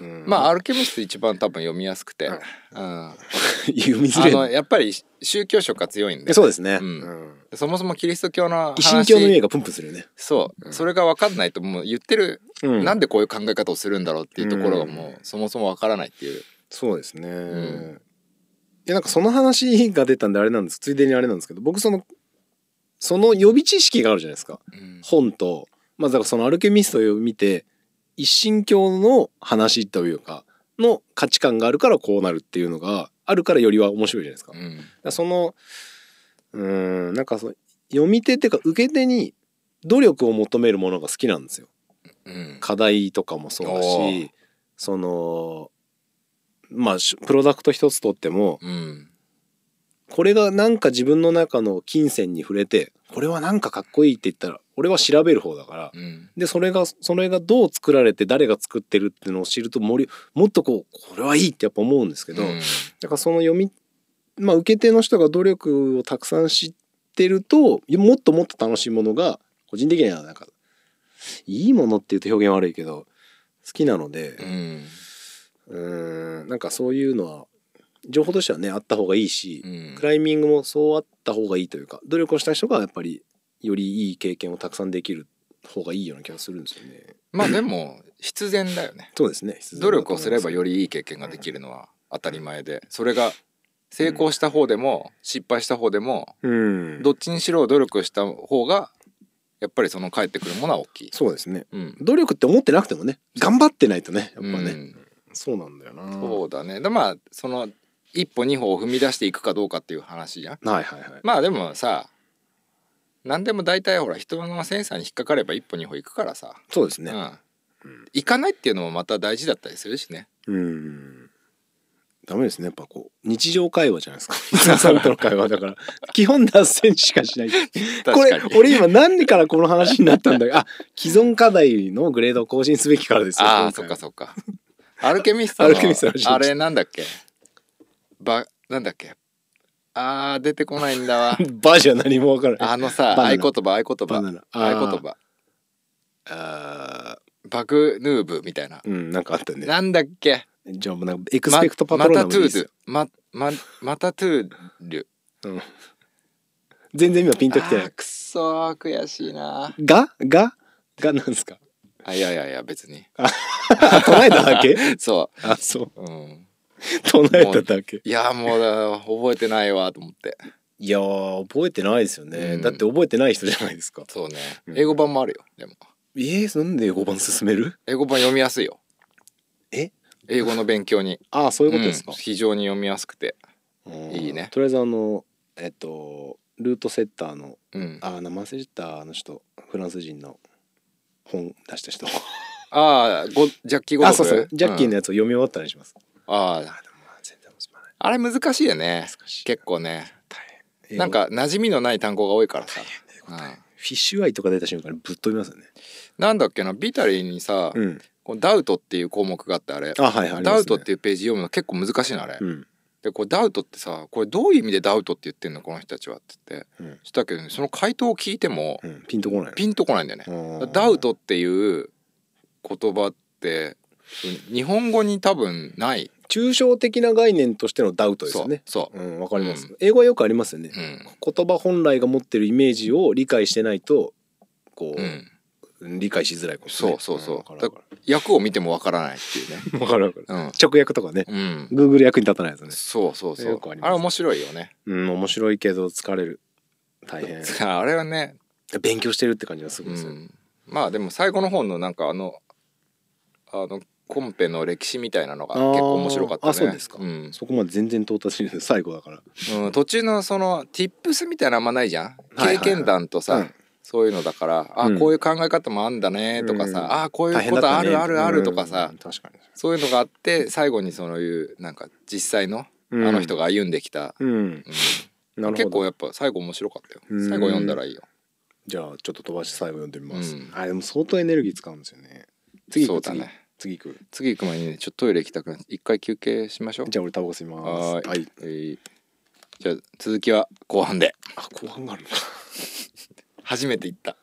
Speaker 3: うん
Speaker 1: まあ「
Speaker 3: あ
Speaker 1: アルケミスト」一番多分読みやすくて、うん、あ
Speaker 3: 読みづ
Speaker 1: の
Speaker 3: れい
Speaker 1: やっぱり宗教色が強いん
Speaker 3: え
Speaker 1: で
Speaker 3: そうですね、
Speaker 1: う
Speaker 3: うんん
Speaker 1: そもそもキリスト教の
Speaker 3: 一神教の家
Speaker 1: 話
Speaker 3: がプンプンするよね、
Speaker 1: そう、それが分かんないともう言ってる、
Speaker 3: うん
Speaker 1: なんでこういう考え方をするんだろうっていうところがもう、
Speaker 3: うん
Speaker 1: そもそも分からないっていう
Speaker 3: そうですね。
Speaker 1: ん
Speaker 3: いやなんかその話が出たんであれなんですついでにあれなんですけど僕そのその予備知識があるじゃないですか
Speaker 1: うん
Speaker 3: 本とまあだからその「アルケミスト」を見て一神教の話というかの価値観があるからこうなるっていうのがあるからよりは面白いじゃないですか。だか
Speaker 1: うん
Speaker 3: らそのうーんなんかその読み手っていうか受け手に努力を求めるものが好きなんですよ。
Speaker 1: うん
Speaker 3: 課題とかもそうだ
Speaker 1: お
Speaker 3: し
Speaker 1: ー
Speaker 3: そのまあしプロダクト一つとっても
Speaker 1: うん
Speaker 3: これがなんか自分の中の金銭に触れてこれはなんかかっこいいって言ったら俺は調べる方だから
Speaker 1: うん
Speaker 3: でそれがそれがどう作られて誰が作ってるっていうのを知るともりもっとこうこれはいいってやっぱ思うんですけど、
Speaker 1: うん
Speaker 3: だからその読みまあ受け手の人が努力をたくさん知ってるともっともっと楽しいものが個人的にはなんかいいものっていうと表現悪いけど好きなので
Speaker 1: うん
Speaker 3: うーんなんかそういうのは情報としてはねあった方がいいし
Speaker 1: う、ん
Speaker 3: クライミングもそうあった方がいいというか努力をした人がやっぱりよりいい経験をたくさんできる方がいいような気がするんですよね。
Speaker 1: まあでも必然だよね
Speaker 3: そうですね
Speaker 1: 努力をすればよ
Speaker 3: り
Speaker 1: りいい経験ができるのは当たり前でそれが成功した方でも失敗した方でも
Speaker 3: うん
Speaker 1: どっちにしろ努力した方がやっぱりその返ってくるものは大きい。
Speaker 3: そうですね
Speaker 1: うん
Speaker 3: 努力って思ってなくてもね頑張ってないとねやっぱね、
Speaker 1: うん
Speaker 3: そうなんだよな
Speaker 1: そうだね。でまあその一歩二歩を踏み出していくかどうかっていう話じゃん。
Speaker 3: はいはいはい
Speaker 1: まあでもさ何でも大体ほら人のセンサーに引っかかれば一歩二歩行くからさ、
Speaker 3: そうです
Speaker 1: う
Speaker 3: ね
Speaker 1: ん、行かないっていうのもまた大事だったりするしね。
Speaker 3: うんダメですねやっぱこう日常会話じゃな いですか皆さんとの会話だから基本脱線しかしないこ
Speaker 1: 確か
Speaker 3: れ
Speaker 1: に
Speaker 3: 俺今何からこの話になったんだけどあ既存課題のグレードを更新すべきからですよ
Speaker 1: ああ
Speaker 3: 今
Speaker 1: そっか
Speaker 3: 回
Speaker 1: そっかアルケミストの
Speaker 3: アルケミストの話
Speaker 1: あれなんだっけばなんだっけあー出てこないんだ わ
Speaker 3: バジは何も分からない
Speaker 1: あのさ
Speaker 3: バナナ
Speaker 1: 合言葉合言
Speaker 3: バナナ
Speaker 1: 葉
Speaker 3: あー
Speaker 1: 合言葉
Speaker 3: あ
Speaker 1: バグヌーブみたいな、
Speaker 3: ーうんなんかあった ね
Speaker 1: なんだっけ
Speaker 3: じゃあもうなんかエク
Speaker 1: ま
Speaker 3: スペクトパトローナ
Speaker 1: マタ
Speaker 3: ムで
Speaker 1: ト
Speaker 3: いい
Speaker 1: ゥ
Speaker 3: です
Speaker 1: ー
Speaker 3: よ
Speaker 1: ルまままたトゥール
Speaker 3: 全然今ピン
Speaker 1: あ
Speaker 3: ときてな
Speaker 1: ー
Speaker 3: い
Speaker 1: くそー悔しいな
Speaker 3: がががなんですか
Speaker 1: あいやいやいや別に
Speaker 3: 唱えただ け
Speaker 1: そ
Speaker 3: あそう
Speaker 1: う、うん、
Speaker 3: 唱えただけ
Speaker 1: いやーもうだ覚えてないわと思って
Speaker 3: いやー覚えてないですよね、
Speaker 1: うん
Speaker 3: だって覚えてない人じゃないですか
Speaker 1: そうね
Speaker 3: うん
Speaker 1: 英語版もあるよでも
Speaker 3: えー、なんで5番進める
Speaker 1: 英語版読みやすいよ
Speaker 3: え
Speaker 1: 英語の勉強に
Speaker 3: ああそういうことですか
Speaker 1: うん、非常に読みやすくて、
Speaker 3: うん
Speaker 1: いいね
Speaker 3: とりあえずあのえっとルートセッターの
Speaker 1: うん、あ
Speaker 3: あー名前忘れちゃったあの人フランス人の本出した 人
Speaker 1: あーごジャッキー・ゴル
Speaker 3: あ
Speaker 1: フ
Speaker 3: そうそうジャッキーの
Speaker 1: ね、
Speaker 3: やつを読み終わったりします、
Speaker 1: ああ
Speaker 3: あでもまあ全然結ばない
Speaker 1: あれ難しいよね
Speaker 3: 難しい
Speaker 1: 結構ね
Speaker 3: 大変
Speaker 1: なんか馴染みのない単語が多いからさ、
Speaker 3: 英語
Speaker 1: う
Speaker 3: 大
Speaker 1: ん
Speaker 3: 変フィッシュアイとか出た瞬間にぶっ飛びますよね
Speaker 1: なんだっけなビタリーにさ、
Speaker 3: うん
Speaker 1: こうダウトっていう項目があってあれ
Speaker 3: あはいはいありますね
Speaker 1: ダウトっていうページ読むの結構難しいのあれ、
Speaker 3: うん
Speaker 1: でこうダウトってさこれどういう意味でダウトって言ってんのこの人たちはって言って、
Speaker 3: うん
Speaker 1: したけどね、その回答を聞いても
Speaker 3: うんピンとこない
Speaker 1: ピンとこないんだよね、
Speaker 3: ン
Speaker 1: ダウトっていう言葉って日本語に多分ない
Speaker 3: 抽象的な概念としてのダウトですよ
Speaker 1: そう
Speaker 3: ね
Speaker 1: そう、
Speaker 3: うんわかります、
Speaker 1: う
Speaker 3: 英語はよくありますよね、
Speaker 1: うん
Speaker 3: 言葉本来が持ってるイメージを理解してないとこ
Speaker 1: う
Speaker 3: う、
Speaker 1: ん、
Speaker 3: 理解しづらいことね、
Speaker 1: そうそうそうん
Speaker 3: わかるわか
Speaker 1: 役を見てもわからないっていうね
Speaker 3: るわかるわかる
Speaker 1: うん
Speaker 3: 直訳とかね
Speaker 1: うん、
Speaker 3: Google 役に立たないですよね
Speaker 1: そうそうそう
Speaker 3: よくあ
Speaker 1: あ
Speaker 3: ります
Speaker 1: れ面白いよね
Speaker 3: うん面白いけど疲れる 大変
Speaker 1: あれはね、
Speaker 3: 勉強してるって感じがする
Speaker 1: うん
Speaker 3: ですよ、
Speaker 1: ん、まあでも最後の本のなんかあのあのコンペの歴史みたいなのが
Speaker 3: あー
Speaker 1: 結構面白かったね
Speaker 3: あそうですか
Speaker 1: ん
Speaker 3: そこまで全然到達しない最後だから
Speaker 1: うん、途中のその tips みたいなのあんまないじゃん
Speaker 3: いはいはい
Speaker 1: 経験談とさ、
Speaker 3: うん
Speaker 1: そういうのだからあ、
Speaker 3: うん
Speaker 1: こういう考え方もあんだねとかさ、
Speaker 3: うん
Speaker 1: あこうい
Speaker 3: 大
Speaker 1: う
Speaker 3: 変
Speaker 1: こ
Speaker 3: だ
Speaker 1: とあ
Speaker 3: ったね
Speaker 1: るあるあるとかさ、
Speaker 3: うん確かに
Speaker 1: そういうのがあって最後にそのいうなんか実際のあ
Speaker 3: うん
Speaker 1: の人が歩んできた、
Speaker 3: うん
Speaker 1: うん
Speaker 3: なる
Speaker 1: 結
Speaker 3: ほ
Speaker 1: 構
Speaker 3: ど
Speaker 1: やっぱ最後面白かったよ
Speaker 3: うん
Speaker 1: 最後読んだらいいよ
Speaker 3: じゃあちょっと飛ばして最後読んでみます、
Speaker 1: うん
Speaker 3: あでも相当エネルギー使うんですよね次
Speaker 1: そ
Speaker 3: 行
Speaker 1: う
Speaker 3: く
Speaker 1: だ
Speaker 3: 次,、
Speaker 1: ね
Speaker 3: 次行く
Speaker 1: 次行く前にねちょっとトイレ行きたくなって一回休憩しましょう
Speaker 3: じゃあ俺タバコ吸います
Speaker 1: はーい
Speaker 3: はい
Speaker 1: えーじゃあ続き
Speaker 3: 아,
Speaker 1: は後半で
Speaker 3: あ後半があるのか
Speaker 1: 初めて行った